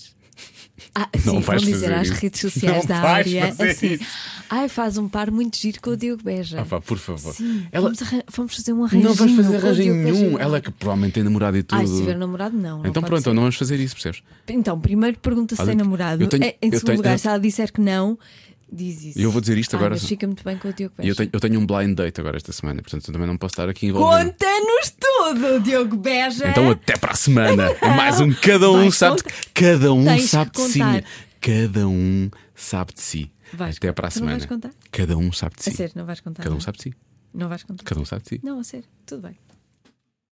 Ah,
[laughs] Não
sim, vão
vais
dizer
fazer
às
isso.
redes sociais
Não
da
vais
área
fazer
assim.
isso.
Ai, faz um par muito giro com o Diogo Beja.
Ah, pá, por favor.
Sim,
Ela-
vamos, arran- vamos fazer um arranjo.
Não vamos fazer arranjo nenhum. Ela é que provavelmente tem namorado e tudo.
Ai, se tiver namorado, não. não
então
pode
pronto,
ser.
então não vamos fazer isso, percebes?
Então, primeiro pergunta se
Olha,
tem namorado.
eu tenho-
Eh, em
eu
segundo
tenho-
lugar,
eu-
se ela disser que não, diz isso.
Eu vou dizer isto
Ai,
agora.
Mas fica muito bem com o Diogo
E
Beja.
eu tenho, eu tenho um blind date agora esta semana, portanto eu também não posso estar aqui envolvido.
Conta-nos tudo, Diogo Beja.
Então até para a
[laughs]
semana. É mais um cada um
Vais
sabe de...
contar.
cada um
Tens que
sabe de si.
contar.
Cada um sabe de si.
Vais
até para a
contar. Tu não
semana.
vais contar?
Cada um sabe de si.
A sério, não vais contar.
Cada um
não?
sabe de si.
Não vais contar.
Cada um sabe de si.
Não, a sério, tudo bem.